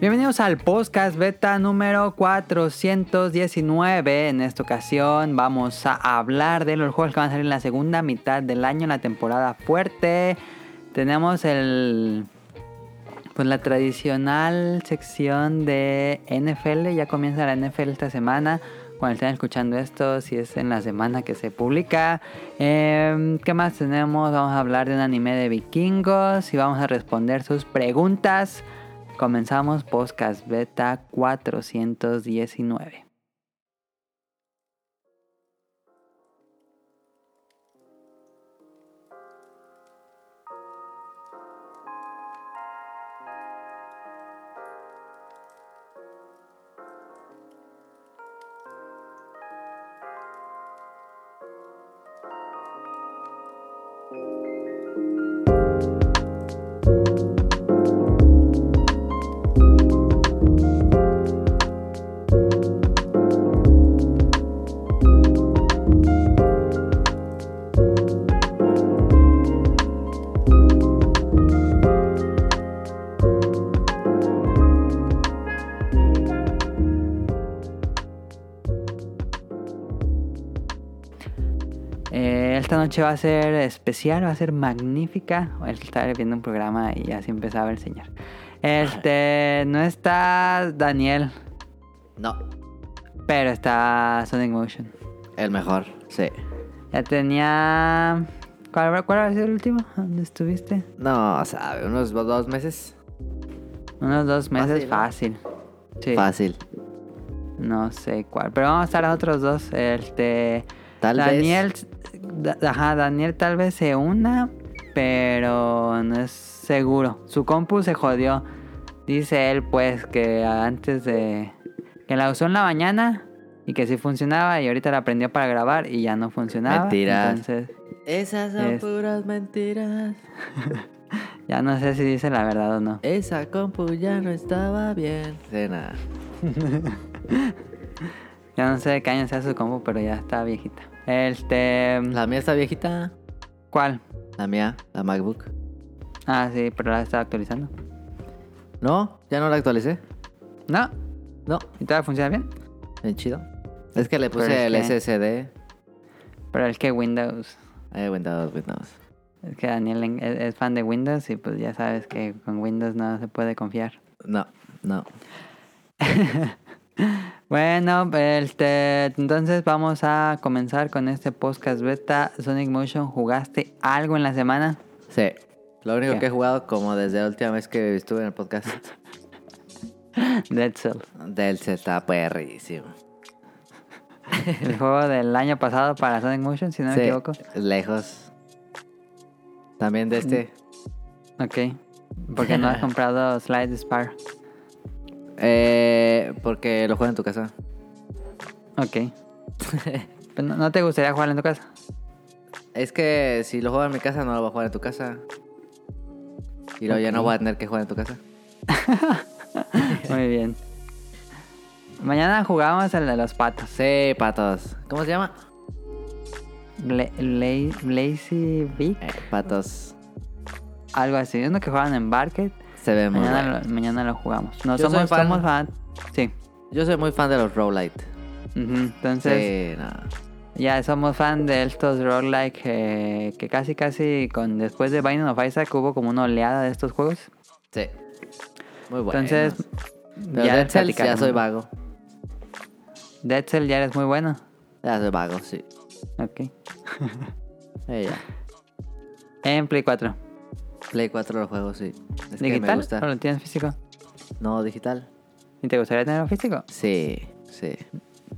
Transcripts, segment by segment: Bienvenidos al podcast beta número 419. En esta ocasión vamos a hablar de los juegos que van a salir en la segunda mitad del año, en la temporada fuerte. Tenemos el pues la tradicional sección de NFL. Ya comienza la NFL esta semana. Cuando estén escuchando esto, si es en la semana que se publica. Eh, ¿Qué más tenemos? Vamos a hablar de un anime de vikingos y vamos a responder sus preguntas. Comenzamos Podcast Beta 419. Eh, esta noche va a ser especial, va a ser magnífica. Él estar viendo un programa y así empezaba el señor. Este, no está Daniel, No, pero está Sonic Motion. el mejor, sí. Ya tenía. ¿Cuál, cuál habrá sido el último? ¿Dónde estuviste? No, sabe, unos do- dos meses. Unos dos meses Fácil, fácil. Sí. Fácil. No sé cuál. Pero vamos a estar a otros dos. Este. Tal Daniel, vez. da- ajá, Daniel tal vez se una, pero no es seguro. Su compu se jodió. Dice él, pues, que antes de. que la usó en la mañana y que sí funcionaba, y ahorita la prendió para grabar y ya no funcionaba. Mentiras. Entonces, Esas son Es- puras mentiras. ya no sé si dice la verdad o no. Esa compu ya no estaba bien. De nada. Ya no sé de qué año sea su compu, pero ya está viejita. Este. La mía está viejita. ¿Cuál? La mía, la MacBook. Ah, sí, pero la está actualizando. No, ya no la actualicé. No, No, y todavía funciona bien. bien chido. Es que le Pero es puse el que- SSD. Pero es que Windows. Eh, Windows, Windows. Es que Daniel en- es, es fan de Windows y pues ya sabes que con Windows no se puede confiar. No, no. Bueno, este, entonces vamos a comenzar con este podcast beta. Sonic Motion, ¿jugaste algo en la semana? Sí. Lo único ¿Qué? que he jugado como desde la última vez que estuve en el podcast Dead Cells. del Z está perrísimo. El juego del año pasado para Sonic Motion, si no Sí, me equivoco. Mm. Lejos. También de este. Ok. Porque no has comprado Slide Spar. Eh, porque lo juega en tu casa. Ok. Pero ¿No no te gustaría jugar en tu casa? Es que si lo juego en mi casa, no lo voy a jugar en tu casa. Y luego ya no voy a tener que jugar en tu casa. Muy bien. Mañana jugamos el de los patos. Sí, Eh, patos. ¿Cómo se llama? Bla- Bla- Blazy Beak. Eh, patos. Algo así, uno que juegan en Barket. Se ve muy Mañana bueno. lo, mañana lo jugamos. No Yo soy somos, fan. somos fan. Sí. Yo soy muy fan de los roguelite. Ujú, Entonces, Sí, no. ya somos fan de estos roguelike eh, que casi, casi con después de Binding of Isaac hubo como una oleada de estos juegos. Sí. Muy bueno. Entonces, Pero ya, les ya platicaremos. soy vago. Dead Cell ya eres muy bueno. Ya soy vago, sí. Ok. Eh, ya. En Play 4. Play 4 los juegos, sí. Es que me ¿Digital o gusta. lo tienes físico? No, digital. ¿Y te gustaría tenerlo físico? Sí, sí.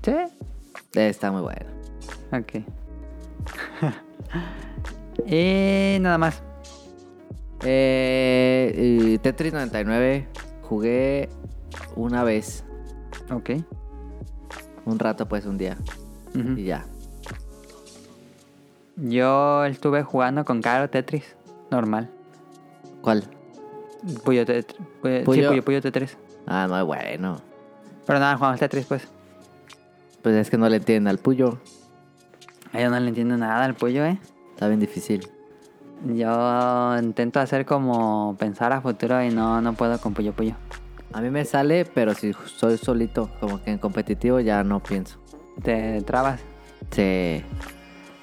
Sí. Está muy bueno. Ok. y nada más. Eh, y Tetris 99 jugué una vez, Ok. un rato pues, un día Ujú. y ya. Yo estuve jugando con Caro Tetris. Normal. ¿Cuál? Puyo Tetris. Puyo, sí, Puyo. Puyo, Puyo Tetris. Ah, no, bueno. Pero nada, jugamos Tetris, pues. Pues es que no le entienden al puyo. Ay, Yo no le entiendo nada al Puyo, ¿eh? Está bien difícil. Yo intento hacer como pensar a futuro y no, no puedo con Puyo Puyo. A mí me sale, pero si soy solito, como que en competitivo ya no pienso. Te trabas. Sí.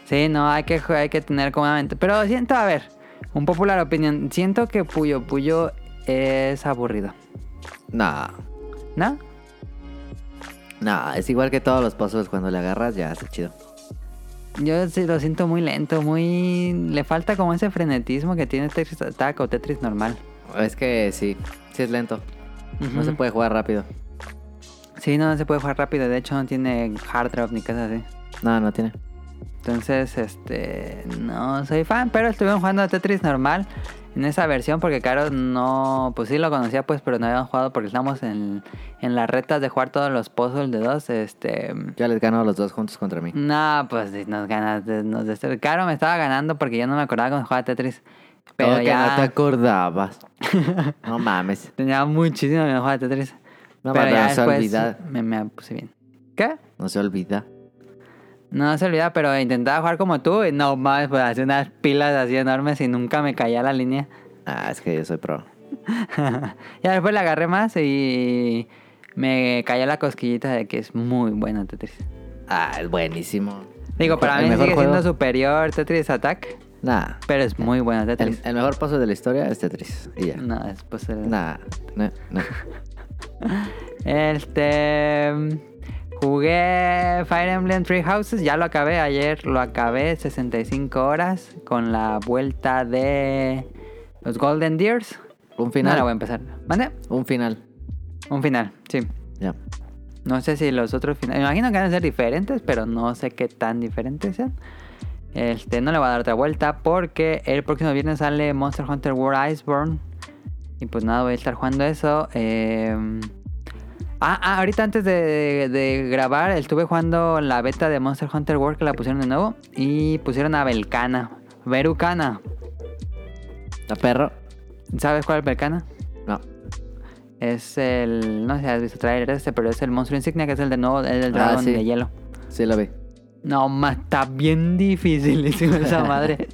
Sí, no, hay que, ju- hay que tener como una mente. Pero siento, a ver, un popular opinión. Siento que Puyo Puyo es aburrido. Nah, ¿No? nah, es igual que todos los puzzles cuando le agarras ya hace chido. Yo sí lo siento muy lento, muy... Le falta como ese frenetismo que tiene Tetris Attack o Tetris normal. Es que sí, sí es lento. No se Ujú. puede jugar rápido. Sí, no, no se puede jugar rápido. De hecho, no tiene hard drop ni cosas así. No, no tiene. Entonces, este... No soy fan, pero estuvimos jugando a Tetris normal en esa versión porque Caro no... Pues sí lo conocía, pues, pero no habíamos jugado porque estamos en, en las retas de jugar todos los puzzles de dos. Este... Ya les gano a los dos juntos contra mí. No, pues sí, nos ganas, de- nos destru- Caro me estaba ganando porque yo no me acordaba cuando jugaba Tetris. Pero Todo que ya... no te acordabas. no mames. Tenía muchísimo que no jugaba Tetris. No, pero pero ya no se después olvida. Me, me puse bien. ¿Qué? No se olvida. No se olvida, pero intentaba jugar como tú y no mames, pues hacía unas pilas así enormes y nunca me caía la línea. Ah, es que yo soy pro. ya después la agarré más y me cayó la cosquillita de que es muy bueno Tetris. Ah, es buenísimo. Digo, para El mí mejor sigue juego. siendo superior Tetris Attack, Nah. pero es muy bueno El, Tetris. el mejor paso de la historia es Tetris. Y ya. No, es pues el- Nah. No, no. Este. Jugué Fire Emblem Three Houses, ya lo acabé ayer, lo acabé 65 horas con la vuelta de los Golden Deers. Un No la voy a final. empezar. ¿Mande? Un final. Un final, sí. Ya. No sé si los otros finales. Me imagino que van a ser diferentes, pero no sé qué tan diferentes sean. Este, no le voy a dar otra vuelta porque el próximo viernes sale Monster Hunter World Iceborne. Y pues nada, voy a estar jugando eso. Eh, Ah, ah, ahorita antes de, de grabar estuve jugando la beta de Monster Hunter World que la pusieron de nuevo. Y pusieron a Belcana. Verucana. ¿La perro? ¿Sabes cuál es Belcana? No. Es el... No sé si has visto trailer este, pero es el monstruo insignia que es el de nuevo, el del Ah, dragón sí. de hielo. Sí la vi. No, más está bien dificilísimo esa madre.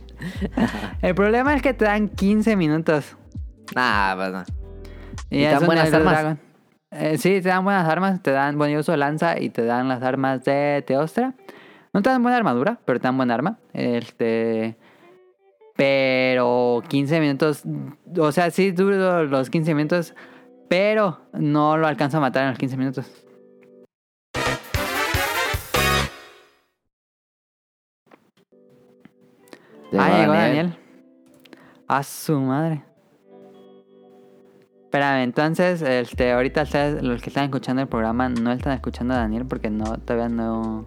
El problema es que te dan 15 minutos. Nah, pues no. ¿Y ya te dan es un buenas nivel de armas? dragón. Eh, sí, te dan buenas armas. Te dan, bueno, yo uso lanza y te dan las armas de Teostra. No te dan buena armadura, pero te dan buena arma. Este. Pero 15 minutos. O sea, sí duro los 15 minutos. Pero no lo alcanzo a matar en los 15 minutos. ah, llegó Daniel. A su madre. Espérame, entonces, este, ahorita ustedes, los que están escuchando el programa no están escuchando a Daniel porque no, todavía no.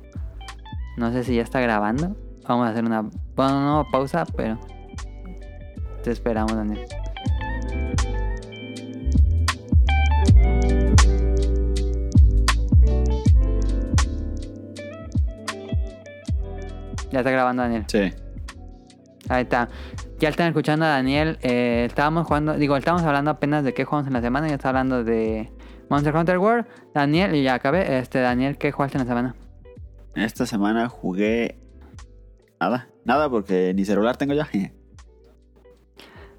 No sé si ya está grabando. Vamos a hacer una. Bueno, no, pausa, pero. Te esperamos, Daniel. Ya está grabando, Daniel. Sí. Ahí está. Ya están escuchando a Daniel. eh, estábamos jugando, digo, estábamos hablando apenas de qué jugamos en la semana. Ya está hablando de Monster Hunter World. Daniel, y ya acabé. Este, Daniel, ¿qué jugaste en la semana? Esta semana jugué nada, nada porque ni celular tengo ya.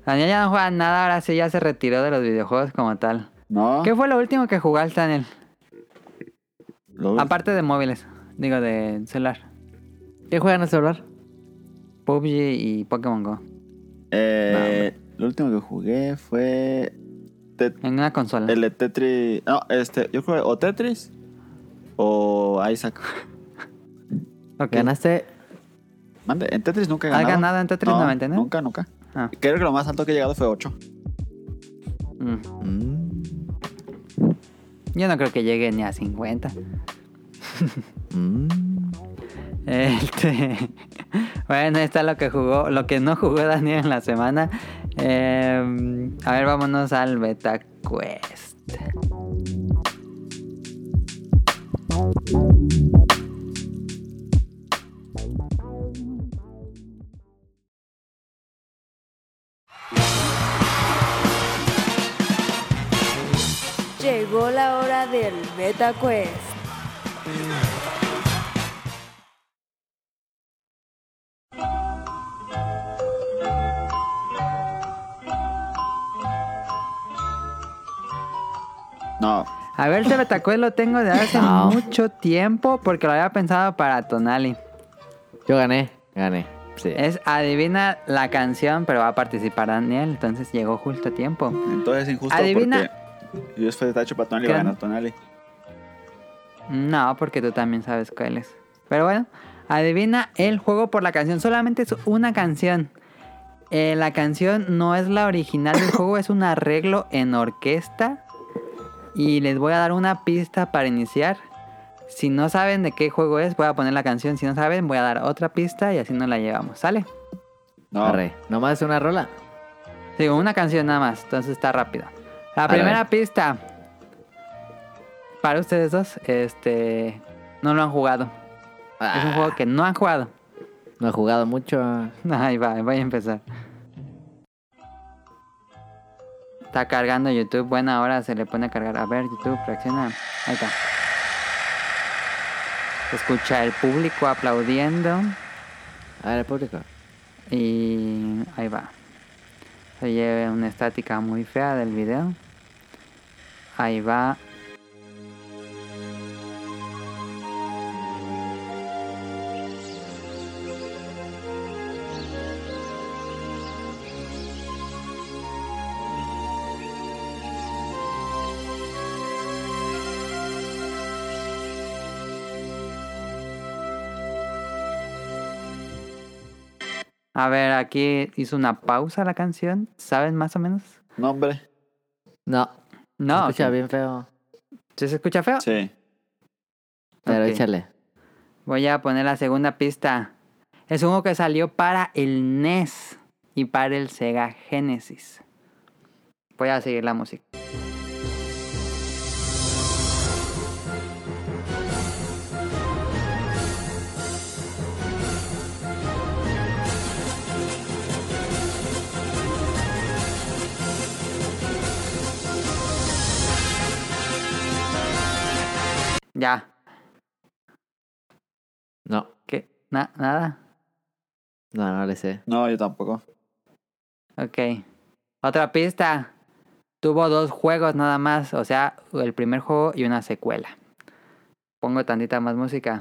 Daniel ya no juega nada, ahora sí ya se retiró de los videojuegos como tal. No. ¿Qué fue lo último que jugaste, Daniel? lo- Aparte de móviles, digo, de celular. ¿Qué juegan el celular? PUBG y Pokémon Go. eh, lo último que jugué fue Tet- En una consola. el de Tetris. No, este, yo creo que o Tetris o Isaac. Ok. Ganaste. Mande, en Tetris nunca he ¿Has ganado. ganado en Tetris No, 99? Nunca, nunca. Ah, Creo que lo más alto que he llegado fue 8. mm. Mm, Yo no creo que llegue ni a 50. mm. Este, bueno, ahí está lo que jugó, lo que no jugó Daniel en la semana. Eh, a ver, vámonos al Beta Quest. Llegó la hora del Beta Quest. No, A ver, este Betacuel lo tengo de hace No. mucho tiempo porque lo había pensado para Tonali. Yo gané, gané. Sí. Es adivina la canción, pero va a participar Daniel, entonces llegó justo a tiempo. entonces es injusto Adivina. porque Dios fue de Tacho para Tonali, ¿Qué? va a ganar Tonali. No, porque tú también sabes cuál es. Pero bueno, adivina el juego por la canción. Solamente es una canción. Eh, la canción no es la original del juego, es un arreglo en orquesta. Y les voy a dar una pista para iniciar. Si no saben de qué juego es, voy a poner la canción. Si no saben, voy a dar otra pista y así nos la llevamos. ¿Sale? No, Arre. Nomás una rola. Digo, una canción nada más, entonces está rápido. La Vale, primera vale. pista. Para ustedes dos, este. No lo han jugado. Es un Ah, juego que no han jugado. No he jugado mucho. Ahí va, voy a empezar. Está cargando YouTube. Buena hora se le pone a cargar. A ver, YouTube, reacciona. Ahí está. Se Escucha el público aplaudiendo. A ver, público. Y ahí va. Se oye una estática muy fea del video. Ahí va. A ver, aquí hizo una pausa la canción. ¿Saben más o menos? no, hombre. No, No. se escucha ok. bien feo. ¿Sí ¿Se escucha feo? Sí. Pero Ok. échale. Voy a poner la segunda pista. Es un juego que salió para el NES y para el Sega Genesis. Voy a seguir la música. Ya, No, ¿qué? Na- nada. no, no le sé. No, yo tampoco. Ok. Otra pista. Tuvo dos juegos nada más. O sea, el primer juego y una secuela. Pongo tantita más música.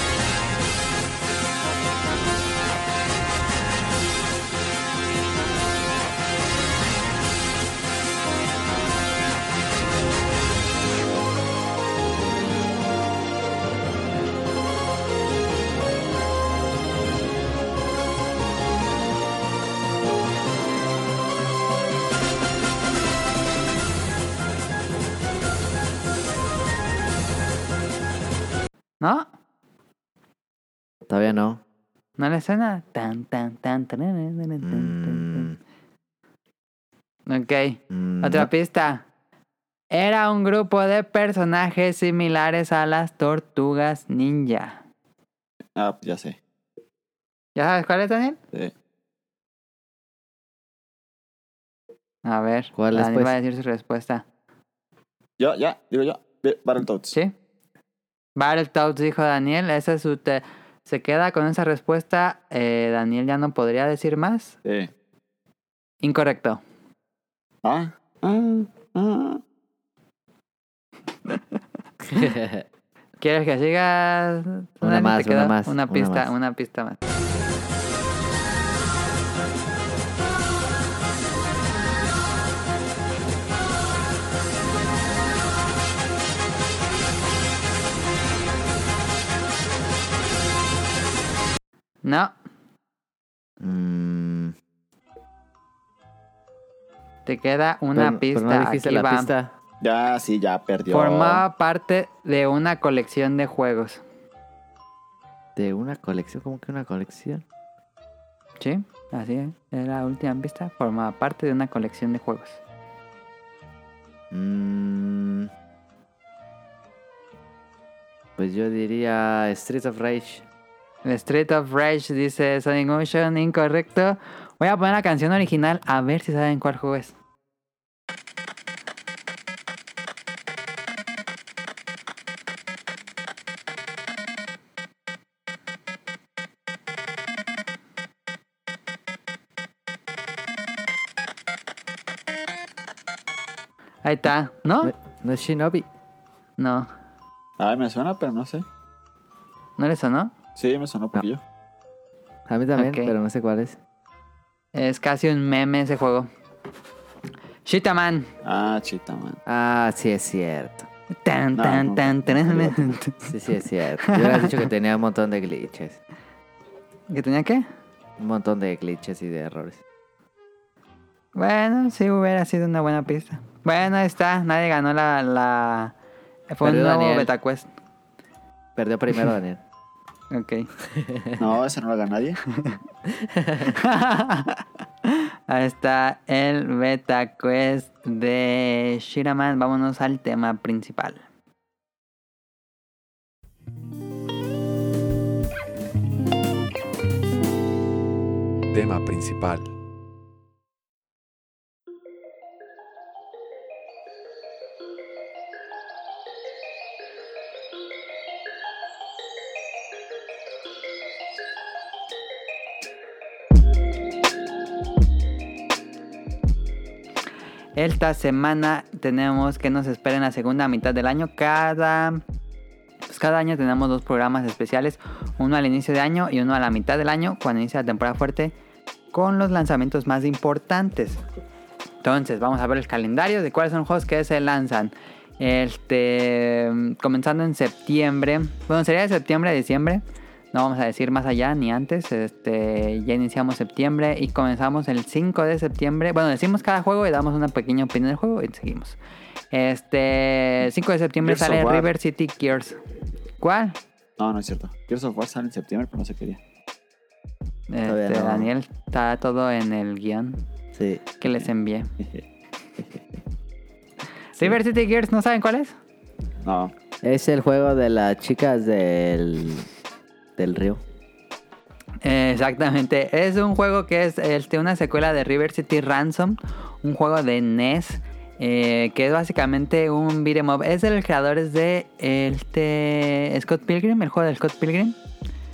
¿No? Todavía no. ¿No le suena? Tan, tan, tan, tan, tan, tan, tan, Mm, tan. Ok. mm, Otra no. pista. Era un grupo de personajes similares a las tortugas ninja. Ah, pues ya sé. ¿Ya sabes cuál es, Daniel? Sí. A ver. ¿Cuál es, Daniel pues? va a decir su respuesta. Yo, ya, digo yo. Ve- Battletoads. Sí. Battletoads, dijo Daniel. Esa es su. te- Se queda con esa respuesta. Eh, Daniel ya no podría decir más. Sí. Incorrecto. Ah, ah, ah. ¿Quieres que sigas? Daniel? más, Te una queda más, Una una pista, más. una pista más. No, Mm, te queda una pero- pero pista. no dijiste Aquí la va. pista. Ya, sí, ya perdió. Formaba parte de una colección de juegos. De una colección, ¿cómo que una colección? Sí, así es. Es la última pista. Formaba parte de una colección de juegos. Mm, pues yo diría Street of Rage. The Street of Rage dice Sonic Motion, incorrecto. Voy a poner la canción original a ver si saben cuál juego es. Ahí está, ¿no? No es Shinobi. No. Ay, me suena, pero no sé. ¿No le sonó? Sí, me sonó poquillo. A mí también, Ok. pero no sé cuál es. Es casi un meme ese juego. Shitaman. Ah, chita, man. Ah, sí es cierto. Tan, No, tan, no, tan, no, tan, no, tan. Sí, sí es cierto. Yo le he dicho que tenía un montón de glitches. ¿Que tenía qué? Un montón de glitches y de errores. Bueno, sí hubiera sido una buena pista. Bueno, ahí está. Nadie ganó la... la... Fue un Perdió nuevo Daniel. beta quest. Perdió primero Daniel. Ok. No, ese no lo haga nadie. Ahí está el beta quest de Shiraman. Vámonos al tema principal. Tema principal. Esta semana tenemos que nos espera en la segunda mitad del año. Cada, pues cada año tenemos dos programas especiales, uno al inicio de año y uno a la mitad del año, cuando inicia la temporada fuerte, con los lanzamientos más importantes. Entonces, vamos a ver el calendario de cuáles son los juegos que se lanzan. Este, comenzando en septiembre, bueno, sería de septiembre a diciembre. No vamos a decir más allá ni antes. Este, ya iniciamos septiembre y comenzamos el 5 de septiembre. Bueno, decimos cada juego y damos una pequeña opinión del juego y seguimos. Este, 5 de septiembre Gears of sale War. River City Gears. ¿Cuál? No, no es cierto. Gears of War sale en septiembre, pero no sé qué día. Todavía Este, no. Daniel está todo en el guión Sí. que les envié. River City Gears, ¿no saben cuál es? No, Es el juego de las chicas del, del río. Eh, Exactamente. Es un juego que es este, una secuela de River City Ransom, un juego de NES. eh, que es básicamente un beat'em up. Es de los creadores de este Scott Pilgrim, el juego del Scott Pilgrim.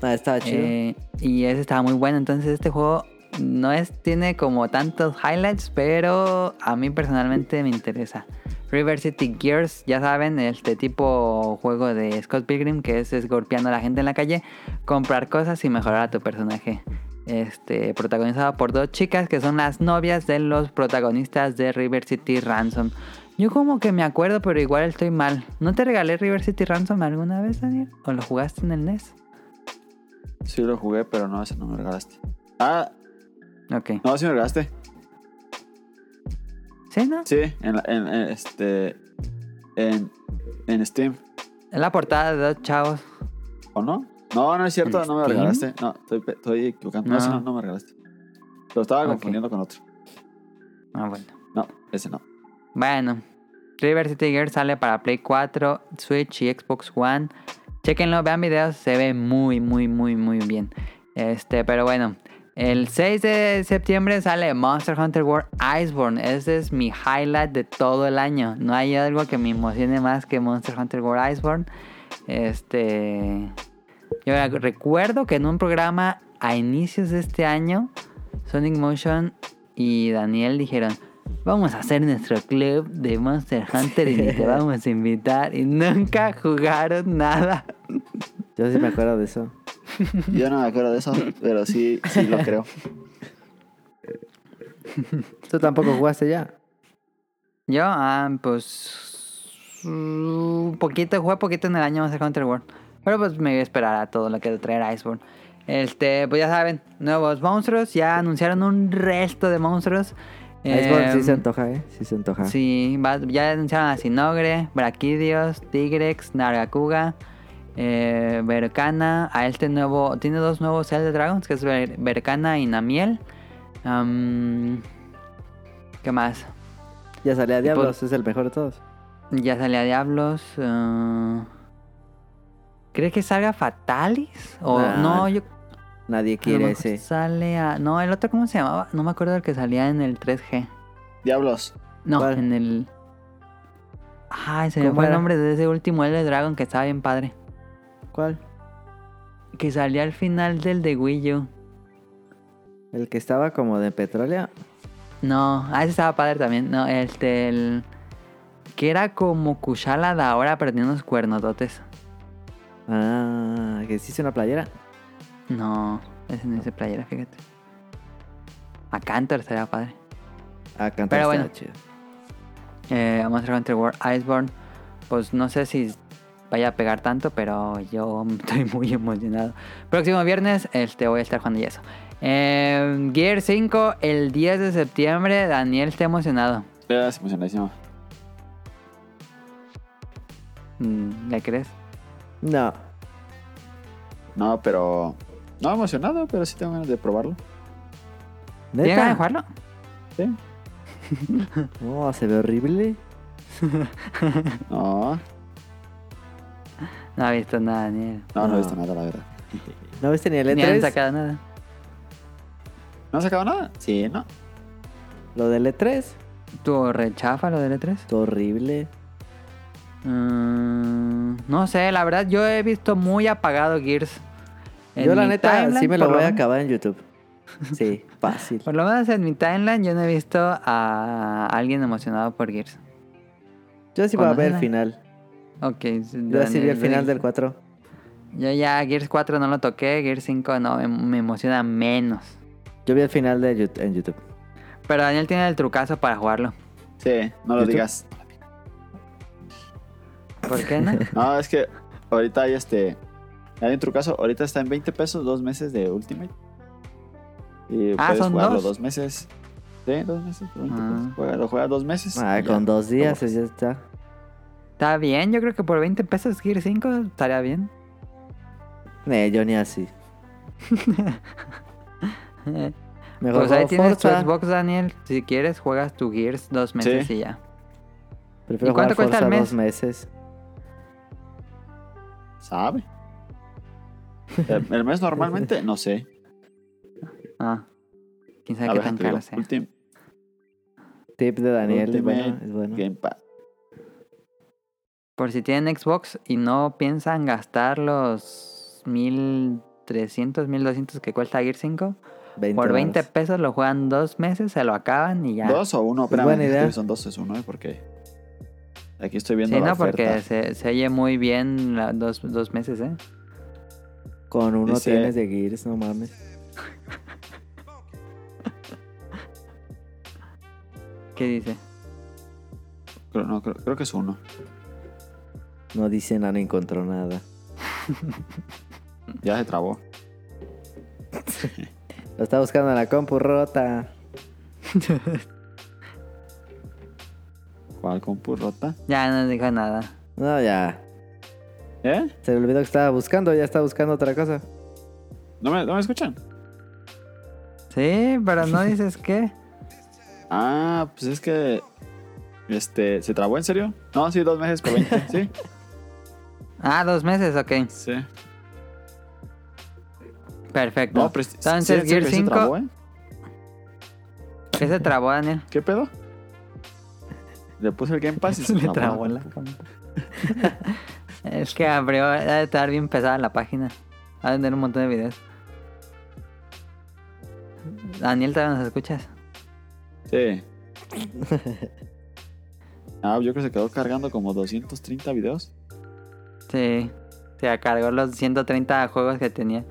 Ah, estaba Eh, y ese estaba muy bueno. Entonces este juego no es, tiene como tantos highlights, pero a mí personalmente me interesa. River City Gears, ya saben, este tipo juego de Scott Pilgrim que es escorpiando a la gente en la calle, comprar cosas y mejorar a tu personaje. Este, protagonizado por dos chicas que son las novias de los protagonistas de River City Ransom. Yo como que me acuerdo, pero igual estoy mal. ¿No te regalé River City Ransom alguna vez, Daniel? ¿O lo jugaste en el E NES? sí lo jugué, pero no, ese no me lo regalaste. Ah, Ok. no, sí me lo regalaste. ¿Sí, no? Sí, en, la- en, en este. En, en Steam, Es la portada de dos chavos. ¿o no? No, no es cierto, ¿En no me lo Steam? regalaste. No, estoy, pe- estoy equivocando. No, No. ese no, no me regalaste. Lo estaba Ok. confundiendo con otro. Ah, bueno. No, ese no. Bueno. River City Girls sale para Play 4, Switch y Xbox One. Chequenlo, vean videos, se ve muy, muy, muy, muy bien. Este, pero bueno. El 6 de septiembre sale Monster Hunter World Iceborne. Ese es mi highlight de todo el año. No hay algo que me emocione más que Monster Hunter World Iceborne. Este. Yo recuerdo que en un programa a inicios de este año, Sonic Motion y Daniel dijeron: Vamos a hacer nuestro club de Monster Hunter y te vamos a invitar. Y nunca jugaron nada. Yo sí me acuerdo de eso. Yo no me acuerdo de eso, pero sí, sí lo creo. Tú tampoco jugaste ya. Yo, ah, pues. Un poquito, jugué poquito en el año Monster Hunter World. Pero pues me voy a esperar a todo lo que traer Iceborne. Este, pues ya saben, nuevos monstruos. Ya anunciaron un resto de monstruos. Iceborne sí se Em, antoja, ¿eh? Sí se antoja. Sí, va- ya anunciaron a Sinogre, Braquidios, Tigrex, Nargacuga, eh, Vercana. A este nuevo, tiene dos nuevos Zelda Dragons, que es Ver- Vercana y Namiel. Am, ¿Qué más? Ya salía por- Diablos, es el mejor de todos. Ya salía Diablos. ah, ¿Crees que salga Fatalis? O Nah, no, yo Nadie a lo quiere mejor ese. Sale a. No, el otro, ¿cómo se llamaba? No me acuerdo el que salía en el 3G. Diablos. No, ¿Cuál? en el. Ay, se me ¿Cómo fue el era? nombre de ese último Elder Dragon que estaba bien padre. ¿Cuál? Que salía al final del de Wii U. El que estaba como de petróleo. No, ah, ese estaba padre también. No, este, el del. Que era como Kushala de ahora, pero tenía unos cuernototes. Ah, que hiciste una playera. No, ese no dice playera, fíjate. A Cantor estaría padre. Ah, cantar Pero bueno. estaba chido. Eh, Monster Hunter World Iceborne. Pues no sé si vaya a pegar tanto, pero yo estoy muy emocionado. Próximo viernes este, voy a estar jugando y eso. Eh, Gear 5, el 10 de septiembre. Daniel está emocionado. Estás emocionadísimo. Mm, ¿Le crees? No. No, pero. No emocionado, pero sí tengo ganas de probarlo. ¿Tienes ganas de ¿Neta? jugarlo? ¿Sí? No, se ve horrible. No, No ha visto nada, Daniel. no, no Ah. he visto nada, la verdad. ¿No viste ni el E Ni han E3? sacado nada. ¿No has sacado nada? Sí, no. Lo del E E3. ¿Tu rechafa lo del E E3? Está horrible. Mm, no sé, la verdad yo he visto muy apagado Gears. En Yo la mi neta timeline, sí me lo por voy a menos- acabar en YouTube. Sí, fácil. Por lo menos en mi timeline yo no he visto a alguien emocionado por Gears. Yo sí voy a ver el Conócela. final. Ok. Yo sí vi el Daniel, final del 4. Yo ya Gears 4 no lo toqué, Gears 5 no, me, me emociona menos. Yo vi el final de Yout- en YouTube. Pero Daniel tiene el trucazo para jugarlo. Sí, no lo ¿YouTube? digas. ¿Por qué no? No, es que ahorita hay este. Hay un trucazo. Ahorita está en 20 pesos, dos meses de Ultimate. Y Ah, puedes ¿son jugarlo dos? dos meses. Sí, dos meses. por 20 Ah. pesos. Juega- lo juegas dos meses. Ah, y ya. con dos días Lo borras. ya está. Está bien, yo creo que por 20 pesos Gears 5 estaría bien. Eh, yo ni así. Mejor pues ahí juego tienes tu Forza. Xbox, Daniel. Si quieres, juegas tu Gears dos meses y ya. Prefiero ¿Y cuánto jugar cuesta el Forza mes? dos meses. ¿Sabe? El el mes normalmente, no sé. Ah. Quién sabe A qué ver, tan te digo, caro sea. Ultimate Tip de Daniel. es Ultimate bueno, es bueno. Game Pass. Por si tienen Xbox y no piensan gastar los 1300, 1200 que cuesta Gear 5, 20 por 20 varos. pesos lo juegan dos meses, se lo acaban y ya. ¿Dos o uno? Es Pues Espérame, buena es que idea. son dos, es uno, ¿eh? Porque aquí estoy viendo Sí, la no, oferta. porque se, se oye muy bien la- dos, dos meses, ¿eh? Con uno Dice- tienes de Gears, no mames. ¿Qué dice? Creo, no, creo, creo que es uno. No dice nada, no encontró nada. Ya se trabó. Lo está buscando en la compu rota. ¿Cuál compu rota? Ya no dijo nada. No, ya. ¿Eh? Se le olvidó que estaba buscando, ya está buscando otra cosa. ¿No me, no me escuchan? Sí, pero no dices qué. Ah, pues es que... Este, ¿se trabó en serio? No, sí, dos meses por 20, ¿sí? Ah, dos meses, ok. Sí. Perfecto. No, pero... sí, Entonces, sí, Gear sí, se trabó, 5, ¿eh? ¿qué se trabó, Daniel? ¿Qué pedo? Le puse el Game Pass y se Le trabó. trabó la compu. es que abrió, ha de estar bien pesada la página. Ha de tener un montón de videos. Daniel, ¿todavía nos escuchas? Sí. Ah, yo creo que se quedó cargando como 230 videos. Sí. Se cargó los 130 juegos que tenía.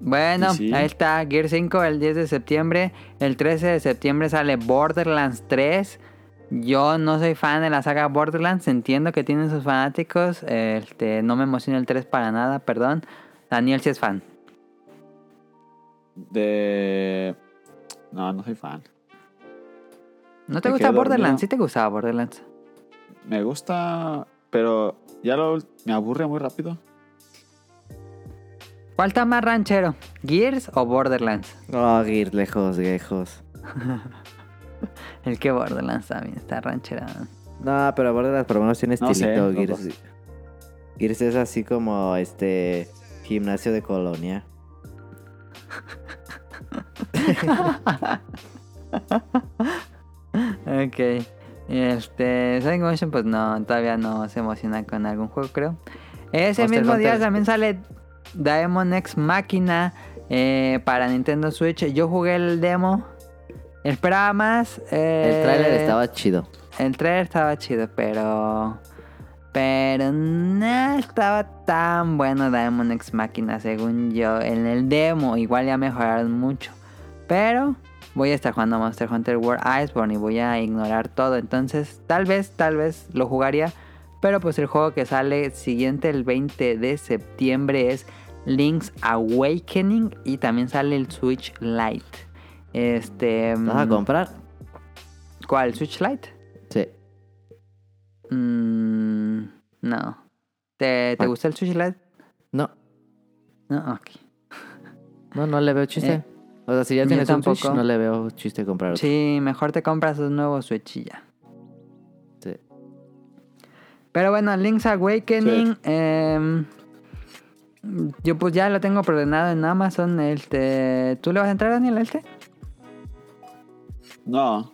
Bueno, Y sí. ahí está Gear 5 el 10 de septiembre. El 13 de septiembre sale Borderlands 3. Yo no soy fan de la saga Borderlands. Entiendo que tienen sus fanáticos. Este, no me emociona el 3 para nada, perdón. Daniel sí es fan. De... No, no soy fan. ¿No te Me gusta quedé Borderlands? dormido. Sí te gustaba Borderlands. Me gusta, pero ya lo, me aburre muy rápido. ¿Cuál está más ranchero? ¿Gears o Borderlands? Oh, Gears, lejos, lejos. El que Borderlands también está ranchera. No, pero Borderlands por lo menos tiene No sé, estilito, no Gears. Gears es así como este gimnasio de colonia. Ok. Este, Sonic Motion, pues no, todavía no se emociona con algún juego, creo. Ese Monster mismo día Hunter. también sale Daemon X Máquina para Nintendo Switch. Yo jugué el demo. Esperaba más. eh, El tráiler estaba chido. El trailer estaba chido, pero. Pero no estaba tan bueno Diamond X Máquina, según yo. En el demo, igual ya mejoraron mucho. Pero voy a estar jugando Monster Hunter World Iceborne y voy a ignorar todo. Entonces, tal vez, tal vez lo jugaría. Pero pues el juego que sale siguiente el 20 de septiembre es Link's Awakening y también sale el Switch Lite. Este, ¿Vas a comprar? ¿Cuál? ¿Switch Lite? Sí. Mm, no. ¿Te, te Ah. gusta el Switch Lite? No, No, ok. no, no le veo chiste. Eh, o sea, si ya yo tienes un Switch, tampoco. no le veo chiste comprar otro. Sí, mejor te compras un nuevo Switch y ya. Sí. Pero bueno, Link's Awakening. em, yo pues ya lo tengo preordenado en Amazon. Este, ¿Tú le vas a entrar, Daniel, a este? No.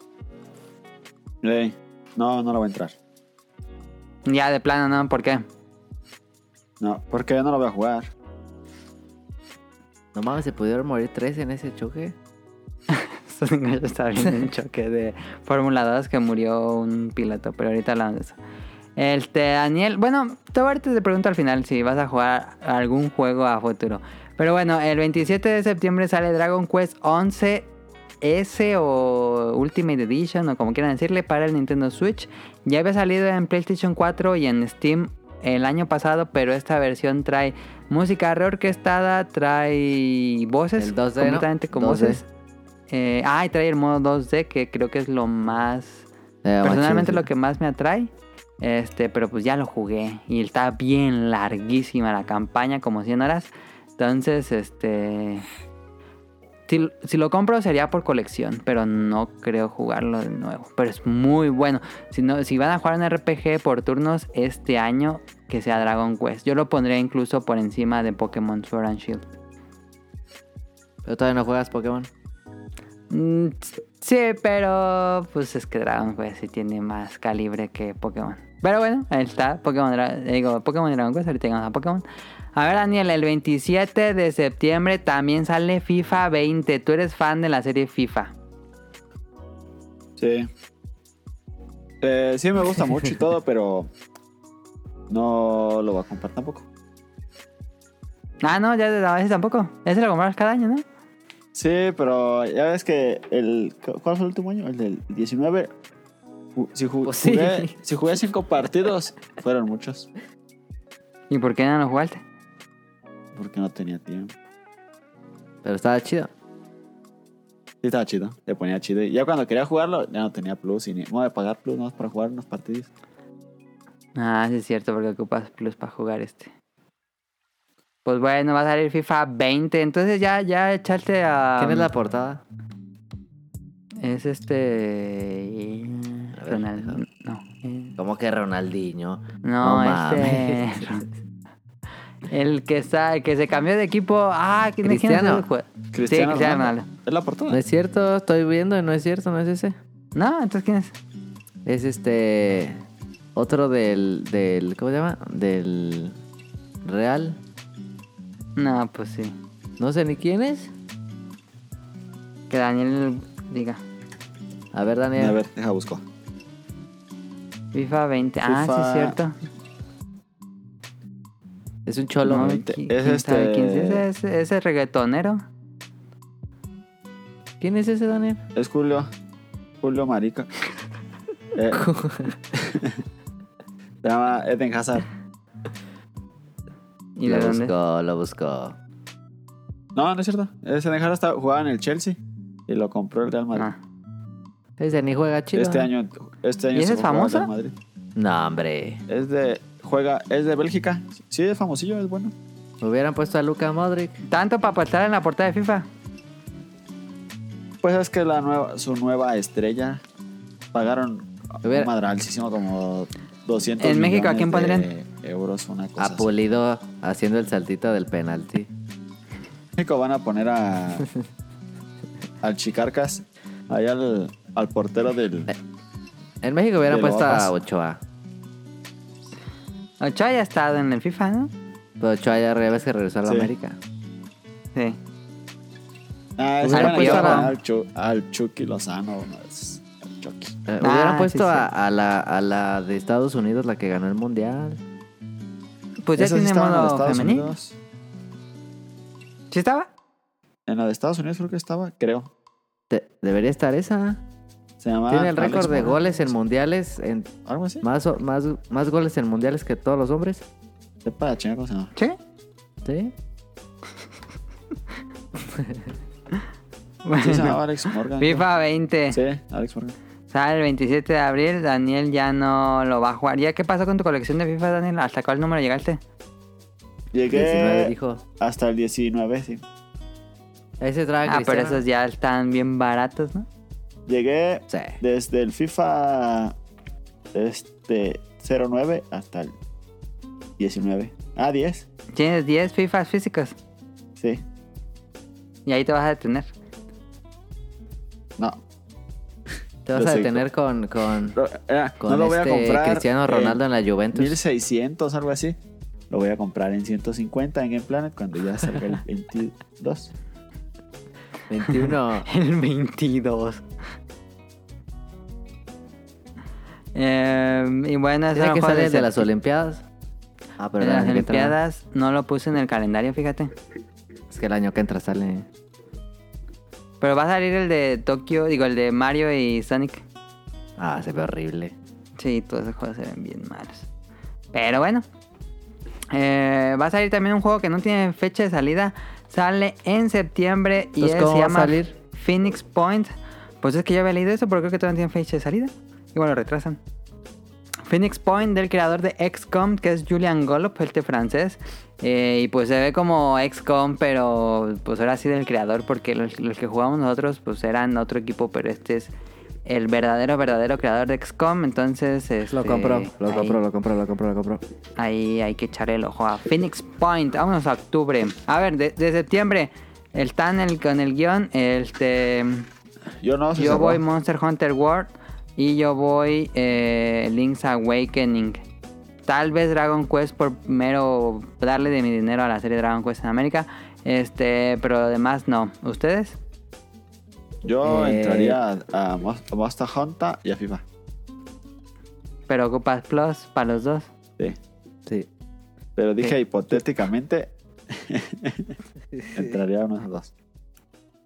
Ey, no, no lo voy a entrar. Ya, de plano, no, ¿por qué? No, porque no lo voy a jugar. No mames, se pudieron morir tres en ese choque. Estos niños estaban viendo un choque de Fórmula 2 que murió un piloto, pero ahorita hablamos de eso. Este, Daniel, bueno, tú ahorita te pregunto al final si vas a jugar algún juego a futuro. Pero bueno, el 27 de septiembre sale Dragon Quest 11 S o Ultimate Edition o como quieran decirle para el Nintendo Switch. Ya había salido en PlayStation 4 y en Steam el año pasado, pero esta versión trae música reorquestada, trae voces El 2D, ¿no? completamente con 2D. voces. Eh, ah, y trae el modo 2D que creo que es lo más... Eh, Personalmente machín, lo que más me atrae. Este, pero pues ya lo jugué. Y está bien larguísima la campaña, como 100 horas. Entonces, este... Si, si lo compro sería por colección, pero no creo jugarlo de nuevo. Pero es muy bueno. Si, no, si van a jugar un RPG por turnos este año, que sea Dragon Quest. Yo lo pondría incluso por encima de Pokémon Sword and Shield. Pero todavía no juegas Pokémon. Mm, sí, pero pues es que Dragon Quest sí tiene más calibre que Pokémon. Pero bueno, ahí está. Pokémon, Dra- eh, digo, Pokémon Dragon Quest, ahorita llegamos a Pokémon. A ver, Daniel, el 27 de septiembre también sale FIFA 20. Tú eres fan de la serie FIFA. Sí. Eh, sí me gusta mucho y todo, pero no lo voy a comprar tampoco. Ah, no, ya a veces tampoco. Ese lo compras cada año, ¿no? Sí, pero ya ves que el ¿cuál fue el último año? El del 19. Ju- Si, ju- Pues sí. jugué, si jugué cinco partidos, fueron muchos. ¿Y por qué no lo jugaste? Porque no tenía tiempo. Pero estaba chido. Sí, estaba chido. Le ponía chido. Y ya cuando quería jugarlo, ya no tenía plus. Y ni modo de pagar plus nomás para jugar unos partidos. Ah, sí es cierto, porque ocupas Plus para jugar este. Pues bueno, va a salir FIFA 20. Entonces ya, ya echaste a... ¿Quién es la portada? Es este. A ver, Ronald. No. eh, Como que Ronaldinho. No, No este. El que está, el que se cambió de equipo. Ah, ¿quién quién es Cristiano. el jue- Cristiano sí, Cristiano Ronaldo. Ronaldo. Es la portada. No es cierto, estoy viendo y no es cierto, no es ese. No, entonces quién es. Es este. Otro del. del ¿Cómo se llama? Del. Real. No, pues sí. No sé ni quién es. Que Daniel diga. A ver, Daniel. A ver, deja busco. FIFA 20. Ah, sí, FIFA es cierto. Es un cholo. No, veinte. qui- Es quién sabe este- quién es ese, ese- ese reggaetonero. ¿Quién es ese, Daniel? Es Julio. Julio Marica. Eh, se llama Eden Hazard. ¿Y lo de dónde? es? buscó, lo buscó. No, no es cierto. Eden Hazard estaba- jugaba en el Chelsea y lo compró el Real Madrid. Ah. ¿eh? Ese ni juega chido. este ¿no? año, este año ¿Y ese se es fue a jugar al famoso? Real Madrid. No, hombre. Es de juega, es de Bélgica. Sí, es famosillo, es bueno. Hubieran puesto a Luka Modric. Tanto para aportar en la portada de FIFA. Pues es que la nueva, su nueva estrella pagaron un Hubiera- madralísimo como 200 En México, ¿a quién millones de pondrían? euros una cosa. a Pues así. Pulido haciendo el saltito del penalti. En México van a poner a al Chicarcas, ahí al, al portero del Eh, En México hubieran Pero puesto a vamos. Ochoa. Ochoa ya ha estado en el FIFA, ¿no? Pero Ochoa ya re- ves que regresó a la Sí. América. Sí. Ah, es Hubieran bueno, yo puesto voy pues ah, a a- poner al, Chu- al Chucky Lozano, no es al Chucky. Eh, Ah, Hubieran sí, puesto a, sí. a la, a la de Estados Unidos, la que ganó el mundial. Pues ya Esas sí tiene estaban en la de modo Estados femenino. Unidos. ¿Sí estaba? En la de Estados Unidos creo que estaba, creo. Te- debería estar esa. Se llamaba Tiene el Ah, Alex récord de Morgan. goles en mundiales, en Algo así. más, o- más, más goles en mundiales que todos los hombres. Sepa la chingada cómo se llama. Sí. ¿Sí? Sí, se llamaba Alex Morgan. creo. FIFA 20. Sí, Alex Morgan. Sale el 27 de abril. Daniel ya no lo va a jugar. ¿Ya qué pasó con tu colección de FIFA, Daniel? ¿Hasta cuál número llegaste? Llegué 19 dijo. hasta el 19, sí. Ese trae Ah, pero Cristiano. esos ya están bien baratos, ¿no? Llegué Sí. desde el FIFA este 09 hasta el 19. Ah, 10. Tienes 10 FIFAs físicos Sí. y ahí te vas a detener. No. Te vas Yo a soy- detener con, con, Lo- eh, con no lo voy este a comprar. eh, Cristiano Ronaldo en la en Juventus. 1600, algo así. Lo voy a comprar en 150 en Game Planet cuando ya salga el 22. 21. El 22. Eh, y bueno, eso Tiene no que juega salir de desde- las Olimpiadas. Ah, pero de el las año que entra- Olimpiadas. No lo puse en el calendario, fíjate. Es que el año que entra sale. Pero va a salir el de Tokio, digo, el de Mario y Sonic. Ah, se ve horrible. Sí, todos esos juegos se ven bien malos. Pero bueno. Eh, va a salir también un juego que no tiene fecha de salida. Sale en septiembre y Entonces, es- ¿cómo se va a llama salir? Phoenix Point. Pues es que yo había leído eso, pero creo que todavía no tiene fecha de salida. Igual lo retrasan. Phoenix Point, del creador de XCOM, que es Julian Golop, este francés. Eh, y pues se ve como XCOM, pero pues ahora sí del creador, porque los, los que jugamos nosotros pues eran otro equipo, pero este es el verdadero, verdadero creador de XCOM. Entonces, Lo este, compró, lo ahí- compró, lo compró, lo compró, lo compró. Ahí hay que echarle el ojo a Phoenix Point. Vámonos a octubre. A ver, de, de septiembre. El tan el, con el guión. Este, Yo no se yo cerró. voy Monster Hunter World. Y yo voy eh, Link's Awakening. Tal vez Dragon Quest por mero darle de mi dinero a la serie Dragon Quest en América. Este, pero lo demás no. ¿Ustedes? Yo Eh. entraría a, a Mos- a Monster Hunter y a FIFA. Pero ocupas Plus para los dos. Sí. Sí. Pero dije hipotéticamente entraría a uno de los dos.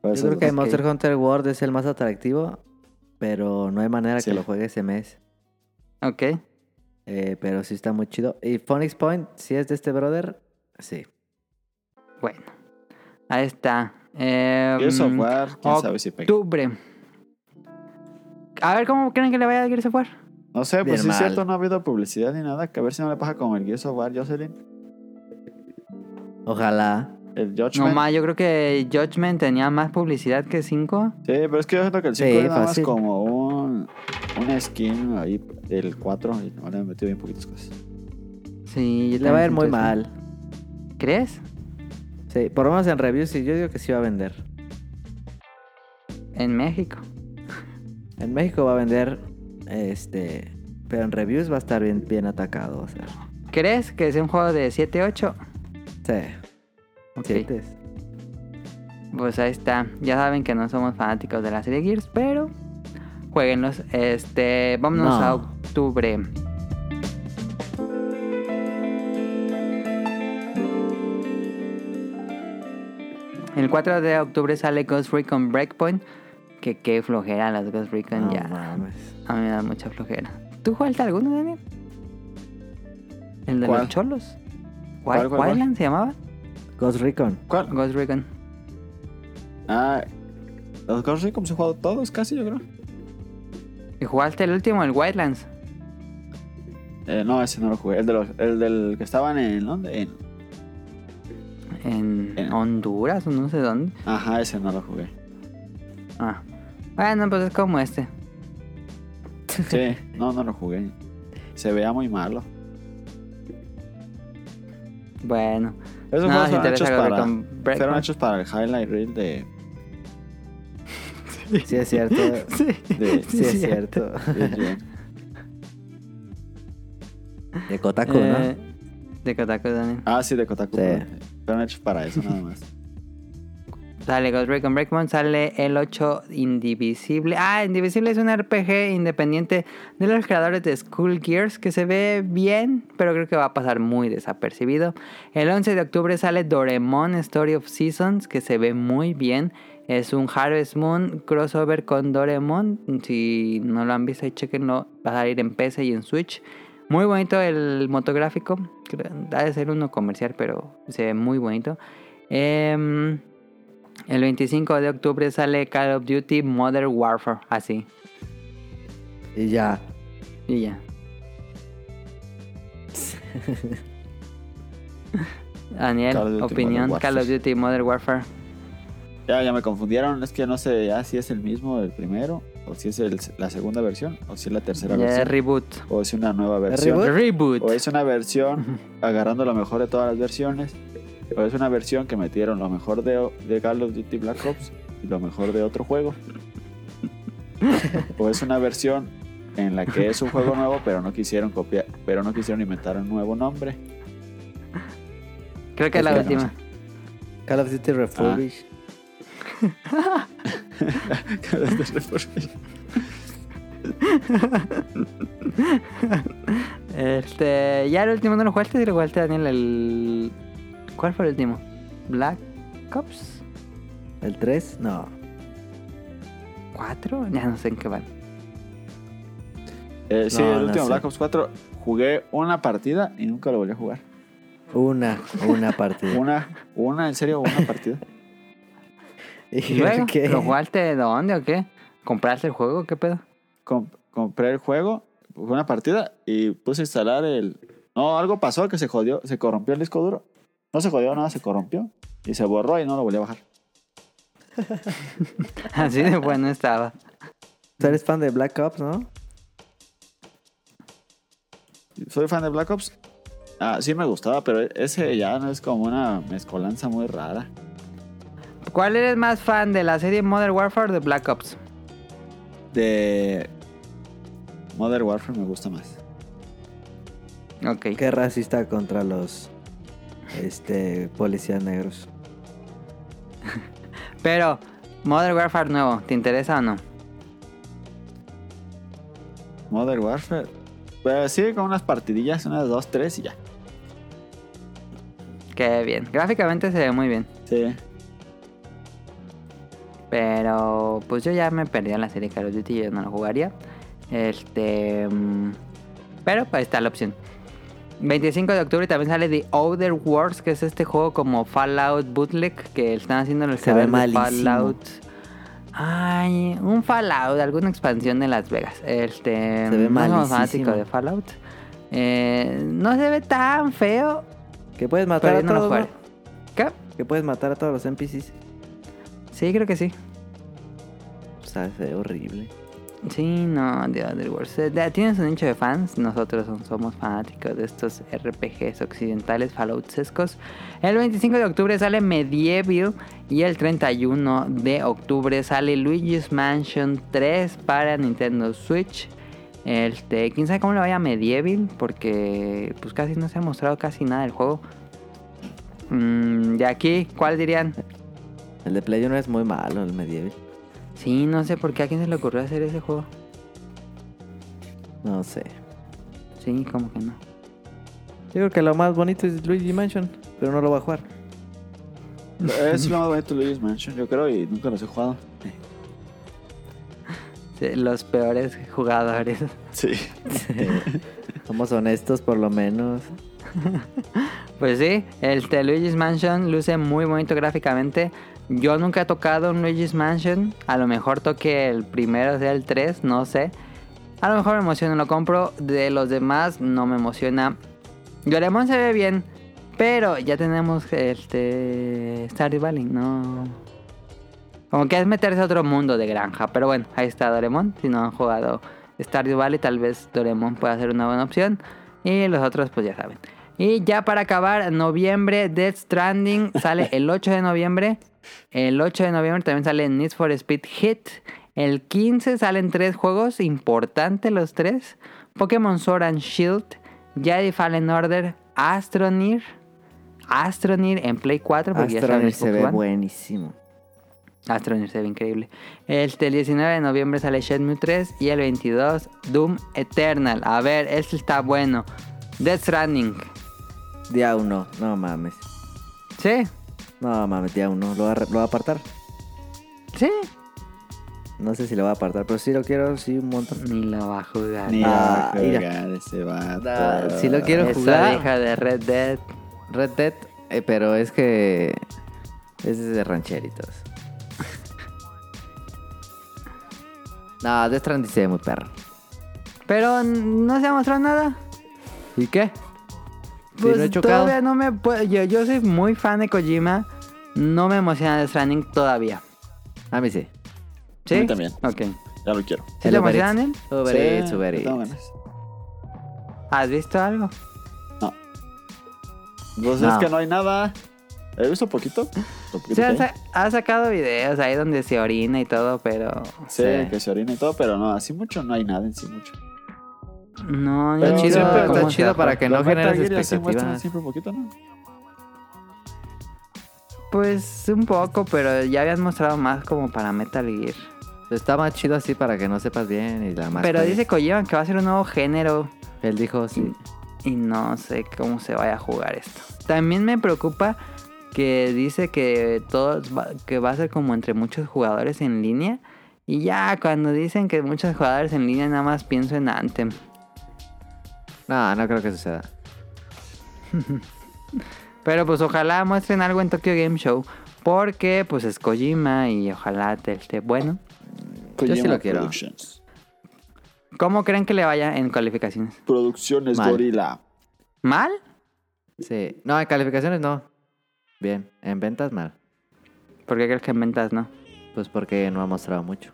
Por Yo eso creo que los- Monster Hunter World es el más atractivo, pero no hay manera Sí. que lo juegue ese mes. Ok. Eh, pero sí está muy chido. Y Phoenix Point, si es de este brother, sí. Bueno. Ahí está. Eh, Gears of War, Oh, quién sabe si pega. octubre. A ver, ¿cómo creen que le vaya a Gears of War? No sé, Bien pues sí es mal. cierto, no ha habido publicidad ni nada. Que a ver si no le pasa con el Gears of War, Jocelyn. Ojalá. El Judgment. No más, yo creo que Judgment tenía más publicidad que 5. Sí, pero es que yo siento que el Sí, 5 es nada más fácil. como un, una skin ahí del 4 y no le han metido bien poquitas cosas. Sí, yo Le va a ir también muy siento eso. mal. ¿Crees? Sí, por lo menos en reviews, sí, yo digo que sí va a vender. En México. En México va a vender, este, pero en reviews va a estar bien, bien atacado. O sea, ¿Crees que es un juego de 7-8? sí. Ok. siete. Pues ahí está. Ya saben que no somos fanáticos de la serie Gears, pero jueguenlos. Este, vámonos No. a octubre. El 4 de octubre sale Ghost Recon Breakpoint. Que qué flojera las Ghost Recon No ya. mames. A mí me da mucha flojera. ¿Tú jugaste alguno, Daniel? ¿El de ¿Cuál? los cholos? ¿Cuál, cuál, cuál? ¿Wildland se llamaba? Ghost Recon. ¿Cuál? Ghost Recon. Ah, los Ghost Recon se han jugado todos casi, yo creo. ¿Y jugaste el último, el Wildlands? Eh, no, ese no lo jugué. El, de los, el del que estaban en dónde? En- En En- Honduras o no sé dónde. Ajá, ese no lo jugué. Ah. Bueno, pues es como este. Sí, no, no lo jugué. Se vea muy malo. Bueno. Esos Nada juegos si fueron interesa hechos, algo de para, con fueron Breakpoint. hechos para el highlight reel de, Sí, es cierto. Sí. de, Sí, es cierto. de Jen. De Kotaku, Eh, de Kotaku, Daniel. Ah, sí, de Kotaku. Sí. perdón. Fueron hechos para eso nada más. ¿no? Sale Ghost Recon Breakpoint, sale el 8 Indivisible. Ah, Indivisible es un RPG independiente de los creadores de School Gears que se ve bien, pero creo que va a pasar muy desapercibido. El 11 de octubre sale Doremon Story of Seasons que se ve muy bien. Es un Harvest Moon crossover con Doremon. Si no lo han visto, ahí chequenlo. Va a salir en PC y en Switch. Muy bonito el motográfico. Creo- Ha de ser uno comercial, pero se ve muy bonito. Em, el 25 de octubre sale Call of Duty Modern Warfare. Así. Y ya. Y ya. Daniel, Call of Duty opinión Modern Call of Warfare. Duty Modern Warfare. Ya, ya me confundieron. Es que ya no sé ya si es el mismo del primero, o si es el- la segunda versión, o si es la tercera Ya versión, reboot. o es una nueva versión. reboot? Reboot. O es una versión agarrando lo mejor de todas las versiones, o es una versión que metieron lo mejor de, de Call of Duty Black Ops y lo mejor de otro juego. o es una versión en la que es un juego nuevo, pero no quisieron copiar, pero no quisieron inventar un nuevo nombre. Creo que es la es que última. Call of Duty Refurbished. Este, ya el último no lo jugaste, si lo jugaste Daniel el ¿Cuál fue el último? Black Ops ¿El 3? No. 4, ya no sé en qué van. Eh, sí, No, el no último sé. Black Ops 4 jugué una partida y nunca lo volví a jugar. Una, una partida. Una, una, en serio, una partida. ¿Y ¿Y luego? por qué? ¿Lo jugaste dónde o qué? ¿Compraste el juego? ¿Qué pedo? Com- compré el juego, jugué una partida y puse a instalar el. No, algo pasó que se jodió, se corrompió el disco duro. No se jodió nada, se corrompió y se borró y no lo volví a bajar. Así de bueno estaba. Tú eres fan de Black Ops, ¿no? Soy fan de Black Ops. Ah, sí me gustaba, pero ese ya no es como una mezcolanza muy rara. ¿Cuál eres más fan de la serie Modern Warfare o de Black Ops? De. Modern Warfare me gusta más. Ok. Qué racista contra los este policías negros. Pero, Modern Warfare nuevo, ¿te interesa o no? Modern Warfare. Pero sí, con unas partidillas, unas dos, tres y ya. Qué bien. Gráficamente se ve muy bien. Sí. Pero pues yo ya me perdí en la serie Call of Duty, yo no la jugaría. Este. mm, Pero pues está la opción. 25 de octubre también sale The Outer Worlds, que es este juego como Fallout Bootleg que están haciendo los Se ve creadores de malísimo. Fallout. Ay, un Fallout, alguna expansión de Las Vegas. Este, Se no ve somos malísimo. fanáticos de Fallout. Eh, no se ve tan feo, Que puedes matar pero yo a no lo jugaré. todos. ¿no? ¿Qué? Que puedes matar a todos los NPCs. Sí, creo que sí. O sea, se ve horrible. Sí, no, The Other Worlds. Eh, de- Tienes un nicho de fans. Nosotros son- somos fanáticos de estos RPGs occidentales Falloutescos. El 25 de octubre sale Medieval y el 31 de octubre sale Luigi's Mansion 3 para Nintendo Switch. Este, quién sabe cómo le vaya a Medieval porque pues casi no se ha mostrado casi nada del juego. Mm, de aquí, ¿cuál dirían? El de Play 1 es muy malo, el medieval. Sí, no sé por qué a quién se le ocurrió hacer ese juego. No sé. Sí, como que no. Yo creo que lo más bonito es Luigi Mansion, pero no lo va a jugar. Es lo más bonito de Luigi's Mansion, yo creo, y nunca los he jugado. Sí, Los peores jugadores. Sí. Somos honestos por lo menos. Pues sí, el de Luigi's Mansion luce muy bonito gráficamente. Yo nunca he tocado un Luigi's Mansion. A lo mejor toque el primero, o sea, el 3, no sé. A lo mejor me emociona, lo compro. De los demás no me emociona. Doraemon se ve bien, pero ya tenemos este Stardew Valley, no. Como que es meterse a otro mundo de granja, pero bueno, ahí está Doremon. Si no han jugado Stardew Valley, tal vez Doremon pueda ser una buena opción. Y los otros, pues ya saben. Y ya para acabar, noviembre, Death Stranding sale el 8 de noviembre. El 8 de noviembre también sale Need for Speed Hit. El 15 salen tres juegos, importantes los tres. Pokémon Sword and Shield, Jedi Fallen Order, Astroneer. Astroneer en Play 4 porque ya está en pues Astroneer se Xbox ve One. buenísimo. Astro Universe, increíble. Este, el 19 de noviembre sale Shenmue 3 y el 22 Doom Eternal. A ver, este está bueno. Death Stranding. Día 1, no mames. ¿Sí? No mames, día 1. Lo va, a re- lo va a apartar. ¿Sí? No sé si lo va a apartar, pero sí lo quiero, sí, un montón. Ni lo va a jugar. Ni Ah, a mira. jugar ese vato. Ah, si lo quiero Esa jugar. hija de Red Dead. Red Dead, eh, pero es que. Es de rancheritos. no, Death Stranding se ve muy perro. Pero no se ha mostrado nada. ¿Y qué? Sí, Pues no he chocado. todavía no me puedo. Yo, yo soy muy fan de Kojima. No me emociona Death Stranding todavía. A mí sí. ¿Sí? A mí también. Ok. Ya lo quiero. ¿Sí El le Uber emocionan Eats. Uber Sí, Eats, Uber le tengo Eats. ganas. ¿Has visto algo? Pues No. es que no hay nada. He visto poquito. Lo poquito Sí, que ha, hay. sa- ha sacado videos ahí donde se orina y todo, pero Sí, Sí. que se orina y todo, pero no, así mucho no hay nada en sí mucho. no, Pero no chido, sé siempre cómo está se chido hace. para que no Los Metal generes Gear así muestran expectativas. siempre un poquito, ¿no? Pues un poco, pero ya habían mostrado más como para Metal Gear. Está más chido así para que no sepas bien y la más. pero que- dice Kojima que va a ser un nuevo género Él dijo sí. y no sé cómo se vaya a jugar esto. También me preocupa que dice que todos va- que va a ser como entre muchos jugadores en línea y ya cuando dicen que muchos jugadores en línea nada más pienso en Anthem. No, no creo que suceda. Pero pues ojalá muestren algo en Tokyo Game Show. Porque pues es Kojima y ojalá te esté bueno. Yo sí Kojima lo quiero. Productions. ¿Cómo creen que le vaya en calificaciones? Producciones Mal. Gorila. ¿Mal? Sí. No, en calificaciones no. Bien. En ventas mal. ¿Por qué crees que en ventas no? Pues porque no ha mostrado mucho.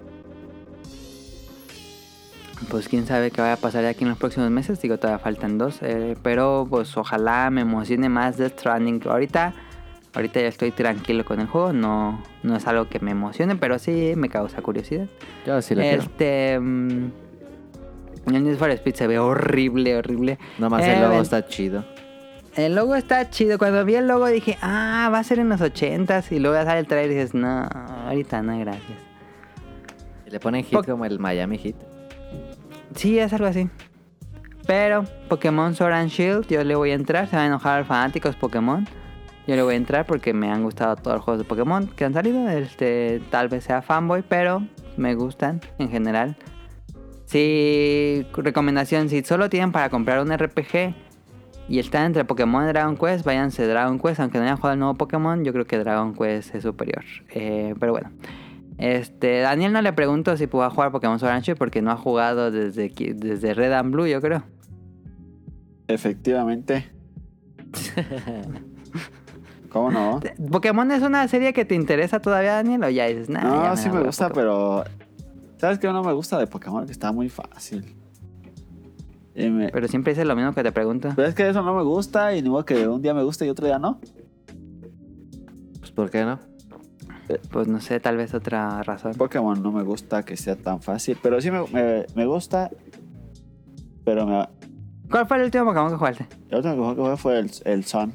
Pues quién sabe qué vaya a pasar de aquí en los próximos meses. Digo, todavía faltan dos. eh, pero pues ojalá me emocione más Death Stranding. Ahorita, ahorita ya estoy tranquilo con el juego. No, no es algo que me emocione, pero sí me causa curiosidad. Yo sí lo quiero. este... mm, el Need for Speed se ve horrible, horrible. Nomás el logo Eh, está chido. El logo está chido. Cuando vi el logo dije, ah, va a ser en los 80s. Y luego ya sale el trailer y dices, no, ahorita no, gracias. Y le ponen hit Poc- como el Miami Hit. Sí, es algo así. Pero Pokémon Sword and Shield, yo le voy a entrar. Se van a enojar fanáticos Pokémon. Yo le voy a entrar porque me han gustado todos los juegos de Pokémon que han salido. Este, tal vez sea fanboy, pero me gustan en general. Si, recomendación, si solo tienen para comprar un RPG y están entre Pokémon y Dragon Quest, váyanse Dragon Quest. Aunque no hayan jugado el nuevo Pokémon, yo creo que Dragon Quest es superior. Eh, pero bueno. Este, Daniel no le pregunto si pudo jugar Pokémon Sword and Shield porque no ha jugado desde, que- desde Red and Blue, yo creo. Efectivamente. ¿Cómo no? ¿Pokémon es una serie que te interesa todavía, Daniel? O ya dices, nada. No, sí me gusta, pero. ¿Sabes qué no me gusta de Pokémon? Que está muy fácil. Y me- Pero siempre dices lo mismo que te pregunto. Pero es que eso no me gusta y ni modo que un día me gusta y otro día no. Pues ¿por qué no? Pues no sé, tal vez otra razón. Pokémon no me gusta que sea tan fácil, pero sí me, me- me gusta. Pero me, ¿Cuál fue el último Pokémon que jugaste? el otro que jugué- que jugué fue el, el Sun.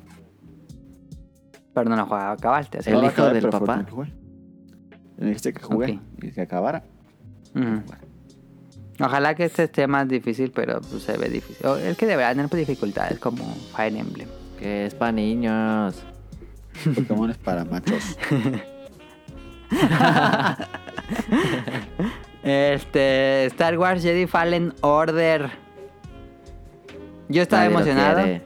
Pero no lo jugaba, acabaste. o sea. El No lo hijo acabé, del pero fue papá. el que jugué. Me dijiste que jugué y que acabara. Ujú. Ojalá que este esté más difícil, pero pues, se ve difícil. O, es que deberá tener pues, dificultades como Fire Emblem. Que es para niños. Pokémon es para machos. Este, Star Wars Jedi Fallen Order. Yo estaba Nadie lo emocionado, quiere.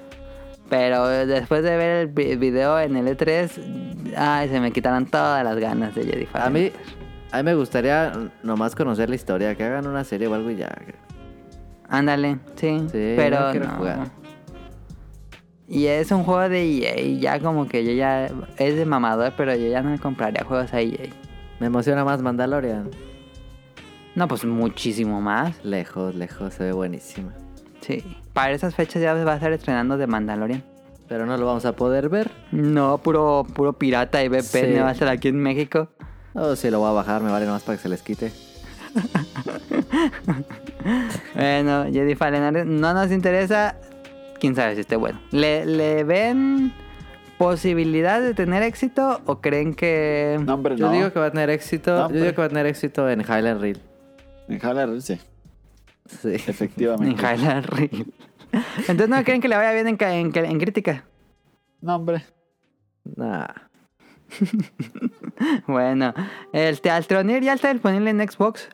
pero después de ver el vi- video en el E3, ay, se me quitaron todas las ganas de Jedi Fallen. A mí, Order. a mí me gustaría nomás conocer la historia, que hagan una serie o algo y ya. Ándale, sí, Sí, pero no quiero no. jugar. Y es un juego de EA, y ya como que yo ya es de mamador, pero yo ya no me compraría juegos a EA. Me emociona más Mandalorian. No, pues muchísimo más. Lejos, lejos, se ve buenísima. Sí. Para esas fechas ya va a estar estrenando The Mandalorian. Pero no lo vamos a poder ver. No, puro, puro pirata y BP Sí. no va a estar aquí en México. O si lo voy a bajar, me vale nomás para que se les quite. Bueno, Jedi Fallen Order no nos interesa. Quién sabe si esté bueno. Le, le ven ¿Posibilidad de tener éxito o creen que... No, hombre, Yo no. digo que va a tener éxito. No, yo digo pues. hombre. que va a tener éxito en Highland Reel. En Haller, sí, Sí. En efectivamente. Highland Reel. Entonces no creen que le vaya bien en, ca- en, ca- en crítica. No, hombre. Nah. Bueno, el Tealtronir ya está disponible en Xbox.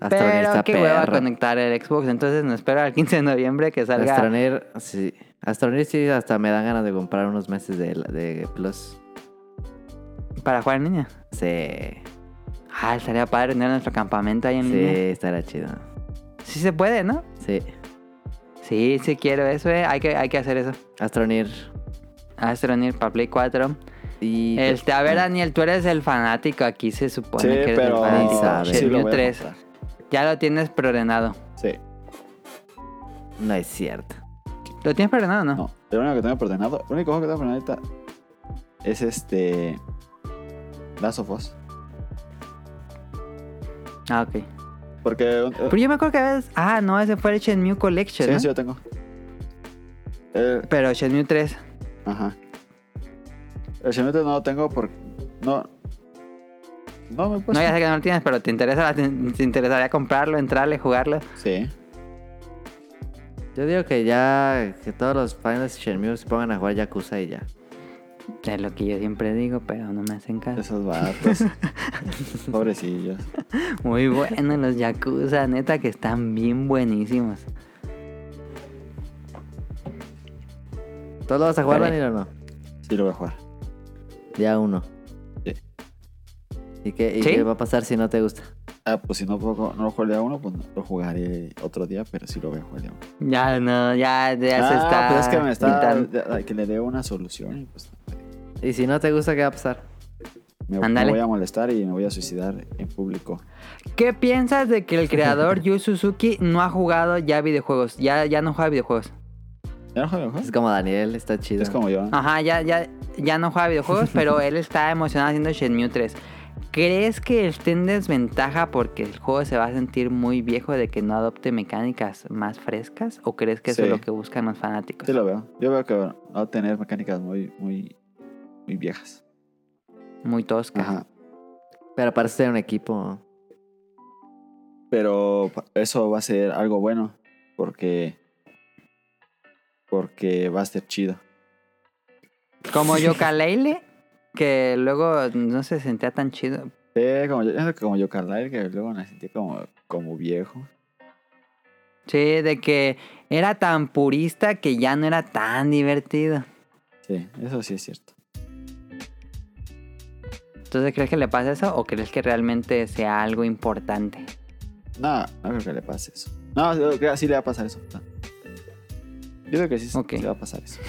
Astronista pero qué hueva perro. conectar el Xbox. Entonces nos espera el 15 de noviembre que salga. Astroneer, sí. Astroneer sí hasta me dan ganas de comprar unos meses de, de Plus. Para jugar en línea. Sí. Ah, estaría padre tener nuestro campamento ahí en Sí, línea. estará chido. Sí se puede, ¿no? Sí. Sí, sí quiero eso, eh. Hay que, hay que hacer eso. Astroneer. Astroneer para Play 4. Y. Este, a ver, Daniel, tú eres el fanático. Aquí se supone Sí, que eres pero. el Ay, fanático. sabe. Sí, lo Shenmue voy a 3. comprar. Ya lo tienes preordenado. Sí. pues, No es cierto. ¿Lo tienes preordenado o no? No, el único que tengo ordenado, el único juego que tengo ordenado ahorita es este. Last of Us. Ah, ok. Porque. un- Pero yo me acuerdo que a veces... Ah, no, ese fue el Shenmue Collection, sí, ¿no? sí, yo tengo. Eh, Pero Shenmue 3. ajá. El Shenmue no lo tengo porque. No. No me he No, puesto. ya sé que no lo tienes, pero te, interesa, te, te interesaría comprarlo, entrarle, jugarlo. Sí. Yo digo que ya. Que todos los fans de Shenmue se pongan a jugar Yakuza y ya. Es lo que yo siempre digo, pero no me hacen caso. Esos vatos. Pobrecillos. Muy buenos los Yakuza, neta que están bien buenísimos. ¿Todos lo vas a jugar, Vale. Daniel, o no? Sí, lo voy a jugar. Ya uno. Sí. ¿Y, qué, y ¿Sí? qué va a pasar si no te gusta? Ah, pues si no, puedo- no lo juego el día uno, pues lo jugaré otro día, pero sí lo voy a jugar el día uno. Ya no, ya, ya se Ah, está. pues es que me está. pintando. ya- Que le dé una solución y pues. Y si no te gusta, ¿qué va a pasar? Me, me Ándale. voy a molestar y me voy a suicidar en público. ¿Qué piensas de que el creador Yu Suzuki no ha jugado ya videojuegos? Ya, ya no juega videojuegos. ¿Ya no juego, Es como Daniel, está chido. Es como yo. ¿no? Ajá, ya, ya, ya no juega videojuegos, pero él está emocionado haciendo Shenmue 3. ¿Crees que esté en desventaja porque el juego se va a sentir muy viejo de que no adopte mecánicas más frescas? ¿O crees que eso Sí. es lo que buscan los fanáticos? Sí lo veo. Yo veo que bueno, va a tener mecánicas muy, muy, muy viejas. Muy toscas. Ajá. Pero parece ser un equipo. Pero pa- eso va a ser algo bueno. Porque. Porque va a ser chido. Como Yoka Leile, que luego no se sentía tan chido. Sí, como yo, yo creo que como yo Carlyle, que luego me sentí como, como viejo. Sí, de que era tan purista que ya no era tan divertido. Sí, eso sí es cierto. Entonces, ¿crees que le pasa eso o crees que realmente sea algo importante? No, no creo que le pase eso. No, yo creo que sí le va a pasar eso. No. Yo creo que sí, Ok. sí va a pasar eso.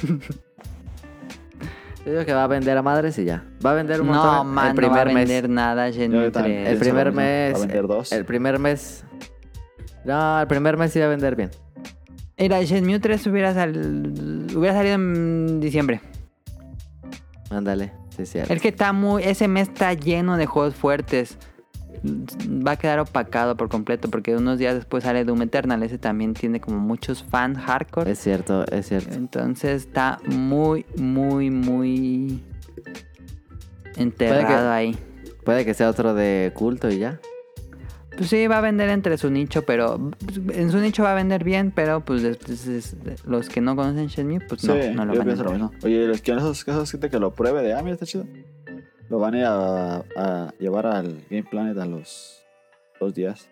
Yo digo que va a vender a madres y ya. Va a vender un montón No, el man, no va a primer mes. vender nada Shenmue Yo también. 3. El primer Pienso lo mismo. mes. Va a vender dos. El primer mes. No, el primer mes iba a vender bien. Mira, Shenmue 3 hubiera, sal- hubiera salido en diciembre. Ándale, sí, es cierto. Es que está muy... Ese mes está lleno de juegos fuertes. Va a quedar opacado por completo porque unos días después sale Doom Eternal. Ese también tiene como muchos fans hardcore. Es cierto, es cierto. Entonces está muy, muy, muy Puede enterrado que- ahí. Puede que sea otro de culto y ya. Pues sí, va a vender entre su nicho, pero pues, en su nicho va a vender bien, pero pues después es- los que no conocen Shenmue, pues no, sí, no lo yo van a pienso lo entrar. mismo. Oye, los que esos casos gente que lo pruebe de, ah, mira, está chido. Lo van a ir a, a llevar al Game Planet a los dos días.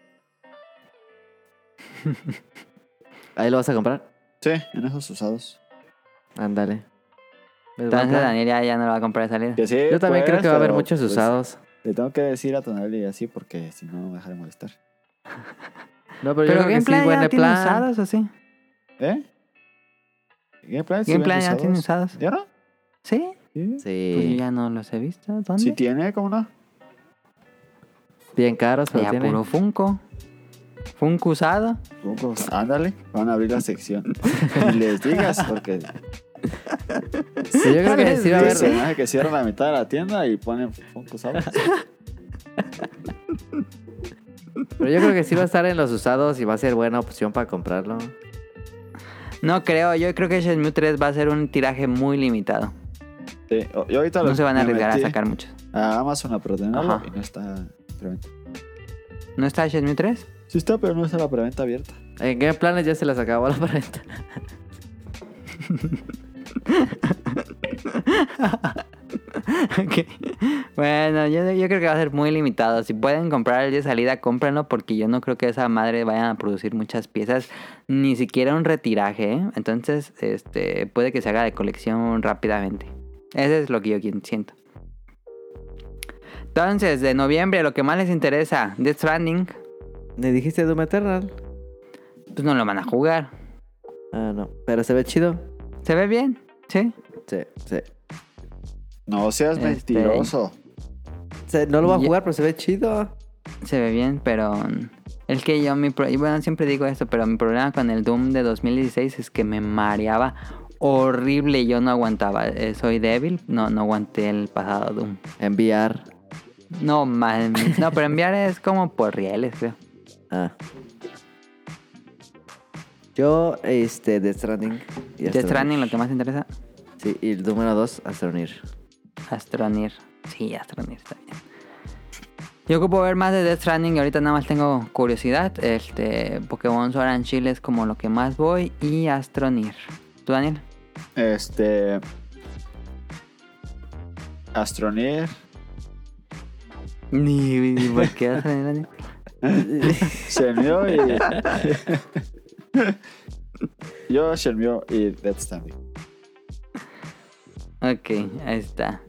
Ahí lo vas a comprar. Sí, en esos usados. Ándale. ¿Ves, Entonces Juanca? Pues Daniel ya, ya no lo va a comprar de salida. Que sí, Yo también pues, creo que va a haber pero, muchos pues, usados. Le tengo que decir a Tonali así porque si no me deja de molestar. No, pero, Pero yo creo que Game sí, Plan ya buen no de tiene plan. usados, ¿o sí? ¿Eh? Game Planet sí Game vende Planet ya tiene usados. ¿Ya no? ¿Sí? Sí. Pues yo Sí, ya no los he visto. ¿Dónde? Sí tiene, ¿cómo no? bien caros, pero Pues ya tiene. puro Funko. Funko usado. Poco. Ándale, van a abrir la sección. Y les digas porque Sí, yo creo que sí va Sí, a haber. el sí. personaje que cierra la mitad de la tienda y ponen pocos sabores. Pero yo creo que sí va a estar en los usados y va a ser buena opción para comprarlo. No creo, yo creo que Shenmue 3 va a ser un tiraje muy limitado. Sí, Sí, o- yo ahorita No lo- se van a me arriesgar a metí sacar muchos. A Amazon a preordenarlo Ajá. y no está. preventa. ¿No está Shenmue 3? Sí está, pero no está la preventa abierta. En Game Planet ya se las acabó la preventa. Ok. Bueno, yo, yo creo que va a ser muy limitado. Si pueden comprar el de salida, cómprenlo porque yo no creo que esa madre vayan a producir muchas piezas, ni siquiera un retiraje. ¿eh? Entonces, este, puede que se haga de colección rápidamente. Eso es lo que yo quien- siento. Entonces, de noviembre, lo que más les interesa, Death Stranding, ¿Le dijiste Doom Eternal? pues no lo van a jugar. Ah, no. Pero se ve chido. ¿Se ve bien? Sí. Sí, sí. No seas Este- mentiroso. Se- no lo va a Ya- jugar, pero se ve chido. se ve bien, pero mm, el que yo mi pro- y bueno, siempre digo esto, pero mi problema con el Doom de 2016 es que me mareaba horrible, yo no aguantaba, Eh, soy débil, no no aguanté el pasado Doom. Enviar. No, más, no, pero enviar es como por rieles, creo. Ah. Yo, este, Death Stranding. y Death Astronir. Stranding lo que más te interesa, Sí, y el número dos, Astronir. Astronir. Sí, Astronir está bien. Yo ocupo ver más de Death Stranding y ahorita nada más tengo curiosidad. Este Pokémon Sword and Shield es como lo que más voy y Astronir. ¿Tú, Daniel? Este. Astroneer. Ni, ni por qué vas a venir, Daniel? Shenmue y. Yo, Shenmue y Death Stranding. Ok, ahí está.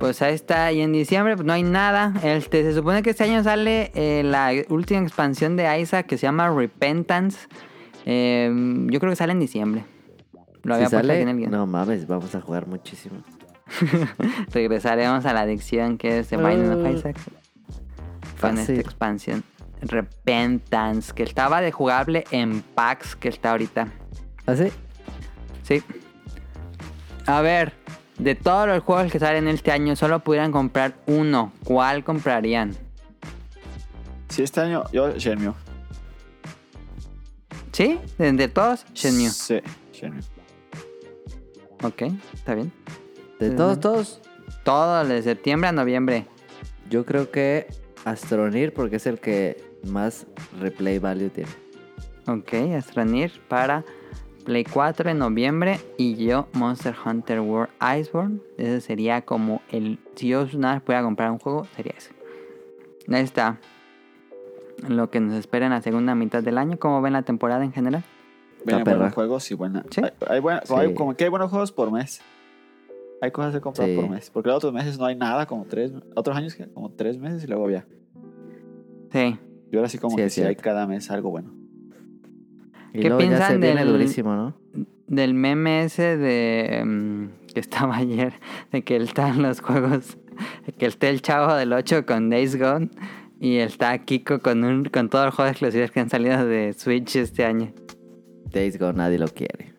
Pues ahí está. Y en diciembre pues, no hay nada. Este, se supone que este año sale eh, la última expansión de Isaac que se llama Repentance. Eh, yo creo que sale en diciembre. Lo Si había puesto aquí sale, en el guión. no mames, vamos a jugar muchísimo. Regresaremos a la adicción que es de Binding of Isaac. Con esta Ah. Fácil. expansión. Repentance. Que estaba de jugable en PAX que está ahorita. ¿Ah, sí? Sí. A ver, de todos los juegos que salen este año, solo pudieran comprar uno. ¿Cuál comprarían? Si este año, yo, Shenmue. ¿Sí? ¿De, de todos? Shenmue. Sí, Shenmue. Ok, está bien. De Sí, todos, ¿no? todos. Todo de septiembre a noviembre. Yo creo que Astronir, porque es el que más replay value tiene. Ok, Astronir para Play 4 en noviembre. Y yo, Monster Hunter World Iceborne. Ese sería como el. Si yo una vez pudiera comprar un juego, sería ese. Ahí está. Lo que nos espera en la segunda mitad del año. ¿Cómo ven la temporada en general? Vienen perra. buenos juegos y buena. Sí. Hay, hay buena- Sí. hay como que hay buenos juegos por mes. Hay cosas que comprar Sí. por mes. Porque los otros meses no hay nada, como tres. Otros años que como tres meses y luego ya. Sí. Yo ahora sí como Sí, que es si hay cierto. cada mes algo bueno. Y ¿Qué luego ya se piensan viene del- durísimo, ¿no? del meme ese de mm, que estaba ayer, de que están los juegos, de que está el chavo del 8 con Days Gone y está Kiko con un, con todos los juegos exclusivos que han salido de Switch este año. Days Gone nadie lo quiere.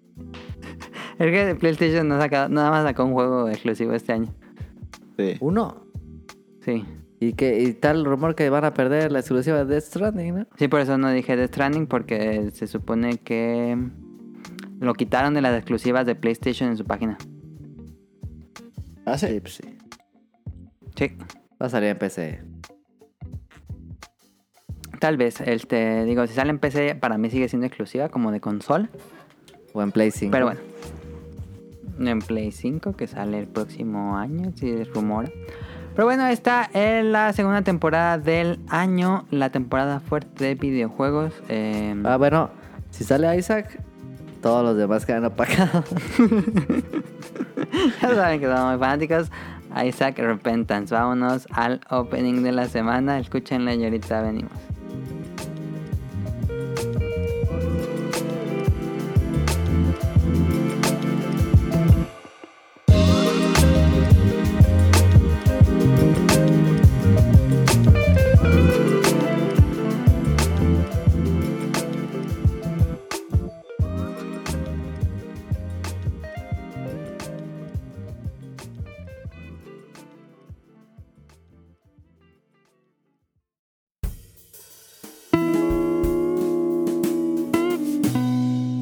Es que de PlayStation no saca, nada más sacó un juego exclusivo este año. Sí. Uno. Sí. Y que y tal rumor que van a perder la exclusiva de Death Stranding, ¿no? Sí, por eso no dije Death Stranding porque se supone que lo quitaron de las exclusivas de PlayStation en su página. Ah, sí. pues sí. Sí. Va a salir en PC. Tal vez, este, digo, si sale en PC, para mí sigue siendo exclusiva como de consola. O en Play 5. Pero bueno. En Play 5 que sale el próximo año, si es rumor. Pero bueno, esta es la segunda temporada del año, la temporada fuerte de videojuegos. Eh, Ah, bueno, si sale Isaac, todos los demás quedan apagados. ya saben que somos muy fanáticos. Isaac Repentance. Vámonos al opening de la semana. Escúchenla y ahorita venimos.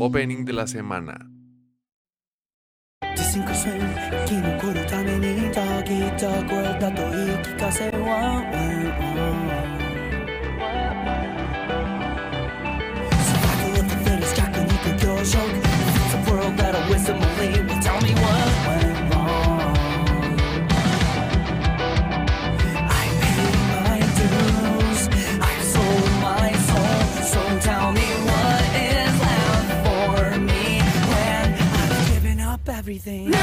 Opening de la semana. This シンクする生き残るためにたぎった声だと言い聞かせは砂漠を立てる近くに苦行色 The world got a wisdom only will tell me what went wrong I paid my dues. I sold my soul. So tell me what is left for me when I've given up everything.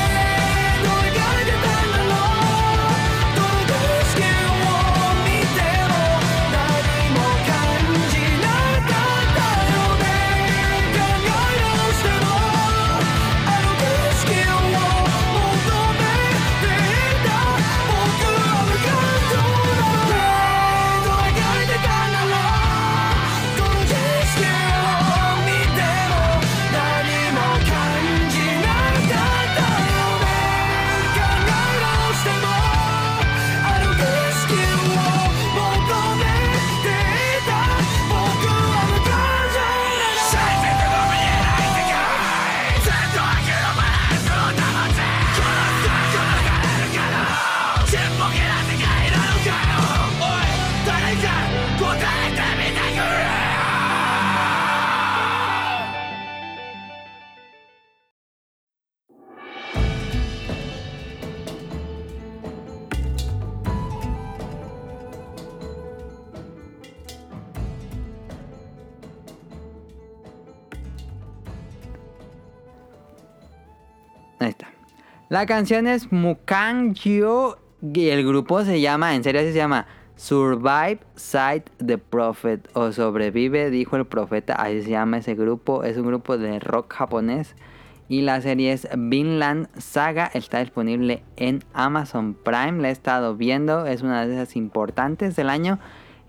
Ahí está. La canción es Mukangyo y el grupo se llama, en serio así se llama, Survive Side the Prophet o Sobrevive, dijo el profeta, así se llama ese grupo, es un grupo de rock japonés y la serie es Vinland Saga, está disponible en Amazon Prime, la he estado viendo, es una de esas importantes del año,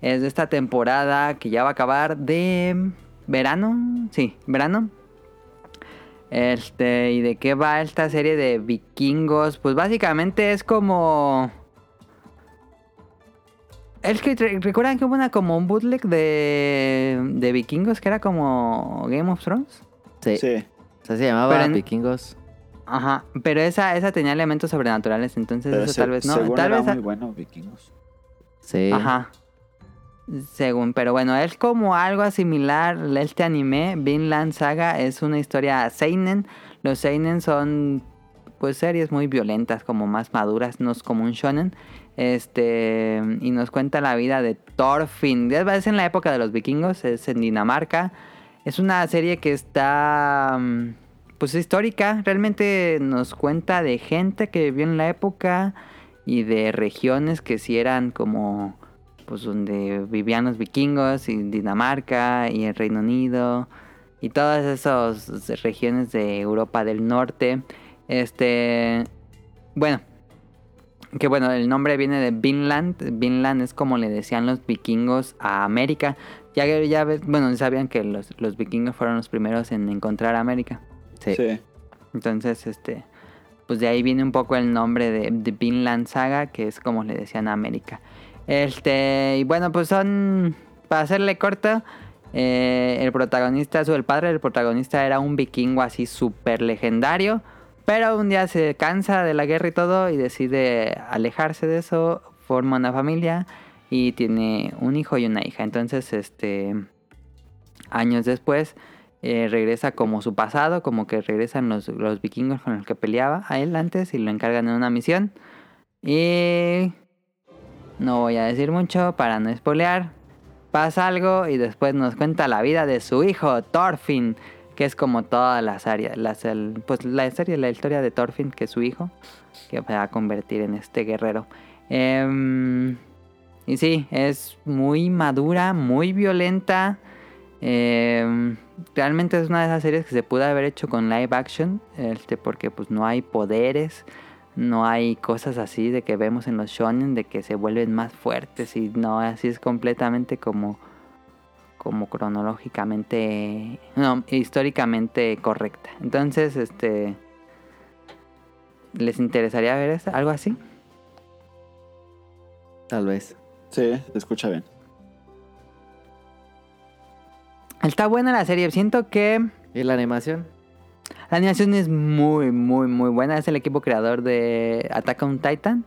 es de esta temporada que ya va a acabar de verano, sí, verano, este, ¿y de qué va esta serie de vikingos? Pues básicamente es como. Es que re- recuerdan que hubo una como un bootleg de, de vikingos que era como Game of Thrones. Sí. Sí. O sea, se llamaba Pero en- Vikingos. Ajá, pero esa, esa tenía elementos sobrenaturales, entonces Pero eso se- tal vez no. según Tal era vez. a- muy bueno, vikingos. Sí. Ajá. Según, pero bueno, es como algo similar este anime, Vinland Saga, es una historia seinen. Los seinen son pues series muy violentas, como más maduras, no es como un shonen. Este, y nos cuenta la vida de Thorfinn. Es en la época de los vikingos, es en Dinamarca. Es una serie que está mm, pues histórica, realmente nos cuenta de gente que vivió en la época y de regiones que sí eran como pues donde vivían los vikingos y Dinamarca y el Reino Unido y todas esas regiones de Europa del Norte. Este, bueno, que bueno, el nombre viene de Vinland. Vinland es como le decían los vikingos a América. Ya, ya ves- bueno, sabían que los, los vikingos fueron los primeros en encontrar América. Sí. Sí. Entonces, este, pues de ahí viene un poco el nombre de, de Vinland Saga, que es como le decían a América. Este, y bueno, pues son, para hacerle corta, eh, el protagonista, o el padre del protagonista era un vikingo así súper legendario, pero un día se cansa de la guerra y todo y decide alejarse de eso, forma una familia y tiene un hijo y una hija. Entonces, este, años después, eh, regresa como su pasado, como que regresan los, los vikingos con los que peleaba a él antes y lo encargan en una misión. Y no voy a decir mucho para no spoilear. Pasa algo y después nos cuenta la vida de su hijo, Thorfinn, que es como todas las áreas, las, el- pues la serie, la historia de Thorfinn, que es su hijo, que se va a convertir en este guerrero. Em, y sí, es muy madura, muy violenta. Eh, realmente es una de esas series que se pudo haber hecho con live action, este, porque pues no hay poderes, no hay cosas así de que vemos en los shonen de que se vuelven más fuertes y no, así es completamente como como cronológicamente, no, históricamente correcta. Entonces, este ¿les interesaría ver esa- algo así? Tal vez. Sí, te escucha bien. Está buena la serie, siento que ¿Y la animación? La animación es muy, muy, muy buena. Es el equipo creador de Attack on Titan.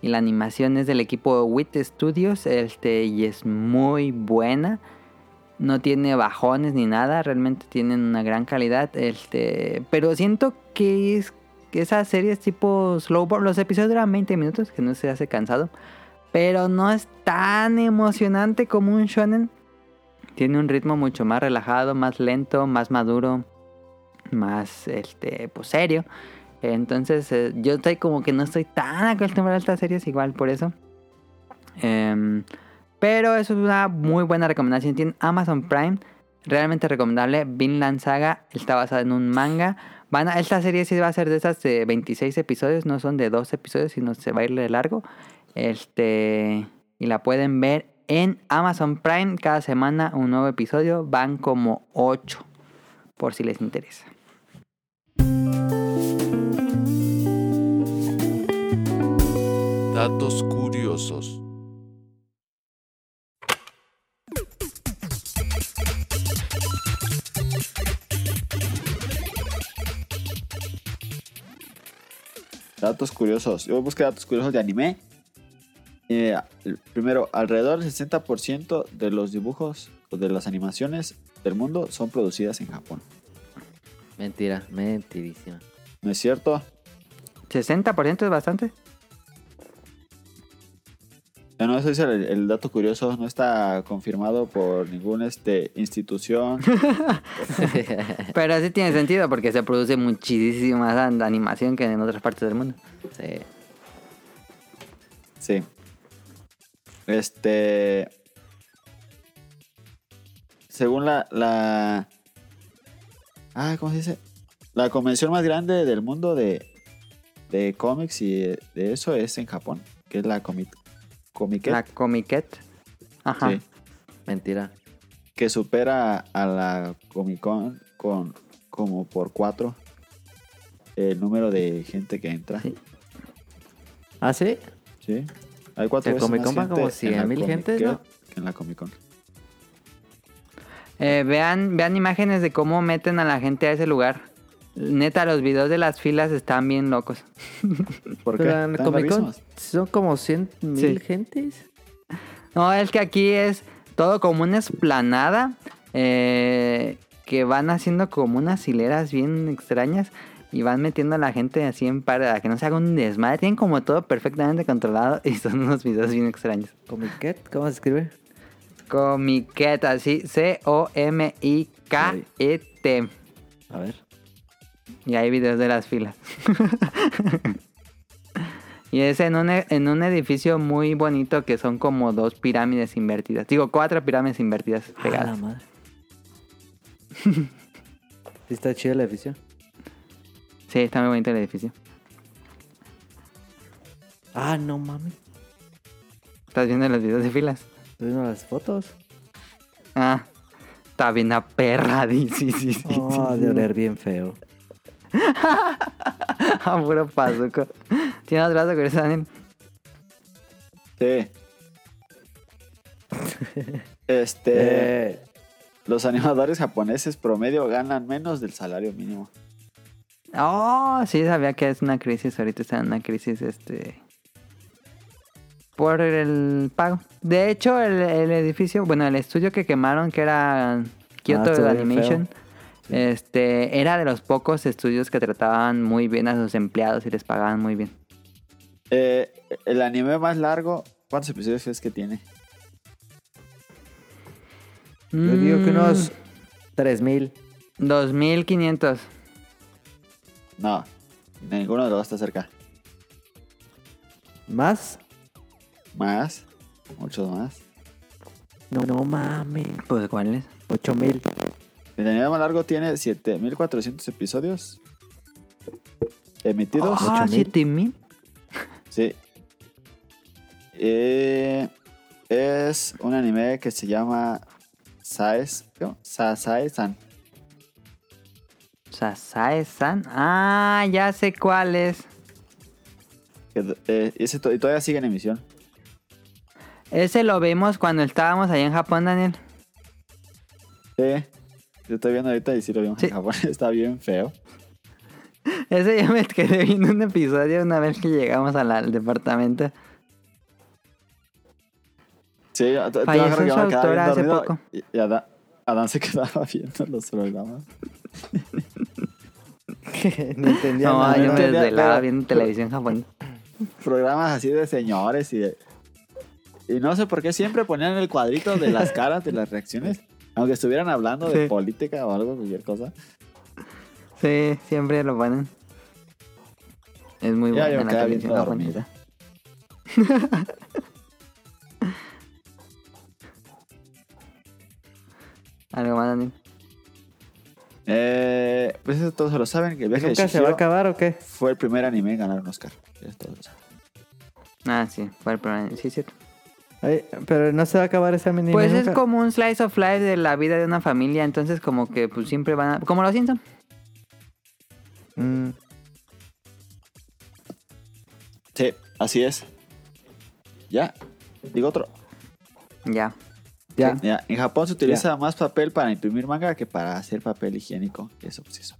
Y la animación es del equipo WIT Studios. Este, y es muy buena. No tiene bajones ni nada. Realmente tienen una gran calidad. Este, pero siento que es que esas series tipo slow burn, los episodios duran 20 minutos, que no se hace cansado. Pero no es tan emocionante como un shonen. Tiene un ritmo mucho más relajado, más lento, más maduro, más este, pues serio. Entonces eh, yo estoy como que no estoy tan acostumbrado a estas series igual por eso. Em, pero es una muy buena recomendación. Tiene Amazon Prime. Realmente recomendable. Vinland Saga está basada en un manga. Van a- esta serie sí va a ser de esas de 26 episodios. No son de 2 episodios, sino se va a ir de largo. Este. Y la pueden ver en Amazon Prime. Cada semana un nuevo episodio. Van como 8. Por si les interesa. Datos curiosos. Datos curiosos. Yo busqué datos curiosos de anime. Eh, el- primero, alrededor del 60% de los dibujos o de las animaciones del mundo son producidas en Japón. Mentira, mentirísima. ¿No es cierto? 60% es bastante. Ya No, eso dice el, el dato curioso. No está confirmado por ninguna este, institución. Pero así tiene sentido porque se produce muchísima más an- animación que en otras partes del mundo. Sí. Sí. Este. Según la. la ah, ¿cómo se dice? La convención más grande del mundo de, de cómics y de eso es en Japón, que es la Comic Comiket, La Comiquet. Ajá. sí, Mentira. que supera a la Comic Con con como por cuatro el número de gente que entra. Sí. Sí. ¿Ah, sí? Hay cuatro Que veces Comic más Con van gente como en la 100,000 gentes, ¿no? Comiket que en la Comic Con. Eh, vean, vean imágenes de cómo meten a la gente a ese lugar. Neta, los videos de las filas están bien locos. ¿Por qué? Pero en ¿Tan Comic Con bravísimos? son como 100 mil gentes. No, es que aquí es todo como una esplanada eh, que van haciendo como unas hileras bien extrañas y van metiendo a la gente así en para que no se haga un desmadre. Tienen como todo perfectamente controlado y son unos videos bien extraños. ¿Comiquet? ¿Cómo se escribe? Comiquet, así, C-O-M-I-K-E-T. A ver. E Y hay videos de las filas. y es en un, e- en un edificio muy bonito que son como dos pirámides invertidas. Digo, cuatro pirámides invertidas A Ah, la pegadas. madre. sí está chida la edificio. Sí, está muy bonito el edificio. Ah, no mames. ¿Estás viendo los videos de filas? Estoy viendo las fotos. Ah, está bien aperradísimo. Sí, sí, sí, sí. Ah, Oh, de oler bien feo. Ah, puro pazuco. ¿Tienes otro dato curioso, Daniel? Sí. este. Eh, Los animadores japoneses promedio ganan menos del salario mínimo. Oh, sí, sabía que es una crisis. Ahorita está en una crisis, este. Por el pago. De hecho, el, el edificio, bueno, el estudio que quemaron, que era Kyoto Ah, se ve bien Animation, este, era de los pocos estudios que trataban muy bien a sus empleados y les pagaban muy bien. Eh, el anime más largo, ¿cuántos episodios es que tiene? yo digo que unos Mm, 3000. 2500. No, ninguno de los dos está cerca. ¿Más? Más, muchos más. No, no mames. Pues, ¿cuáles? 8000. El anime más largo tiene 7400 episodios emitidos. Ah, 8000. 7000. Sí. Eh, es un anime que se llama Saes, ¿no? Sasae-san. Sasae-san. Ah, ya sé cuál es. que, eh, ese to- y todavía sigue en emisión. Ese lo vimos cuando estábamos allá en Japón, Daniel. Sí. Yo estoy viendo ahorita y sí lo vimos Sí. en Japón. Está bien feo. Ese yo me quedé viendo un episodio una vez que llegamos a la- al departamento. Sí, yo- te- te Falleció imagino que su me quedaba bien autora hace dormido poco. Y, y Adán, Adán se quedaba viendo los programas. no entendía No, nada. yo no me entendía, desvelaba pero- viendo televisión japonesa. Programas así de señores y de... Y no sé por qué siempre ponían el cuadrito de las caras, de las reacciones. Aunque estuvieran hablando de Sí. política o algo, cualquier cosa. Sí, siempre lo ponen. Es muy Ya, buena yo la quedaba bien televisión japonesa. dormido. Algo más, Daniel. Eh, pues eso todos lo saben, que el viaje de ¿Nunca se va a Chihiro acabar o qué? fue el primer anime en ganar un Oscar. Ya todos lo saben. Ah, sí, fue el problema. Sí, es cierto. Ay, pero no se va a acabar ese anime. Pues es nunca. como un slice of life de la vida de una familia, entonces como que pues siempre van a... Como los Simpson. Mm, Sí, así es. Ya, digo otro. Ya. ya. Ya, en Japón se utiliza más papel para imprimir manga que para hacer papel higiénico. Eso, pues eso.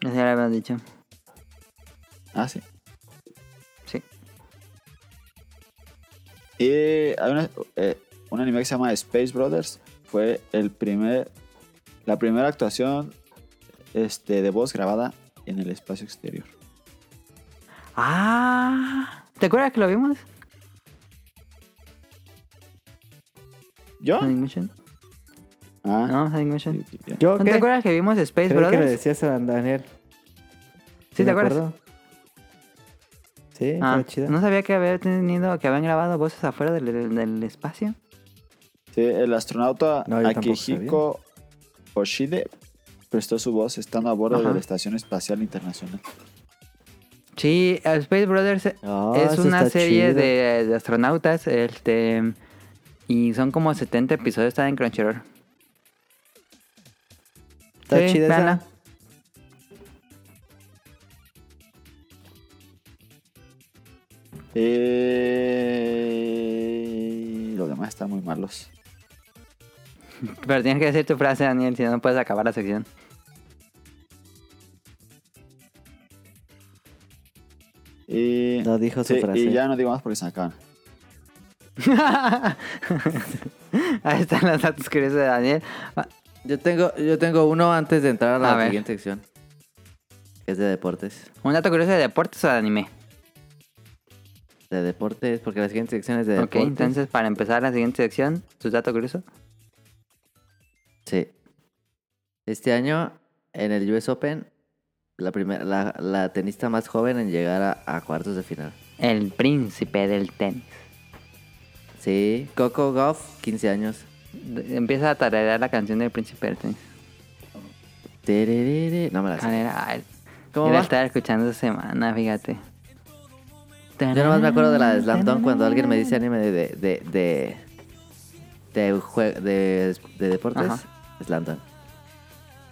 Eso ya lo habíamos dicho. Ah, sí. Sí. Y hay una- eh, un anime que se llama Space Brothers. Fue el primer, la primera actuación este, de voz grabada en el espacio exterior. Ah. ¿Te acuerdas que lo vimos? ¿Yo? Sonic Motion. Ah, No, Sonic Motion. sí, ya. Mm. ¿Yo ¿No qué? te acuerdas que vimos Space Creo que le Brothers? decías a Daniel. ¿Sí te me acuerdas? acuerdo. Sí, Ah, está chido. no sabía que había tenido, que habían grabado voces afuera del, del- del espacio. Sí, el astronauta No, yo tampoco Akihiko Oshide prestó su voz estando a bordo Ajá. de la Estación Espacial Internacional. Sí, eh, Space Brothers eh, Ah, es eso una está serie chido. de, de astronautas, este, y son como 70 episodios, está en Crunchyroll. Está Sí, chida esa. véanla. Eh, Los demás están muy malos. Pero tienes que decir tu frase, Daniel, si no no puedes acabar la sección. Y, No dijo su sí, frase. y ya no digo más porque se me acaban. Ahí están los datos curiosos de Daniel. Yo tengo, yo tengo uno antes de entrar a A la ver. siguiente sección. que Es de deportes. ¿Un dato curioso de deportes o de anime? De deportes, porque la siguiente sección es de Ok, deportes. entonces para empezar la siguiente sección, tu dato curioso. Sí. Este año, en el US Open, la, primera, la, la tenista más joven en llegar a, a cuartos de final. El príncipe del tenis. Sí, Coco Goff, 15 años. D- Empieza a tararear la canción del príncipe del tenis. Tererere. No me la Ah, sé. era- ah, ¿Cómo yo la va? estaba escuchando esa semana, fíjate. Yo nomás me acuerdo de la de Slam Dunk cuando alguien me dice anime de... de, de, de, de jue- de- de deportes. Ajá. Slam Dunk.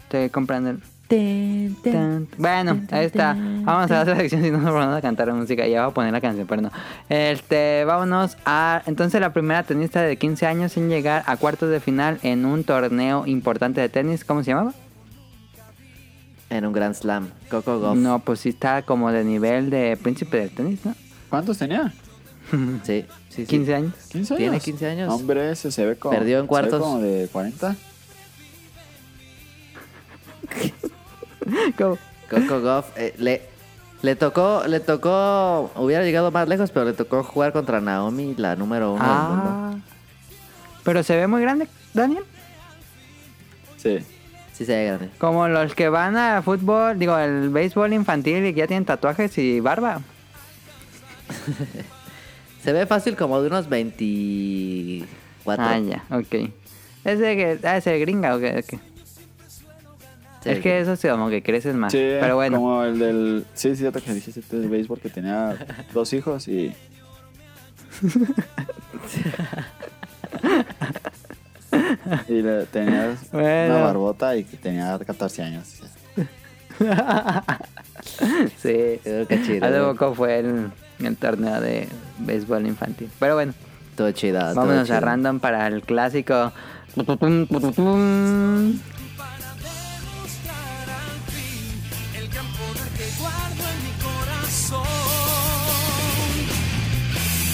Estoy comprando el... Tan, tan. Bueno, ahí está. Vamos a la otra sección si no nos van a cantar música. Ya voy a poner la canción, pero no. Este, vámonos a. Entonces, la primera tenista de 15 años sin llegar a cuartos de final en un torneo importante de tenis. ¿Cómo se llamaba? En un Grand Slam. Coco Goff. No, pues sí está como de nivel de príncipe del tenis, ¿no? ¿Cuántos tenía? Sí, sí, sí. 15 años. ¿15 años? Tiene 15 años. Hombre, ese se ve como. Perdió en se ve cuartos. como de 40. ¿Cómo? Coco Goff eh, le, le tocó, le tocó, hubiera llegado más lejos, pero le tocó jugar contra Naomi, la número uno del mundo. Ah. Pero se ve muy grande, Daniel. Sí. Sí se ve grande. Como los que van al fútbol, digo, al béisbol infantil y que ya tienen tatuajes y barba. Se ve fácil como de unos 24. Ah, ya, ok. Es de que. Ah, es el gringa, ok, ok. Sí, es que eso sí, como que creces Ah, más. Sí, eh, Pero bueno, Como el del. Sí, sí, otro que dijiste este del béisbol que tenía dos hijos y. y le tenía Bueno. una barbota y que tenía 14 años. sí. Creo que chido. Hace poco fue el, el torneo de béisbol infantil. Pero bueno, Todo chido. todo vámonos a chido. random para el clásico. para demostrar al fin el campo algo en mi corazón.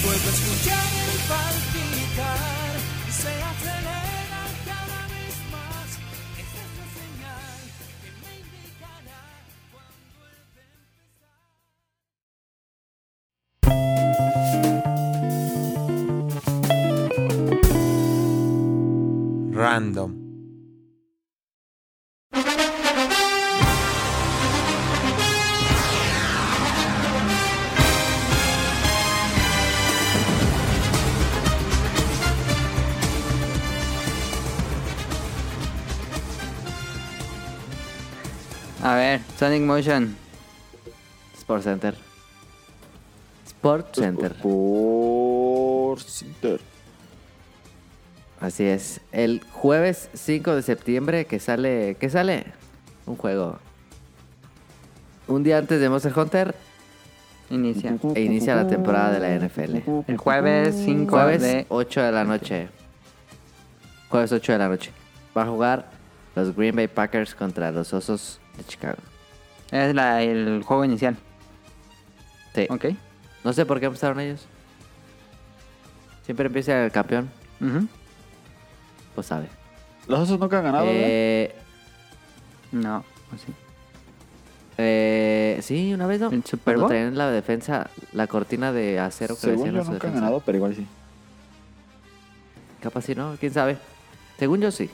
Puedo escuchar el palpitar y se acelera cada vez más. Es esa señal que me indicará cuando el tempo Random. A ver, Sonic Motion. Sport Center. Sport Center. Por Center. Así es. El jueves 5 de septiembre que sale. ¿Qué sale? Un juego. Un día antes de Monster Hunter Inicia. e inicia la temporada de la NFL. El jueves 5 Jueves de... 8 de la noche. Jueves 8 de la noche. Va a jugar los Green Bay Packers contra los Osos de Chicago. Es la- el juego inicial. Sí. Ok. No sé por qué empezaron ellos. Siempre empieza el campeón. Ujú. Pues sabe. Los osos nunca han ganado, Ah, ¿verdad? Eh, No, pues sí. eh, sí, una vez no. ¿El Super Cuando Bowl? traían la defensa, la cortina de acero que Según decían yo a su nunca han defensa. ganado, pero igual sí. Capaz sí, ¿no? ¿Quién sabe? Según yo sí.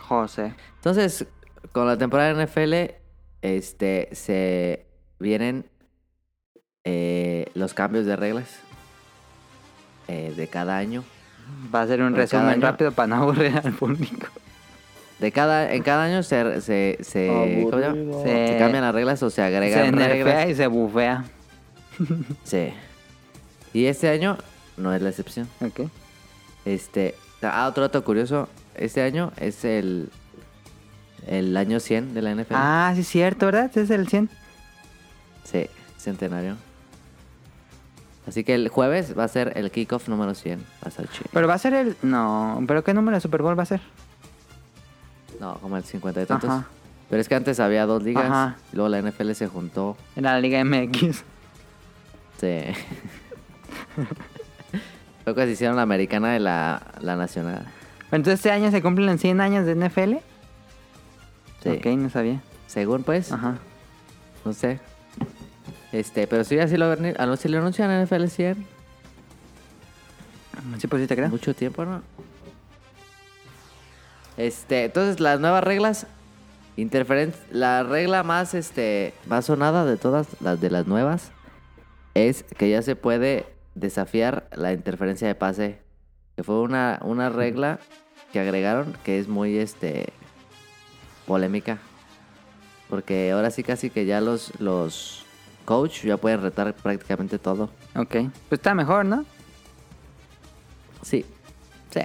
José. Entonces, con la temporada de NFL, este, se vienen eh, los cambios de reglas eh, de cada año. Va a ser un Por cada resumen año. rápido para no aburrir al público. De cada, en cada año se, se, se, ¿cómo se llama? Aburrido. Sí. Se cambian las reglas o se agregan Se nerfea reglas. y se bufea. Sí. Y este año no es la excepción. Ok. Este, ah, otro dato curioso. Este año es el, el año 100 de la NFL. Ah, sí es cierto, ¿verdad? Ese es el 100. Sí, centenario. Así que el jueves va a ser el kickoff número 100. Va a ser chido. Pero va a ser el... No, pero ¿qué número de Super Bowl va a ser? No, como el 50 y tantos. Ajá. Pero es que antes había dos ligas. Ajá. Y luego la NFL se juntó. En la Liga MX. Sí. Creo que se hicieron la americana y la, la nacional. Entonces este año se cumplen 100 años de NFL. Sí. Ok, no sabía. Según pues. Ajá. No sé. Este, pero si así lo, ven- anun- si lo anuncian en NFL 100. Sí, pues sí te creo. Mucho tiempo, ¿no? Este, entonces las nuevas reglas. Interferencia. La regla más este. más sonada de todas las de las nuevas. Es que ya se puede desafiar la interferencia de pase. Que fue una, una regla que agregaron que es muy este. polémica. Porque ahora sí casi que ya los, los coach ya pueden retar prácticamente todo. Ok. Pues está mejor, ¿no? Sí. Sí.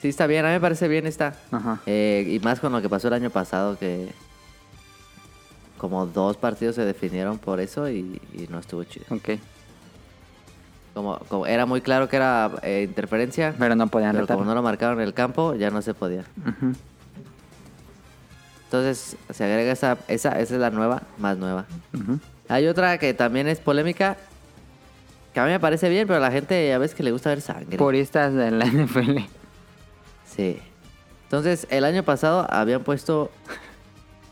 Sí, está bien. A mí me parece bien esta. Ajá. Eh, y más con lo que pasó el año pasado, que como dos partidos se definieron por eso y, y no estuvo chido. Ok. Como, como era muy claro que era eh, interferencia, Pero no podían pero retar. como no lo marcaron en el campo, ya no se podía. Ujú. Entonces se agrega esa, esa, esa es la nueva, más nueva. Ujú. Hay otra que también es polémica, que a mí me parece bien, pero a la gente a veces que le gusta ver sangre. Puristas de la NFL. Sí. Entonces, el año pasado habían puesto.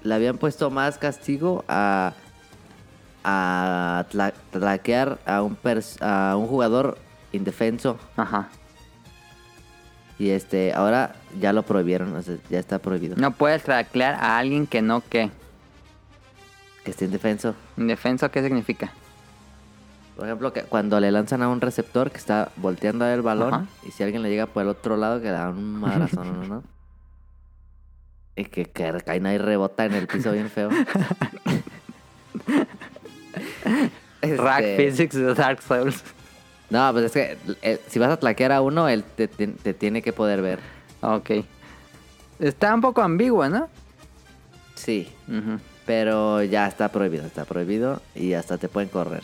Le habían puesto más castigo a. a tla- tlaquear a un, pers- a un jugador indefenso. Ajá. Y este, ahora ya lo prohibieron, o sea, ya está prohibido. No puedes taclear a alguien que no que. Que esté indefenso. Indefenso, ¿qué significa? Por ejemplo, que cuando le lanzan a un receptor que está volteando a ver el balón Ajá. y si alguien le llega por el otro lado que le dan un madrazón, ¿no? ¿no? Y que, que caen ahí rebota en el piso bien feo. Este, Rack Physics de Dark Souls. No, pues es que eh, si vas a tlaquear a uno, él te, te- te tiene que poder ver. Ok. Está un poco ambigua, ¿no? Sí. Ujú. Pero ya está prohibido, está prohibido y hasta te pueden correr.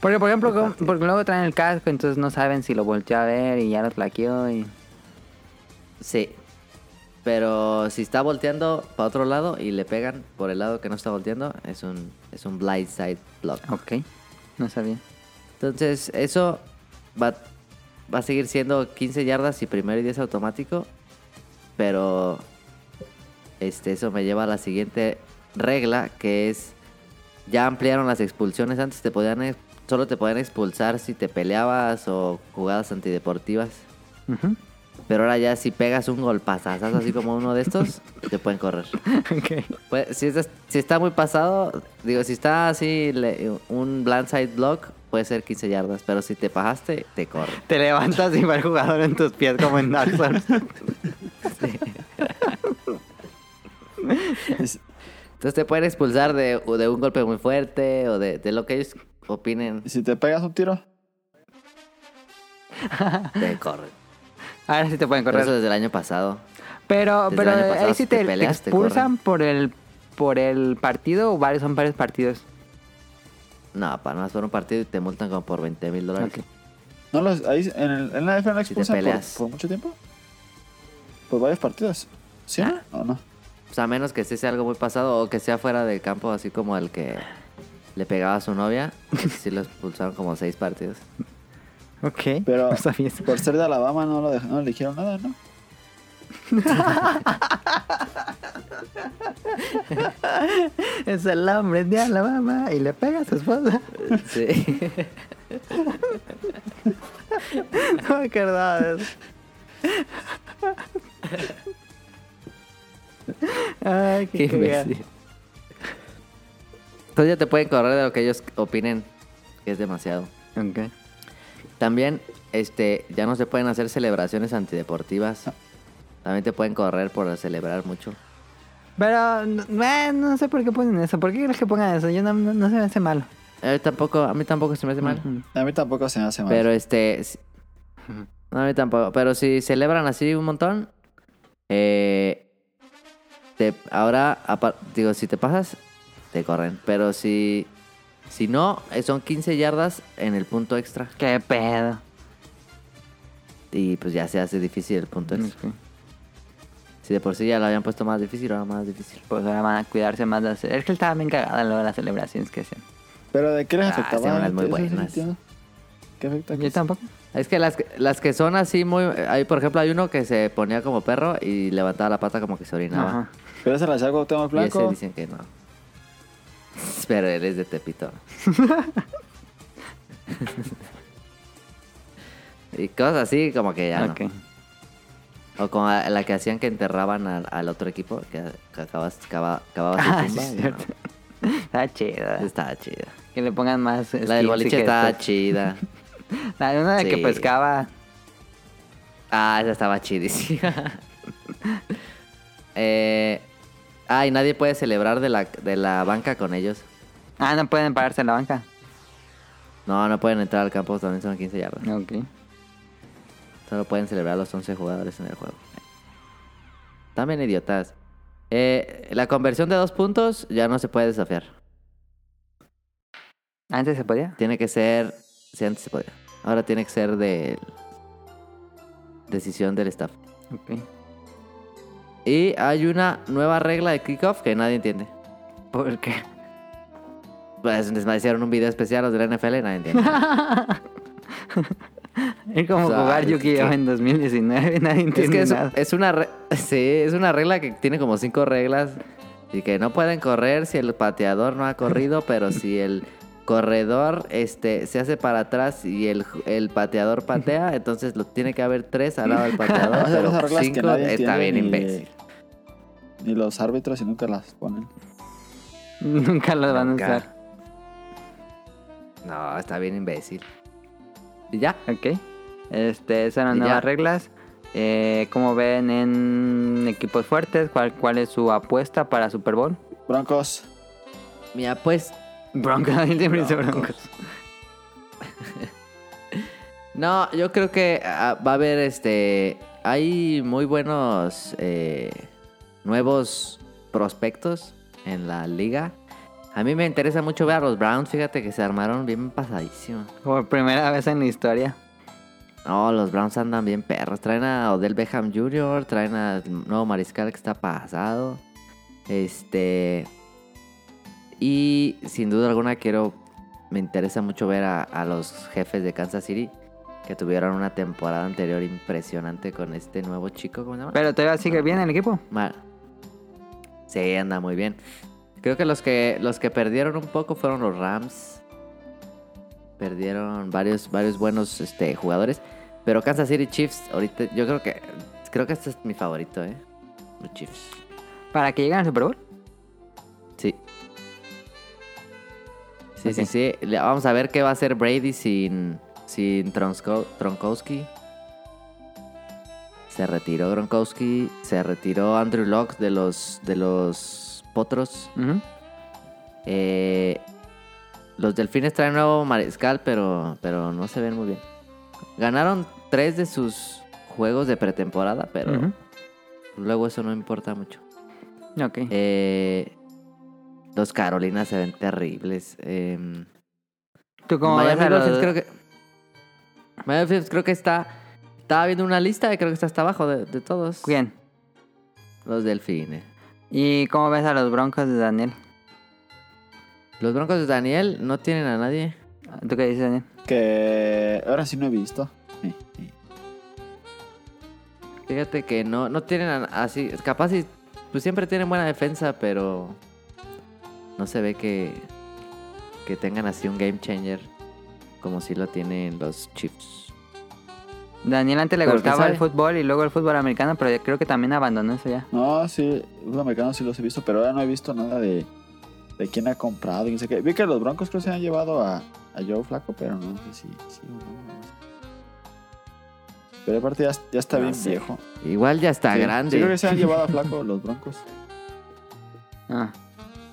Porque, por ejemplo, El como- partido. porque luego traen el casco, entonces no saben si lo volteó a ver y ya lo tlaqueó y... Sí. Pero si está volteando para otro lado y le pegan por el lado que no está volteando, es un, es un blind side block. Ok, no sabía. Entonces, eso va, va a seguir siendo 15 yardas y primero y 10 automático. Pero este, eso me lleva a la siguiente regla, que es, ya ampliaron las expulsiones. Antes te podían, ex- solo te podían expulsar si te peleabas o jugadas antideportivas. Ujú. Pero ahora ya si pegas un golpazazazo así como uno de estos, te pueden correr. Ok. Pues, si, estás- si está muy pasado, digo, si está así le- un blindside block, puede ser 15 yardas, pero si te pasaste, te corre. Te levantas y va el jugador en tus pies como en Dark Souls. Entonces te pueden expulsar de, o de un golpe muy fuerte o de, de lo que ellos opinen, Si te pegas un tiro, te corren. Ahora sí te pueden Pero correr. eso desde el año pasado. Pero, Desde pero el año pasado, ahí sí si te te, peleas, te expulsan corren. por el por el partido o varios son varios partidos. No, para más por un partido y te multan como por 20 mil dólares. Ok. no los, ahí, en, el- en la F no te expulsan por, peleas. por mucho tiempo. Por varios partidos. ¿Sí? ¿O no? Pues a menos que sí sea algo muy pasado o que sea fuera del campo, así como el que le pegaba a su novia, ese sí lo expulsaron como seis partidos. Ok. Pero no sabía eso. por ser de Alabama no, lo dej- no le dijeron nada, ¿no? Es el hombre de Alabama y le pega a su esposa. Sí. No me acordaba de eso. Ay, Qué qué, cagado. imbécil. Entonces ya te pueden correr de lo que ellos opinen, que es demasiado. Ok. También, este, ya no se pueden hacer celebraciones antideportivas. También te pueden correr por celebrar mucho. Pero, no- eh, no sé por qué ponen eso. ¿Por qué crees que pongan eso? Yo no, no, no se me hace malo. A mí Eh, tampoco, a mí tampoco se me hace mal. Ujú. A mí tampoco se me hace mal. Pero este, si- no, a mí tampoco. Pero si celebran así un montón, eh, te- ahora, apar- digo, si te pasas, te corren. Pero si, si no, eh, son 15 yardas en el punto extra. Qué pedo. Y pues ya se hace difícil el punto extra. Ok. Si de por sí ya lo habían puesto más difícil, ahora más difícil. Pues ahora van a cuidarse más de hacer. Es que estaba bien cagada luego las celebraciones que hacían. ¿Pero de qué les Ah, afectaba? hacían unas muy Eso sí buenas. entiendo. ¿Qué afecta? Yo tampoco. Es que las, que- las que son así muy... Hay, por ejemplo, hay uno que se ponía como perro y levantaba la pata como que se orinaba. Ajá. ¿Pero se las hago tema Y ese blanco? dicen que no. Pero él es de Tepito. y cosas así como que ya Ok. no. O como a- la que hacían que enterraban al, al otro equipo, que, que acabas, cava- cavabas su Ah, sí, tumba, es y cierto. Está chido. no. Estaba chida. Que le pongan más. La del boliche está estaba chida. La de una de que Sí. pescaba. Ah, esa estaba chidísima. eh, ah, y nadie puede celebrar de la, de la banca con ellos. Ah, no pueden pararse en la banca. No, no pueden entrar al campo, también son 15 yardas. Ok. Solo pueden celebrar los 11 jugadores en el juego. También idiotas. Eh, la conversión de dos puntos ya no se puede desafiar. Antes se podía. Tiene que ser... Si antes se podía. Ahora tiene que ser de... Decisión del staff. Ok. Y hay una nueva regla de kickoff que nadie entiende. ¿Por qué? Pues les hicieron un video especial los de la NFL y nadie entiende. Es como O sea, jugar es Yu-Gi-Oh que- en 2019. Nadie es entiende que es, nada. es una re- sí, es una regla que tiene como cinco reglas y que no pueden correr si el pateador no ha corrido, pero si el corredor este se hace para atrás y el, ju- el pateador patea, entonces lo tiene que haber tres al lado del pateador, Esas son las "Ah, pero reglas que cinco nadie está entiende bien ni- imbécil. Ni los árbitros y nunca las ponen. Nunca los van a Nunca. usar. No, está bien imbécil. Y ya. Ok. Este, esas eran Y ya. nuevas reglas. Eh, como ven en equipos fuertes, ¿cuál, ¿cuál es su apuesta para Super Bowl? Broncos. Mira, pues Broncos, él siempre dice Broncos. No, yo creo que ah, va a haber este. Hay muy buenos eh, nuevos prospectos en la liga. A mí me interesa mucho ver a los Browns, fíjate que se armaron bien pasadísimos. Por primera vez en la historia. No, los Browns andan bien perros. Traen a Odell Beckham Jr., traen al nuevo mariscal que está pasado. Este. Y sin duda alguna quiero. Me interesa mucho ver a, a los jefes de Kansas City que tuvieron una temporada anterior impresionante con este nuevo chico. ¿Cómo se llama? Pero todavía sigue bien el equipo. Ma- Sí, anda muy bien. Creo que los que los que perdieron un poco fueron los Rams. Perdieron varios varios buenos este, jugadores, pero Kansas City Chiefs ahorita yo creo que creo que este es mi favorito, eh. Los Chiefs. Para que lleguen al Super Bowl. Sí. Sí, Ok. sí, sí. Le- Vamos a ver qué va a hacer Brady sin sin Tronsko- Gronkowski. Se retiró Gronkowski, se retiró Andrew Locke de los de los Potros. Ujú. Eh, los delfines traen nuevo mariscal, pero, pero no se ven muy bien. Ganaron tres de sus juegos de pretemporada, pero Ujú. luego eso no importa mucho. Ok. Eh, los Carolinas se ven terribles. em, ¿Tú cómo ves a Miami los... Dolphins creo que. Miami Dolphins creo que está. Estaba viendo una lista y creo que está hasta abajo de, de todos. Bien. Los delfines. ¿Y cómo ves a los Broncos de Daniel? Los Broncos de Daniel no tienen a nadie. ¿Tú qué dices, Daniel? Que ahora sí no he visto. Sí, sí. Fíjate que no, no tienen a- así. Capaz y, pues siempre tienen buena defensa, pero no se ve que, que tengan así un game changer como si lo tienen los Chiefs. Daniel antes le Pero, gustaba ¿quién el sabe? fútbol y luego el fútbol americano, pero yo creo que también abandonó eso ya. No, sí, los americanos sí los he visto, pero ahora no he visto nada de, de quién ha comprado. y no sé qué. Vi que los Broncos creo que se han llevado a, a Joe Flaco, pero no sé si sí o no. no sé. Pero aparte ya, ya está No bien sé. viejo. Igual ya está Sí, sí creo grande. que se han llevado a Flaco los Broncos, Ah.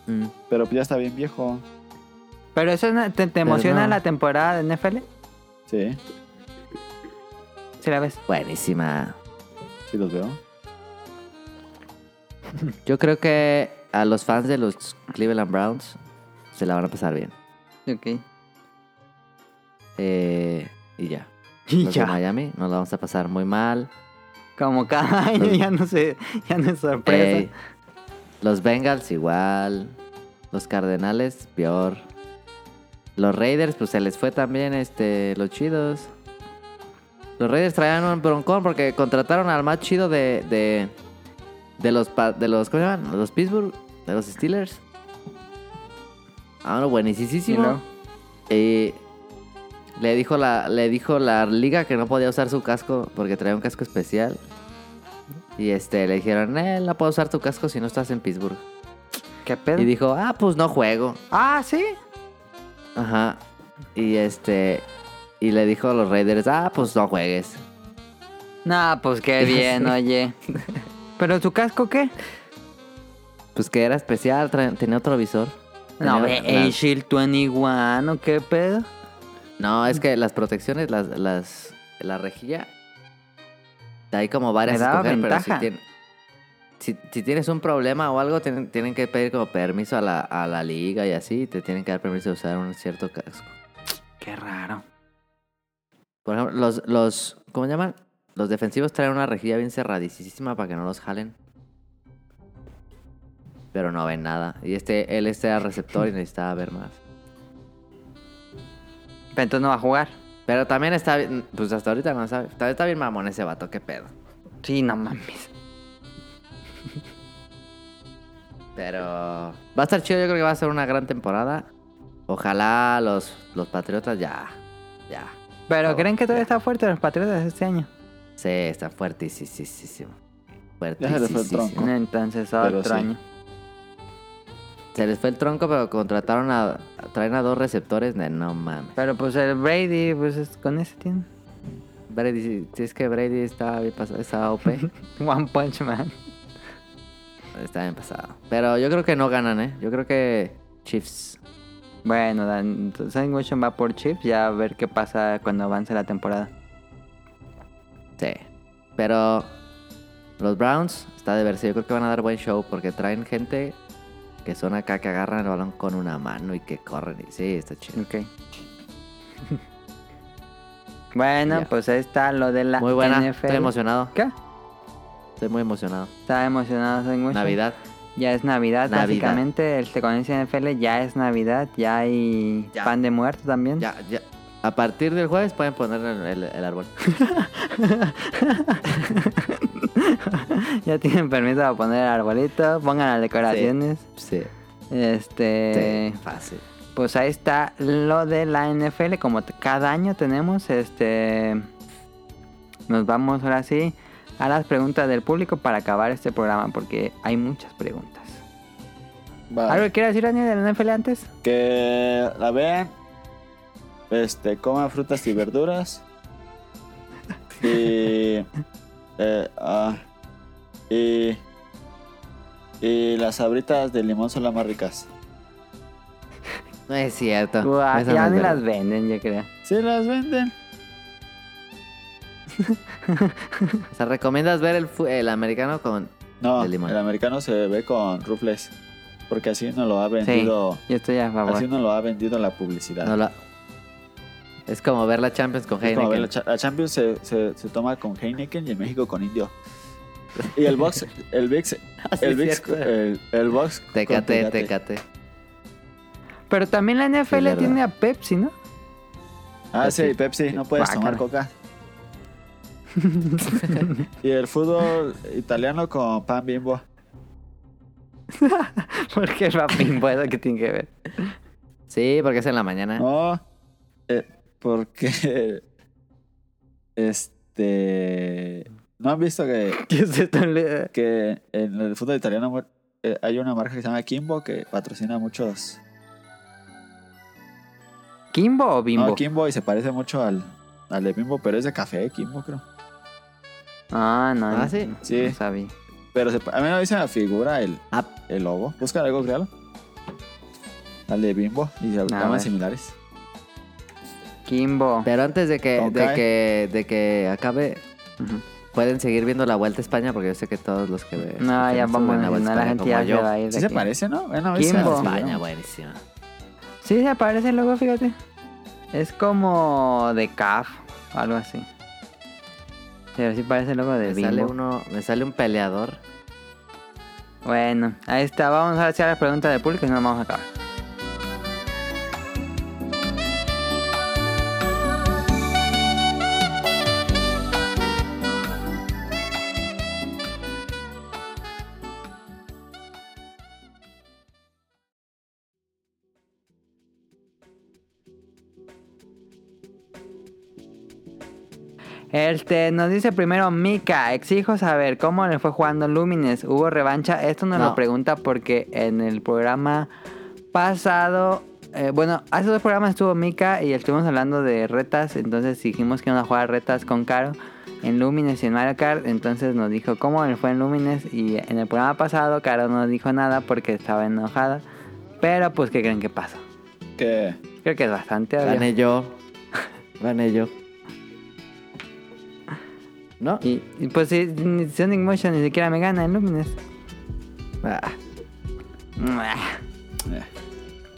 Mm. pero pues ya está bien viejo. Pero eso no- te, te emociona no. la temporada de NFL, Sí, si la ves. Buenísima. sí los veo. Yo creo que a los fans de los Cleveland Browns se la van a pasar bien. Ok. Eh, y ya. Y Los de ya. Miami nos la vamos a pasar muy mal. Como cada año Los- ya no sé, ya no es sorpresa. Ey, los Bengals igual. Los Cardenales, peor. Los Raiders, pues se les fue también este los chidos. Los Raiders traían un broncón porque contrataron al más chido de. de. de los pa- de los. ¿Cómo se llaman? Los Pittsburgh, de los Steelers. Ah, no, Y buenísimo. luego, Y le dijo la, le dijo la liga que no podía usar su casco porque traía un casco especial. Y este le dijeron, eh, no puedo usar tu casco si no estás en Pittsburgh. ¿Qué pedo? Y dijo, ah, pues no juego. Ah, sí. Ajá. Y este. Y le dijo a los Raiders, ah, pues no juegues. Nah, pues qué bien, oye. ¿Pero su casco qué? Pues que era especial, tra- tenía otro visor. No, ve, Tenía el las- Shield 21, ¿o ¿qué pedo? No, es que las protecciones, las, las, la rejilla, hay como varias Me daba escoger, pero ventaja. si, tien- si, si tienes un problema o algo, tienen, tienen que pedir como permiso a la, a la liga y así, te tienen que dar permiso de usar un cierto casco. Qué raro. Por ejemplo, los, los ¿cómo se llaman? Los defensivos traen una rejilla bien cerradísima para que no los jalen. Pero no ven nada. Y este, él este era receptor y necesitaba ver más. Pero entonces no va a jugar. Pero también está bien, pues hasta ahorita no sabe. Está, está bien mamón ese vato, qué pedo. Sí, no mames. Pero va a estar chido, yo creo que va a ser una gran temporada. Ojalá los, los Patriotas ya, ya. ¿Pero No, creen que todavía está fuerte los Patriotas este año? Sí, está fuertísimo. Ya se les fue el tronco. Fuertísimo. No. Entonces Pero otro sí. año. Se les fue el tronco, pero contrataron a... Traen a dos receptores. No, no mames. Pero pues el Brady, pues es- con ese tiene. Brady, si, si es que Brady está bien pasado, está OP. One Punch Man. está bien pasado. Pero yo creo que no ganan, ¿eh? Yo creo que Chiefs. Bueno, Dan, Sonic Motion va por Chips, ya a ver qué pasa cuando avance la temporada. Sí. Pero los Browns está de verse. Yo creo que van a dar buen show porque traen gente que son acá que agarran el balón con una mano y que corren. Y sí, está chido. Ok. Bueno, Ya. pues ahí está lo de la Muy buena. NFL. Estoy emocionado. ¿Qué? Estoy muy emocionado. Está emocionado, soy mucho. Navidad. Ya es Navidad, Navidad. básicamente. El Te Conoce NFL ya es Navidad. Ya hay Ya. pan de muerto también. Ya, ya. A partir del jueves pueden poner el, el- el árbol. Ya tienen permiso para poner el arbolito. Pongan las decoraciones. Sí. Este. sí, Fácil. Pues ahí está lo de la NFL. Como t- cada año tenemos, este. Nos vamos ahora sí a las preguntas del público para acabar este programa. Porque hay muchas preguntas. Ah. Va. ¿Algo que quieras decir, Daniel, de la NFL antes? Que la vean. Este, coman frutas y verduras. Y. eh, ah, y. Y las sabritas de limón son las más ricas. No es cierto. Guau, Ah, Esa no ya es ni verdad. las venden, yo creo. Sí, las venden. O sea, ¿recomiendas ver el, fu- el americano con...? No, De limón. el americano se ve con rufles. Porque así no lo ha vendido. Yo estoy a ¿Ah, favor. Así no lo ha vendido la publicidad. No la- Es como ver la Champions con Es Heineken. como ver la, cha- la Champions se, se- se toma con Heineken y en México con Indio. Y el box, el Vix, Así el es Vix, Ah, cierto. el, el box. con Tecate, tecate. Pero también la NFL Sí, tiene verdad. a Pepsi, ¿no? Ah, Pepsi. sí, Pepsi, no puedes tomar Guácala. coca. y el fútbol italiano con pan bimbo. Ah. Porque el vaping, bueno, ¿qué tiene que ver? Sí, porque es en la mañana. No, eh, porque. Este. ¿No han visto que, ¿Qué es esto? Le- que en el fútbol italiano mu- eh, hay una marca que se llama Kimbo que patrocina muchos. ¿Kimbo o Bimbo? No, Kimbo y se parece mucho al, al de Bimbo, pero es de café, Kimbo, creo. Ah, no. Ah, ¿sí? no- Sí. No sabía. Pero se pa- a mí me dice la figura el, Ah. el lobo. Busca algo, créalo. Al de Bimbo y se llaman ver. similares. Kimbo. Pero antes de que, Ok. de que, de que acabe, pueden seguir viendo la Vuelta a España porque yo sé que todos los que ven. No, ya vamos a mencionar la gente ya se va a ir de Sí se aquí. parece, ¿no? Bueno, Kimbo. España, buenísima. Sí, se aparece luego, fíjate. Es como de CAF o algo así. Pero sí parece el logo de Me sale, Bimbo. uno, me sale un peleador. Bueno, ahí está. Vamos ahora sí a hacer las preguntas del público y nos vamos a acabar. Este, nos dice primero Mika, exijo saber cómo le fue jugando Lumines, hubo revancha, esto nos No. lo pregunta porque en el programa pasado, eh, bueno, hace dos programas estuvo Mika y estuvimos hablando de retas, entonces dijimos que íbamos a jugar retas con Caro en Lumines y en Mario Kart, entonces nos dijo cómo le fue en Lumines y en el programa pasado Caro no dijo nada porque estaba enojada, pero pues ¿qué creen que pasó? Que Creo que es bastante obvio. Gané yo. Gané yo. ¿No? Y, y, pues sí, ni- Sonic Motion ni siquiera me gana en Lumines. Ah, eh, Ah.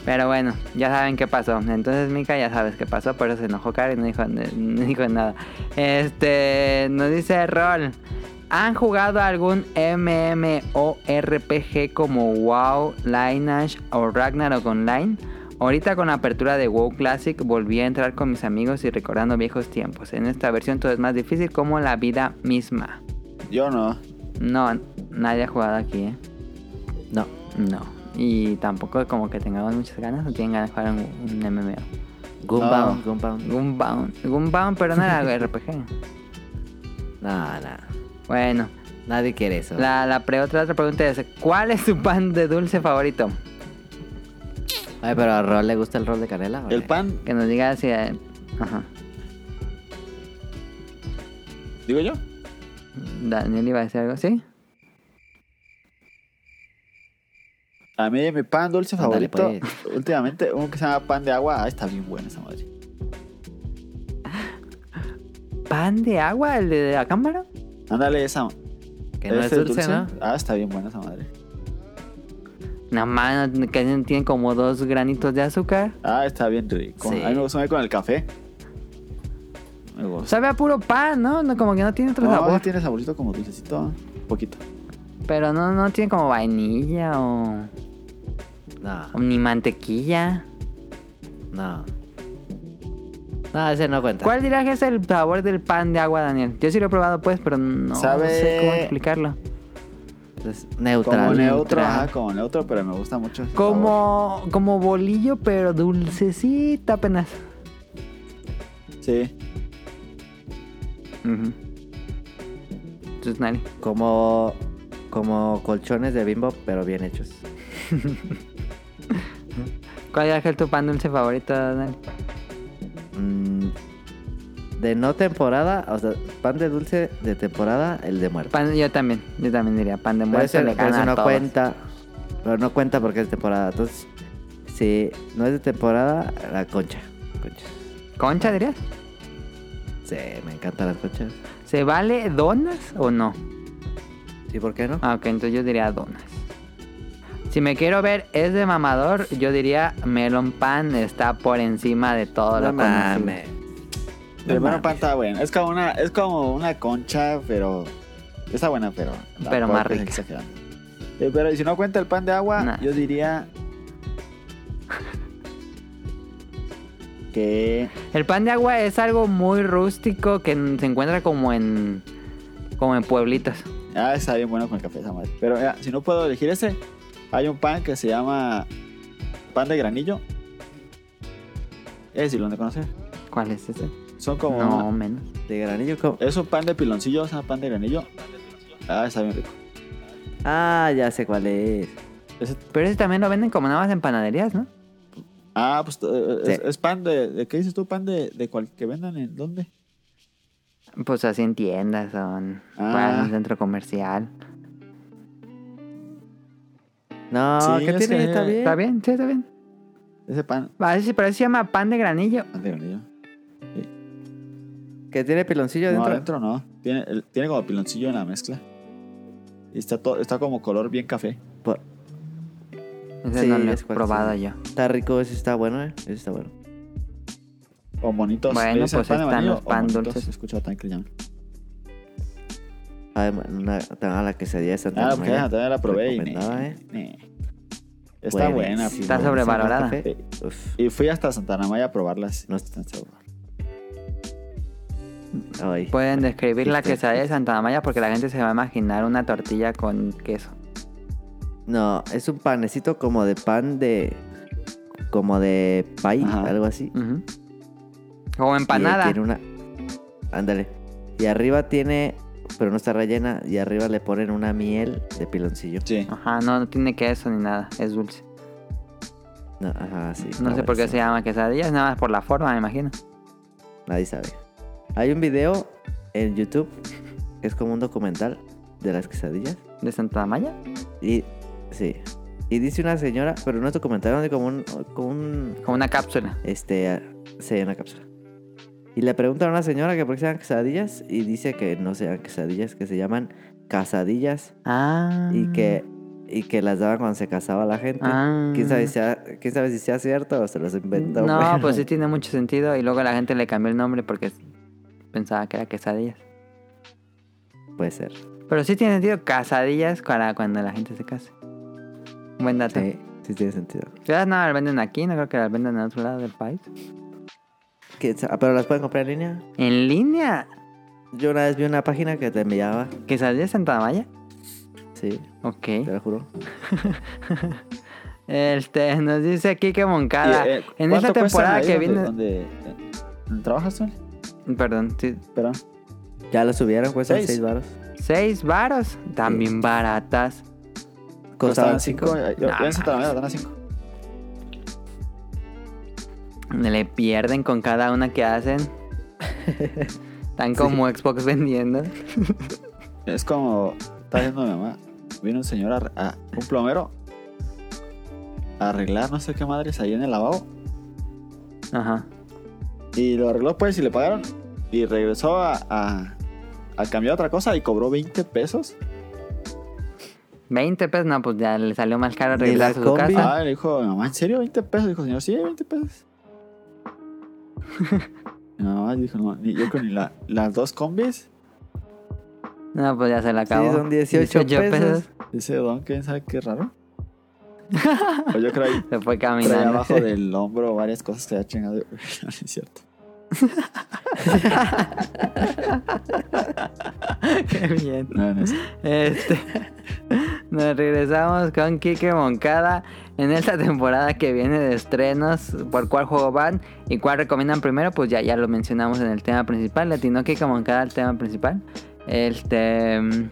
Pero bueno, ya saben qué pasó. Entonces, Mika, ya sabes qué pasó. Por eso se enojó Karen y no dijo, no dijo nada. Este, nos dice Rol. ¿Han jugado algún MMORPG como WoW, Lineage o Ragnarok Online? Ahorita con la apertura de WoW Classic volví a entrar con mis amigos y recordando viejos tiempos. En esta versión todo es más difícil como la vida misma. yo no. No, nadie ha jugado aquí, ¿eh? no. No. Y tampoco como que tengamos muchas ganas o tienen ganas de jugar un, un MMO. Goombound, No. Goombound. Gunbound. Gunbound, pero no era RPG. No, no. Bueno, Nadie quiere eso. la, la pre- otra, otra pregunta es, ¿cuál es tu pan de dulce favorito? Ay, pero a Rol le gusta el rol de canela. o El qué? pan, Que nos diga si... eh, Ajá. digo yo. Daniel iba a decir algo, ¿sí? A mí mi pan dulce Ándale, pues. favorito. Últimamente, uno que se llama pan de agua. Ah, está bien bueno esa madre. ¿Pan de agua? ¿El de la cámara? Ándale, esa. Que no es ese dulce, ¿no? Ah, está bien buena esa madre. Nada más, que tienen como dos granitos de azúcar. Ah, está bien rico. Sí. A mí me gusta más con el café. Me gusta. Sabe a puro pan, ¿no? No, Como que no tiene otro No, sabor. tiene saborcito como dulcecito. Un poquito. Pero no, no tiene como vainilla o, No, o ni mantequilla. no. No, ese no cuenta. ¿Cuál dirás que es el sabor del pan de agua, Daniel? Yo sí lo he probado, pues, pero no Sabe- sé cómo explicarlo. Es Como neutral. neutro, neutral. ajá, como neutro, pero me gusta mucho. ese sabor. Oh. Como, como bolillo, pero dulcecita apenas. Sí. Ujú. Entonces, Nani. Como, como colchones de bimbo, pero bien hechos. ¿Cuál dirás que es tu pan dulce favorito, Daniel? Mm, de no temporada, o sea, pan de dulce de temporada, el de muerto. Pan, yo también, yo también diría pan de Pero muerto. ese- le pero gana ese a no todos. cuenta. Pero no cuenta porque es de temporada. Entonces, si no es de temporada, la concha. Concha. ¿Concha dirías? Sí, me encantan las conchas. ¿Se vale donas o no? Sí, ¿por qué no? Ah, ok, entonces yo diría donas. Si me quiero ver es de mamador, yo diría melon pan está por encima de todo lo no conocido. mames. El bueno pan está bueno. Es como una, es como una concha, pero. Está buena, pero. Pero más tampoco es rica. exagerando. Eh, pero y si no cuenta el pan de agua, Nah. yo diría. que. El pan de agua es algo muy rústico que n- se encuentra como en como en pueblitos. Ah, está bien bueno con el café, esa madre. Pero mira, si no puedo elegir ese, hay un pan que se llama. Pan de granillo. Ese sí lo han de conocer. ¿Cuál es ese? Son como. No, menos. De granillo, ¿cómo? Es un pan de piloncillo, o sea, pan de granillo. Ah, está bien rico. Ah, ya sé cuál es. Ese- Pero ese también lo venden como nada más en panaderías, ¿no? ah, pues eh, es, Sí. es pan de, de- ¿Qué dices tú? ¿Pan de, de cual, que vendan en dónde? Pues así en tiendas o en Ah. bueno, en un centro comercial. No, Sí, ¿qué es tiene? que- ¿Está Está bien. bien? Sí, está bien. Ese pan. Ah, ese- Pero ese se llama pan de granillo. Pan de granillo. Que tiene piloncillo No, dentro. adentro no. Tiene, el- tiene como piloncillo en la mezcla. Y está, todo, está como color bien café. Por- Ese Sí, no lo he es cual- probado sí. yo. Está rico, ese está bueno, eh. Ese está bueno. O monitos. Bueno, Le dicen pues pan de están amarillo los o pan monitos, dulces. Pues he escuchado tan que le llaman. Ah, una, ah, la quesadilla de Santa Ah, porque María. esa también la probé y. ne- Recomendada, eh. ne. Está buena. pues. Buenísima. Está sobrevalorada. ¿Saca café? Uf. Y fui hasta Santa Maya a probarlas. No No está- están seguras. Ay. Pueden describir la Este- quesadilla de Santa Amaya porque la gente se va a imaginar una tortilla con queso. No, es un panecito como de pan de. Como de pay, Ajá. algo así. Ujú. O Y empanada. tiene una. Ándale. Y arriba tiene. Pero no está rellena. Y arriba le ponen una miel de piloncillo. Sí. Ajá, no, no tiene queso ni nada, es dulce. No, ajá, sí. No está sé por qué buenísimo. se llama quesadilla, es nada más por la forma, me imagino. Nadie sabe. Hay un video en YouTube. Que es como un documental de las quesadillas. ¿De Santa Amaya? Y. Sí. Y dice una señora. Pero no es documental, es como un. Como un Con una cápsula. Este, a- sí, una cápsula. Y le preguntan a una señora que por qué se llaman quesadillas y dice que no se llaman quesadillas, que se llaman casadillas Ah. y que y que las daban cuando se casaba la gente. Ah. ¿Quién, sabe si sea, quién sabe si sea cierto o se los inventó. No, güey. pues sí tiene mucho sentido. Y luego la gente le cambió el nombre porque pensaba que era quesadillas. Puede ser. Pero sí tiene sentido casadillas para cuando la gente se case. Buen dato. Sí, sí tiene sentido. Ya no las venden aquí, no creo que las vendan en otro lado del país. ¿Quién sa- ah, ¿Pero las pueden comprar en línea? ¿En línea? Yo una vez vi una página que te enviaba, ¿Quesadillas Santa Maya? sí, te Ok. lo juro. Este, nos dice Kike Moncada. Y, eh, en ¿cuánto esta cuestan temporada ahí que donde- viene. donde- eh, ¿Dónde trabajas tú? Perdón, sí, Perdón. Ya las subieron, cuestan Seis. 6 baros. seis varos. También baratas. Costaban 5. eh, Yo, Nah, yo en Santa María dan a cinco. Le pierden con cada una que hacen. Están como Xbox vendiendo. Es como está diciendo mi mamá. Vino un señor a, a- un plomero a arreglar no sé qué madres ahí en el lavabo. Ajá. Y lo arregló pues y le pagaron. Y regresó a, a, a cambiar otra cosa y cobró 20 pesos. 20 pesos, no, pues ya le salió más caro Ni arreglar la su combi. casa. Ah, le dijo, mi mamá, ¿en serio 20 pesos? Dijo, señor, sí, 20 pesos. No, dijo, no, ni- yo con la, las dos combis, No, pues ya se la acabó. son 18 pesos. ese don, quién sabe qué raro. Pues yo creo que Se fue trae caminando. abajo del hombro varias cosas que ha chingado. No, no es cierto. Qué bien. No, no es Este, nos regresamos con Kike Moncada en esta temporada que viene de estrenos. ¿Por cuál juego van y cuál recomiendan primero? Pues ya, ya lo mencionamos en el tema principal. Latino Kike Moncada el tema principal. Este. mm,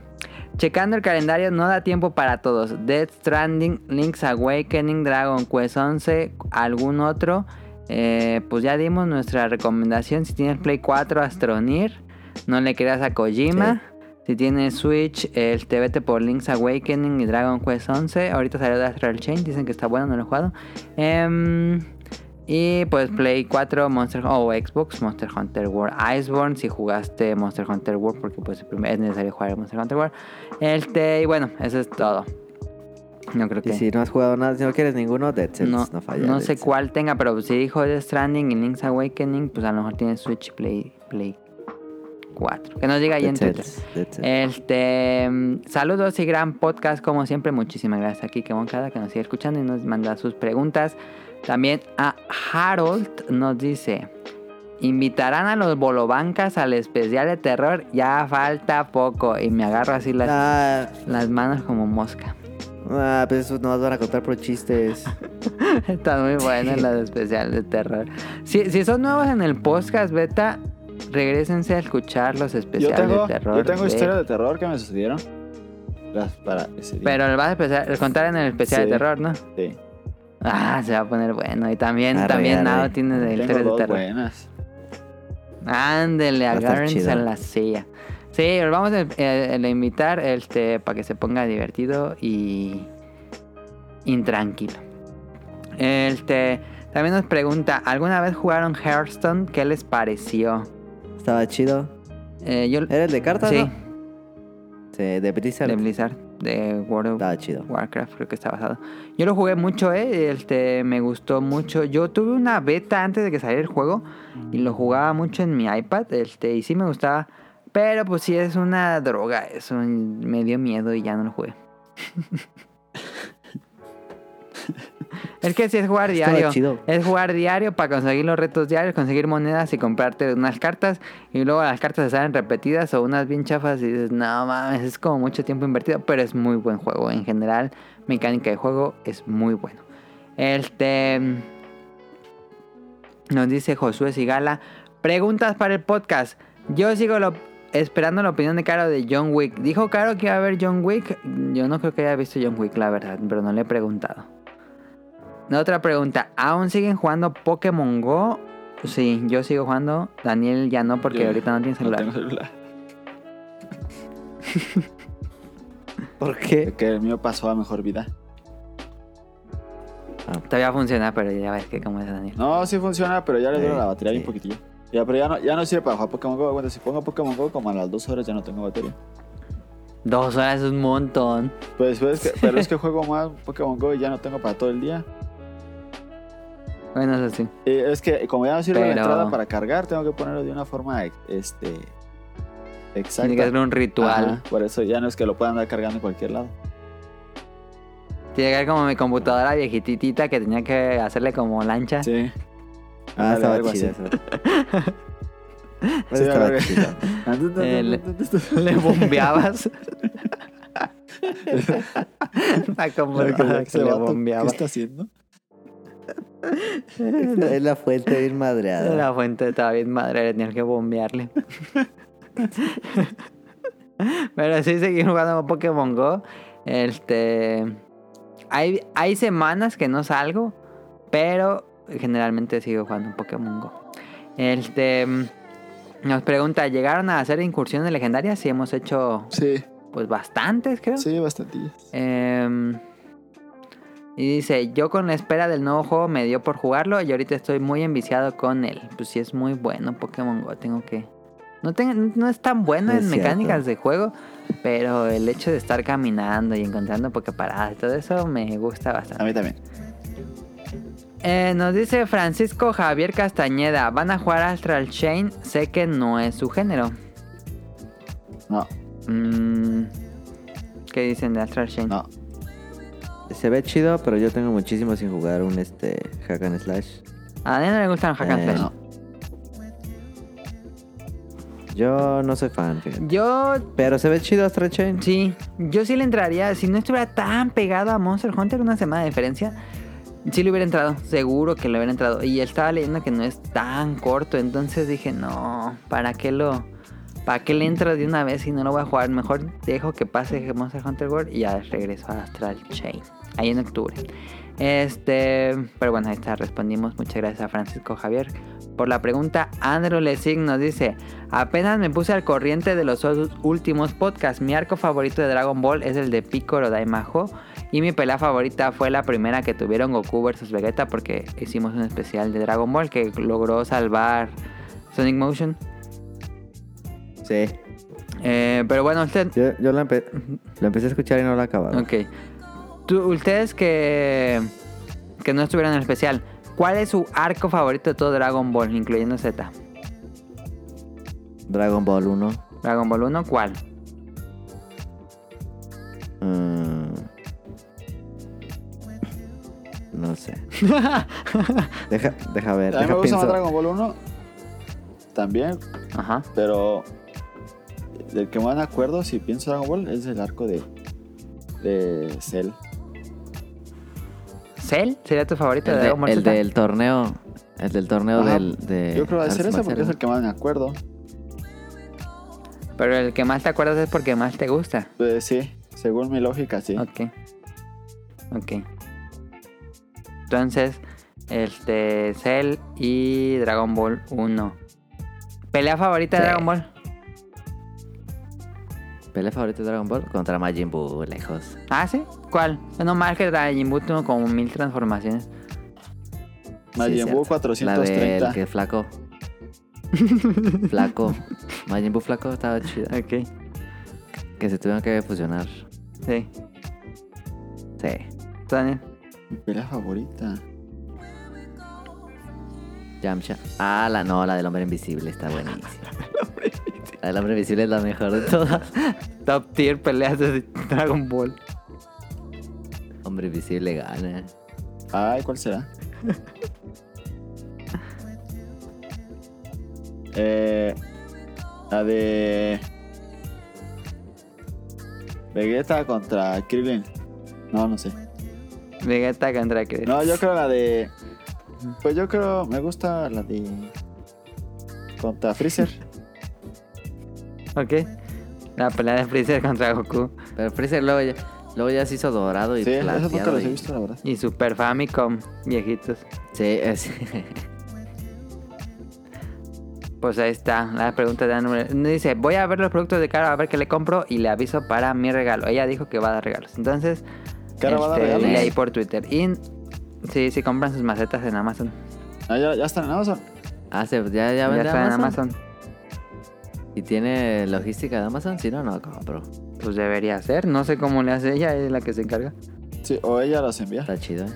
Checando el calendario, no da tiempo para todos. Dead Stranding, Link's Awakening, Dragon Quest 11, algún otro. Eh, pues ya dimos nuestra recomendación. Si tienes Play 4, Astronir. No le creas a Kojima. Si tienes Switch, el TBT por Link's Awakening y Dragon Quest 11. Ahorita salió de Astral Chain, dicen que está bueno, no lo he jugado. Em, y pues Play 4, Monster o Xbox, Monster Hunter World Iceborne. Si jugaste Monster Hunter World, porque pues primero es necesario jugar Monster Hunter World. Este, y bueno, eso es todo. No creo que. Y si no has jugado nada, si no quieres ninguno, Dead Cells No, no, falla. no Dead sé Cells. cuál tenga, pero si dijo Death Stranding y Link's Awakening, pues a lo mejor tiene Switch Play, Play 4. Que nos diga ahí Dead en Twitter. Cells, Dead Cells. Este, mm, saludos y gran podcast como siempre. Muchísimas gracias a Kike Moncada que nos sigue escuchando y nos manda sus preguntas. También a Harold nos dice, invitarán a los bolobancas al especial de terror. Ya falta poco y me agarro así las, Ah, las manos como mosca. ah, pues eso nos van a contar por chistes. Están muy buenas las especiales de terror. Si, si son nuevos en el podcast beta, regresense a escuchar los Yo especiales tengo, de terror. yo tengo de- historias de terror que me sucedieron. Las para ese día. Pero lo vas a empezar- contar en el especial Sí. de terror, ¿no? Sí. Ah, se va a poner bueno. Y también, Arre, también arre. Nao tiene de Tengo historias de dos terror. buenas. Ándele, Va a estar agárrense chido. a la silla. Sí, lo vamos a, eh, a invitar este, para que se ponga divertido y intranquilo. Este, también nos pregunta, ¿alguna vez jugaron Hearthstone? ¿Qué les pareció? Estaba chido. Eh, yo, ¿Eres de cartas? sí, no? Sí, de Blizzard. de Blizzard, de World of Estaba chido. Warcraft creo que está basado. Yo lo jugué mucho, eh. Este, me gustó mucho. Yo tuve una beta antes de que saliera el juego y lo jugaba mucho en mi iPad, este, y sí me gustaba. Pero pues sí es una droga, eso me dio miedo y ya no lo jugué. es que sí es jugar Estaba diario. chido. Es jugar diario para conseguir los retos diarios, conseguir monedas y comprarte unas cartas. Y luego las cartas se salen repetidas o unas bien chafas y dices, no mames, es como mucho tiempo invertido. Pero es muy buen juego. En general, mecánica de juego es muy bueno. Este. Nos dice Josué Sigala. Preguntas para el podcast. Yo sigo lo- esperando la opinión de Caro de John Wick. Dijo Caro que iba a ver John Wick. Yo no creo que haya visto John Wick, la verdad, pero no le he preguntado. Otra pregunta. ¿Aún siguen jugando Pokémon Go? Sí, yo sigo jugando. Daniel ya no porque Yo ahorita no tiene No celular. tengo celular. ¿Por qué? Que el mío pasó a mejor vida. Todavía funciona, pero ya ves que como es Daniel. No, sí funciona, pero ya le dura Sí, la batería sí. bien poquitillo. Ya, pero ya no, ya no sirve para jugar Pokémon Go. Bueno, si pongo Pokémon Go, como a las dos horas ya no tengo batería. Dos horas es un montón. Pues, pues, que- pero es que juego más Pokémon Go y ya no tengo para todo el día. Bueno, eso sí. Eh, es que como ya no sirve la Pero- entrada para cargar, tengo que ponerlo de una forma este, Tiene que exacta. ser un ritual. Ajá, por eso ya no es que lo puedan andar cargando en cualquier lado. Tiene que ser como mi computadora viejititita que tenía que hacerle como lancha. Sí. Ah, Ándale, estaba algo chido. así. eso. Sí, estaba algo- chido. El- Le bombeabas. La computadora que Ese le vato, ¿Qué bombeaba. está haciendo? Es la fuente bien madreada. La fuente estaba bien madre, le tenía que bombearle. Pero sí seguí jugando con Pokémon Go. Este. Hay, hay semanas que no salgo, pero generalmente sigo jugando Pokémon Go. Este. Nos pregunta, ¿llegaron a hacer incursiones legendarias? Sí, hemos hecho Sí, pues bastantes, creo. sí, bastantillas. Em, y dice, yo con la espera del nuevo juego me dio por jugarlo y ahorita estoy muy enviciado con él. Pues sí es muy bueno Pokémon Go, tengo que... No, te- no es tan bueno Es en cierto. mecánicas de juego, pero el hecho de estar caminando y encontrando Poképaradas y todo eso me gusta A bastante. mí también. Eh, nos dice Francisco Javier Castañeda, ¿van a jugar Astral Chain? Sé que no es su género. No, Mm, ¿Qué dicen de Astral Chain? no. Se ve chido, pero yo tengo muchísimo sin jugar un este hack and slash. A Daniel no le gustan los hack and Eh, slash. no. Yo no soy fan, fíjate. Yo Pero se ve chido Astral Chain. Sí, yo sí le entraría. Si no estuviera tan pegado a Monster Hunter, una semana de diferencia, sí le hubiera entrado. Seguro que le hubiera entrado. Y estaba leyendo que no es tan corto. Entonces dije, no, ¿para qué lo.? ¿Para qué le entro de una vez si no lo voy a jugar? Mejor dejo que pase Monster Hunter World y ya regreso a Astral Chain. Ahí en octubre. Este. Pero bueno, ahí está, respondimos. Muchas gracias a Francisco Javier por la pregunta. Andrew Lessing nos dice: Apenas me puse al corriente de los dos últimos podcasts. Mi arco favorito de Dragon Ball es el de Piccolo Daimajo. Y mi pelea favorita fue la primera que tuvieron Goku vs Vegeta porque hicimos un especial de Dragon Ball que logró salvar Sonic Motion. Sí. Eh, pero bueno, usted. Yo, yo la, empe- la empecé a escuchar y no la acababa. Ok. Tú- ustedes que, que no estuvieron en el especial, ¿cuál es su arco favorito de todo Dragon Ball, incluyendo Z? Dragon Ball 1. Dragon Ball 1, ¿cuál? Mm. No sé. deja, deja ver. A mí deja me gusta pienso. más Dragon Ball 1. También, Ajá. pero del que más me acuerdo, si pienso Dragon Ball, es el arco de, de Cell. ¿Cell? ¿Sería tu favorito de El, de- Dragon Ball el Z? del torneo. El del torneo Ajá. del. De Yo creo que va a ser artes ese porque es marciales. el que más me acuerdo. Pero el que más te acuerdas es porque más te gusta. Pues sí, según mi lógica, sí. Ah, Ok. Ok. Entonces, este, Cell y Dragon Ball 1. ¿Pelea favorita de Sí. Dragon Ball? Pelea favorita de Dragon Ball contra Majin Buu, lejos. ¿Ah, sí? ¿Cuál? No más que Dragon Ball tuvo como mil transformaciones. Majin Sí, Buu es cierto. La 430. del que flaco. flaco. Majin Buu flaco estaba chida. Ok. Que se tuvieron que fusionar. Sí. Sí. ¿Tú, Daniel? Mi pelea favorita. Yamcha. Ah, la no, la del hombre invisible está buenísima. la del hombre invisible es la mejor de todas. Top tier peleas de Dragon Ball. hombre invisible gana. Ay, ¿cuál será? eh, la de. Vegeta contra Krillin. No, no sé. Vegeta contra Krillin. No, yo creo la de. Pues yo creo. Me gusta la de. Contra Freezer. Ok. La pelea de Freezer contra Goku. Pero Freezer luego ya, luego ya se hizo dorado y sí, esos nunca plateado. los he y- visto, la verdad. Y Super Famicom, viejitos. Sí, es- Pues ahí está, la pregunta de Ana María. Dice, voy a ver los productos de Caro a ver qué le compro y le aviso para mi regalo. Ella dijo que va a dar regalos. Entonces, Cara va a dar este, regalos. leí por Twitter. Y sí, sí compran sus macetas en Amazon. Ah, ya, ya están en Amazon. Ah, se- ya, ya Ya vende están en Amazon. Amazon. ¿Y tiene logística de Amazon? Si no, no compro. Pues debería ser. No sé cómo le hace ella, es la que se encarga. Sí, o ella los envía. Está chido, ¿eh?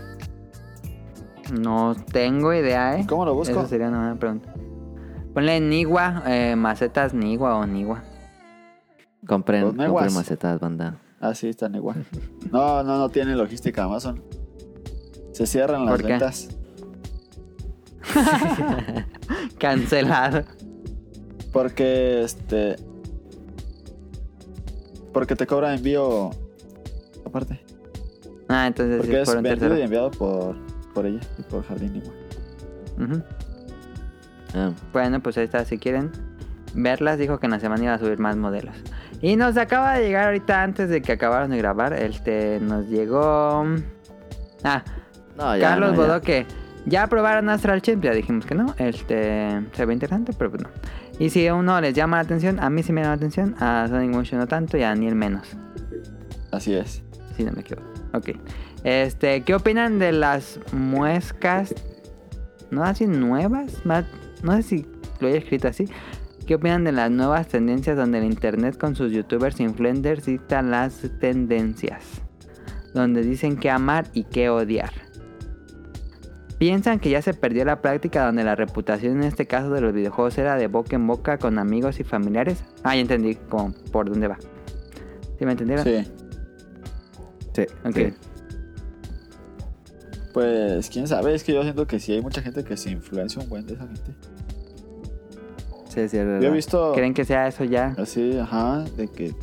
No tengo idea, ¿eh? ¿Cómo lo busco? Esa sería una buena pregunta. Ponle Niwa, eh, macetas Niwa o Niwa. Compren, Los compren meguas. macetas, banda. Ah, sí, están igual. No, no, no tiene logística Amazon. Se cierran las ¿Por qué? ventas. Cancelado. Porque este. Porque te cobra envío aparte. Ah, entonces sí, Porque es por un vendido y tercero. enviado por, por ella y por Jardín igual. Ujú. Ah, Bueno, pues ahí está, si quieren verlas, dijo que en la semana iba a subir más modelos. Y nos acaba de llegar ahorita antes de que acabaron de grabar, este nos llegó... Ah, no, ya, Carlos no, ya. Bodoque. Ya probaron Astral Chain, ya dijimos que no. Este se ve interesante, pero pues no. Y si a uno les llama la atención, a mí sí me llama la atención, a Sonic Motion no tanto y a Daniel menos. Así es. Si no me equivoco. Ok. Este, ¿qué opinan de las muescas? No así nuevas. Más- No sé si lo haya escrito así. ¿Qué opinan de las nuevas tendencias donde el internet con sus youtubers e influencers dicta las tendencias? Donde dicen qué amar y qué odiar. Piensan que ya se perdió la práctica donde la reputación en este caso de los videojuegos era de boca en boca con amigos y familiares. Ah, ya entendí como por dónde va. ¿Sí me entendieron? Sí. Sí. Ok. sí. Pues quién sabe, es que yo siento que sí hay mucha gente que se influencia un buen de esa gente. Sí, sí, es Yo he verdad. visto ¿Creen que sea eso ya? así, ajá, de que.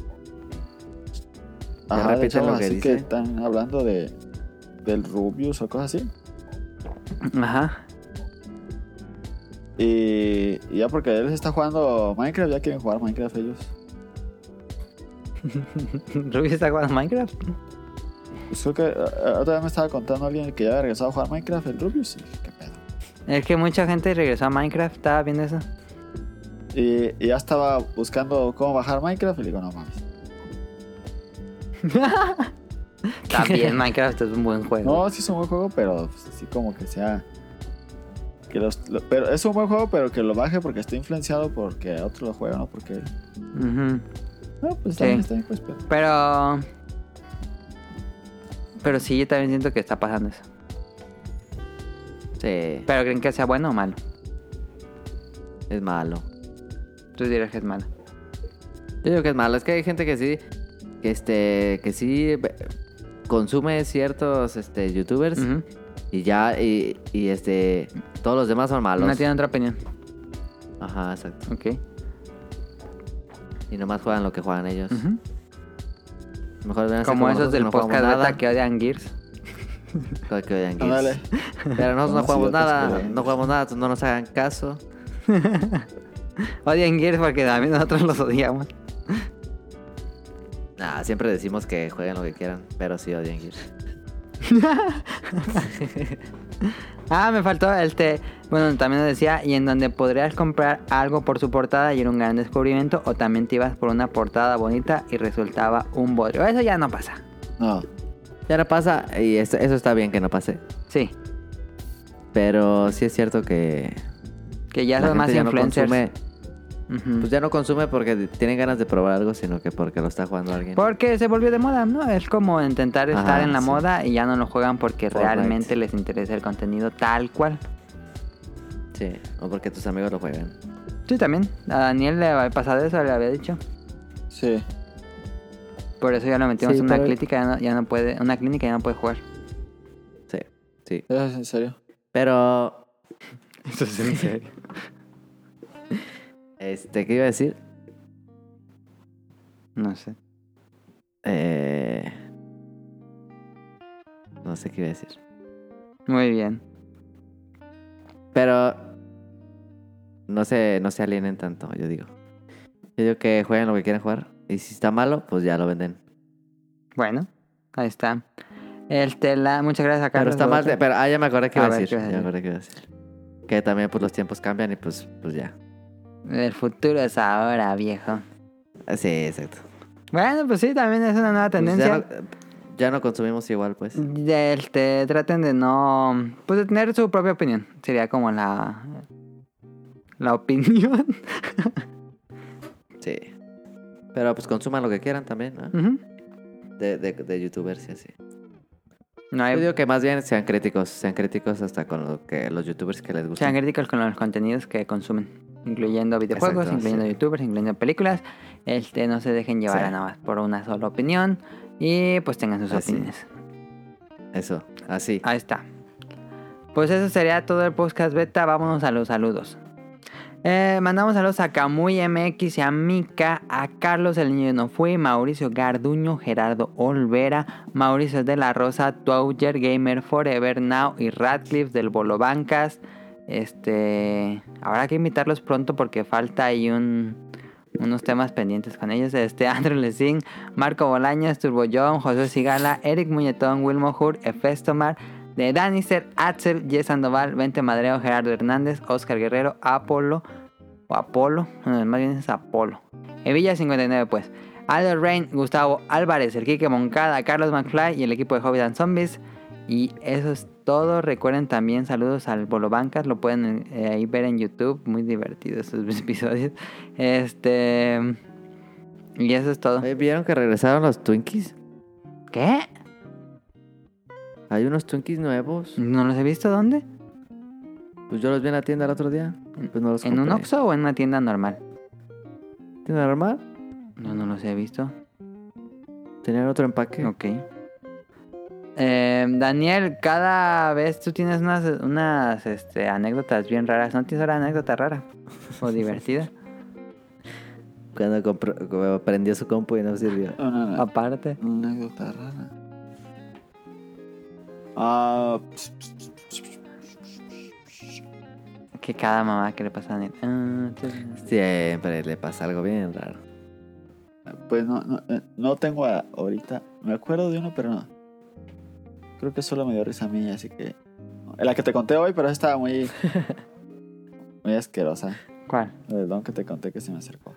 Ajá, de repite chavos lo que así dice. que están hablando de del Rubius o cosas así. Ajá. Y, y ya porque él está jugando Minecraft, ya quieren jugar Minecraft ellos. ¿Ruby está jugando Minecraft? Pues creo que eh, otra vez me estaba contando alguien que ya había regresado a jugar Minecraft, el Rubius, y dije, qué pedo. Es que mucha gente regresó a Minecraft, estaba viendo eso. Y, y ya estaba buscando cómo bajar Minecraft y le digo, no mames. También Minecraft es un buen juego. No, sí es un buen juego, pero pues, así como que sea. Que los, lo- pero es un buen juego, pero que lo baje porque está influenciado porque otro lo juega, ¿no? Porque. Ujú. No, pues Sí. también está bien, pues, pero- Pero. Pero sí, yo también siento que está pasando eso. Sí, Pero creen que sea bueno o malo. es malo. Tú dirás que es malo. Yo digo que es malo, es que hay gente que sí, que este, que sí ve- consume ciertos este youtubers Ujú. y ya, y, y, este, todos los demás son malos. No tiene otra opinión. Ajá, exacto. Ok. Y nomás juegan lo que juegan ellos. Ujú. Mejor vean así Como esos nosotros que del no jugamos podcast nada, beta que odian Gears. que- que odian Gears. Ándale. Pero nosotros no Vamos a jugamos ir a otras nada, cosas. no jugamos nada, no nos hagan caso. Odian Gears porque también nosotros los odiamos. Nah, siempre decimos que jueguen lo que quieran, pero sí odian Gears. Ah, me faltó el té. Bueno, también nos decía, y en donde podrías comprar algo por su portada y era un gran descubrimiento, o también te ibas por una portada bonita y resultaba un bodrio. Eso ya no pasa. No. Ya no pasa, y es- eso está bien que no pase. Sí, Pero sí es cierto que que ya la son gente más ya no influencers. consume- Ujú. Pues ya no consume porque tienen ganas de probar algo, sino que porque lo está jugando alguien. Porque se volvió de moda, ¿no? Es como intentar Ajá, estar en la sí. moda y ya no lo juegan porque Fortnite. realmente les interesa el contenido tal cual. Sí, o porque tus amigos lo juegan. Sí, también. A Daniel le había pasado eso, le había dicho. Sí. Por eso ya lo metimos Sí, en una pero- clínica, ya no, ya no puede, una clínica ya no puede jugar. Sí, sí. Eso es en serio. Pero, Eso es en serio. este, ¿qué iba a decir? No sé. Eh... No sé qué iba a decir. Muy bien. Pero, no se, no se alienen tanto, yo digo. Yo digo que jueguen lo que quieran jugar. Y si está malo, pues ya lo venden. Bueno, ahí está. El tela, muchas gracias a Pero Carlos. está mal, Duarte. pero ah, ya me acordé que A iba a ver, decir. ¿qué ibas a Ya me decir? acordé que iba a decir. Que también pues los tiempos cambian y pues, pues ya. El futuro es ahora, viejo. Ah, Sí, exacto. Bueno, pues sí, también es una nueva Pues ya tendencia. Mm. no- ya no consumimos igual, pues. de- este, traten de no. Pues de tener su propia opinión. Sería como la. La opinión. Sí. Pero pues consuman lo que quieran también, ¿no? Ujú. De, de, de youtubers y así. no Pues Yo hay. digo que más bien sean críticos, sean críticos hasta con lo que los youtubers que les Sean gustan. críticos con los contenidos que consumen. Incluyendo videojuegos, Exacto, incluyendo sí. youtubers, incluyendo películas. Este, no se dejen llevar Sí. a nada más por una sola opinión. Y pues tengan sus Así. opiniones. Eso, así. Ahí está. Pues eso sería todo el podcast beta. Vámonos a los saludos. Eh, mandamos saludos a Camuy MX y a Mika, a Carlos el Niño No Fui, Mauricio Garduño, Gerardo Olvera, Mauricio de la Rosa, Touger Gamer Forever Now y Radcliffe del Bolo Bancas. Este, habrá que invitarlos pronto porque falta ahí un, unos temas pendientes con ellos. Este, Andrew Lezín, Marco Bolaños, Turbo John, José Sigala, Eric Muñetón, Wilmo Hur, Efestomar, de Danister, Axel, Jess Sandoval, Vente Madreo, Gerardo Hernández, Oscar Guerrero, Apolo, o Apolo, no, más bien es Apolo. Evilla 59 pues. Aldo Rain, Gustavo Álvarez, el Quique Moncada, Carlos McFly y el equipo de Hobbit and Zombies. Y eso es todo. Recuerden también saludos al Bolo Bancas, lo pueden eh, ahí ver en YouTube. Muy divertido esos episodios. Este. Y eso es todo. Eh, Oye, ¿Vieron que regresaron los Twinkies? ¿Qué? Hay unos Twinkies nuevos. Mm. ¿No los he visto dónde? Pues yo los vi en la tienda el otro día. Pues no los ¿En un compré. Oxxo o en una tienda normal? ¿Tienda normal? No, no los he visto. Tenían otro empaque. Ok. Eh, Daniel, cada vez tú tienes unas, unas este, anécdotas bien raras. ¿No tienes una anécdota rara? O divertida. Cuando compró- cuando prendió su compu y no sirvió. No, no, Ah. no. Aparte. Una anécdota rara. Ah, ps- ps- ps- Que cada mamá que le pasa a Daniel. Ah, tú- Siempre le pasa algo bien raro. pues no, no, eh, no tengo a- ahorita. Me acuerdo de uno, pero no. Creo que solo me dio risa a mí, así que. La que te conté hoy, pero estaba muy. muy asquerosa. ¿Cuál? El don que te conté que se me acercó.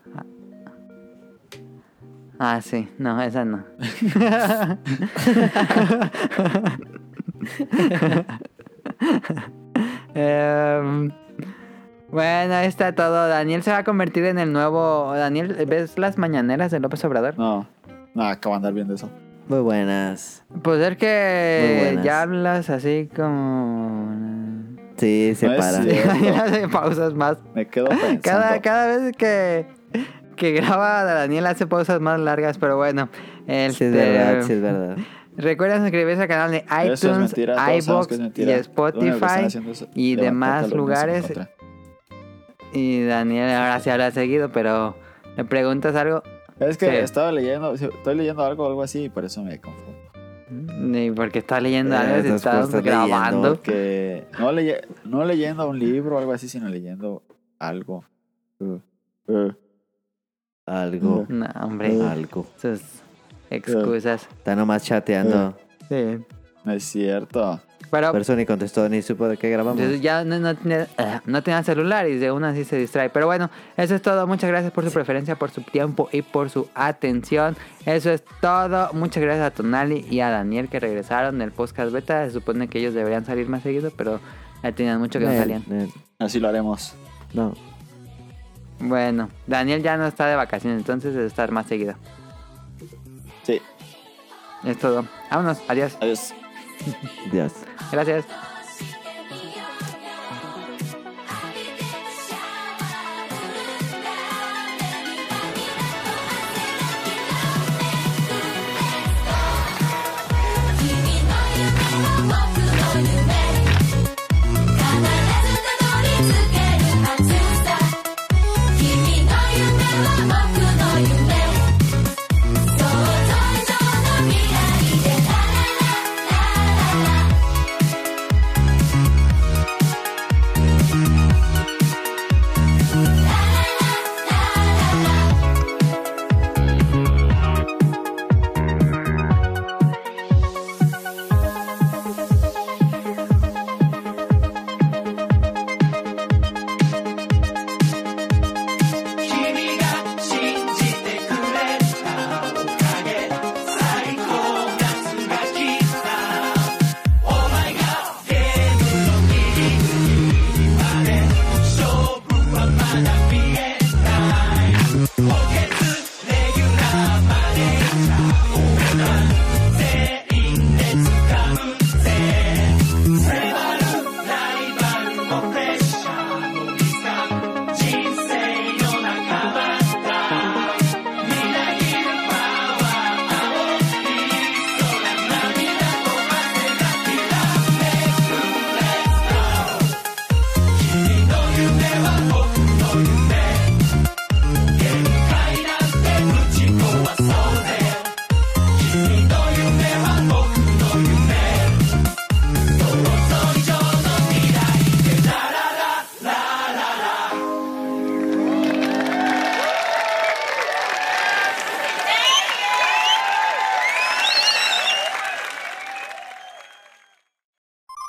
Ah, sí. No, esa no. Em, bueno, ahí está todo. Daniel se va a convertir en el nuevo... Daniel, ¿ves las mañaneras de López Obrador? No, no, acabo de andar viendo eso. Muy buenas. Pues es Muy que buenas. ya hablas así como... Sí, se No es para. cierto. Y hace pausas más. Me quedo pensando. Cada, cada vez que, que graba Daniel hace pausas más largas, pero bueno. Sí, este, es verdad, sí, es verdad. Recuerda suscribirse al canal de iTunes, Eso es mentira, todos sabemos que iBox es y mentira. Lo único que están Spotify. haciendo es y levantar demás calumnias en lugares. contra. Y Daniel ahora sí habla seguido, pero le preguntas algo Es que eh, Sí. estaba leyendo, estoy leyendo algo algo así y por eso me confundo. mm, y porque está leyendo Eh, algo, si estás estás puesto leyendo. grabando. Porque no, leye- no leyendo un libro o algo así, sino leyendo algo. Uh, uh. Algo, No, hombre, Ah. algo. sus excusas. Está nomás chateando. Sí. No es cierto. Pero Por eso ni contestó, ni supo de qué grabamos. Entonces ya no, no, tiene- ah, no tenía celular y de una así se distrae. Pero bueno, eso es todo. Muchas gracias por su preferencia, por su tiempo y por su atención. Eso es todo. Muchas gracias a Tonali y a Daniel que regresaron del podcast beta. Se supone que ellos deberían salir más seguido, pero ya tenían mucho que no Nel, salían. nel, Así lo haremos. No. Bueno, Daniel ya no está de vacaciones, entonces debe estar más seguido. Sí, Es todo. Vámonos. Adiós. adiós. Dios. Gracias.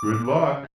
Good luck.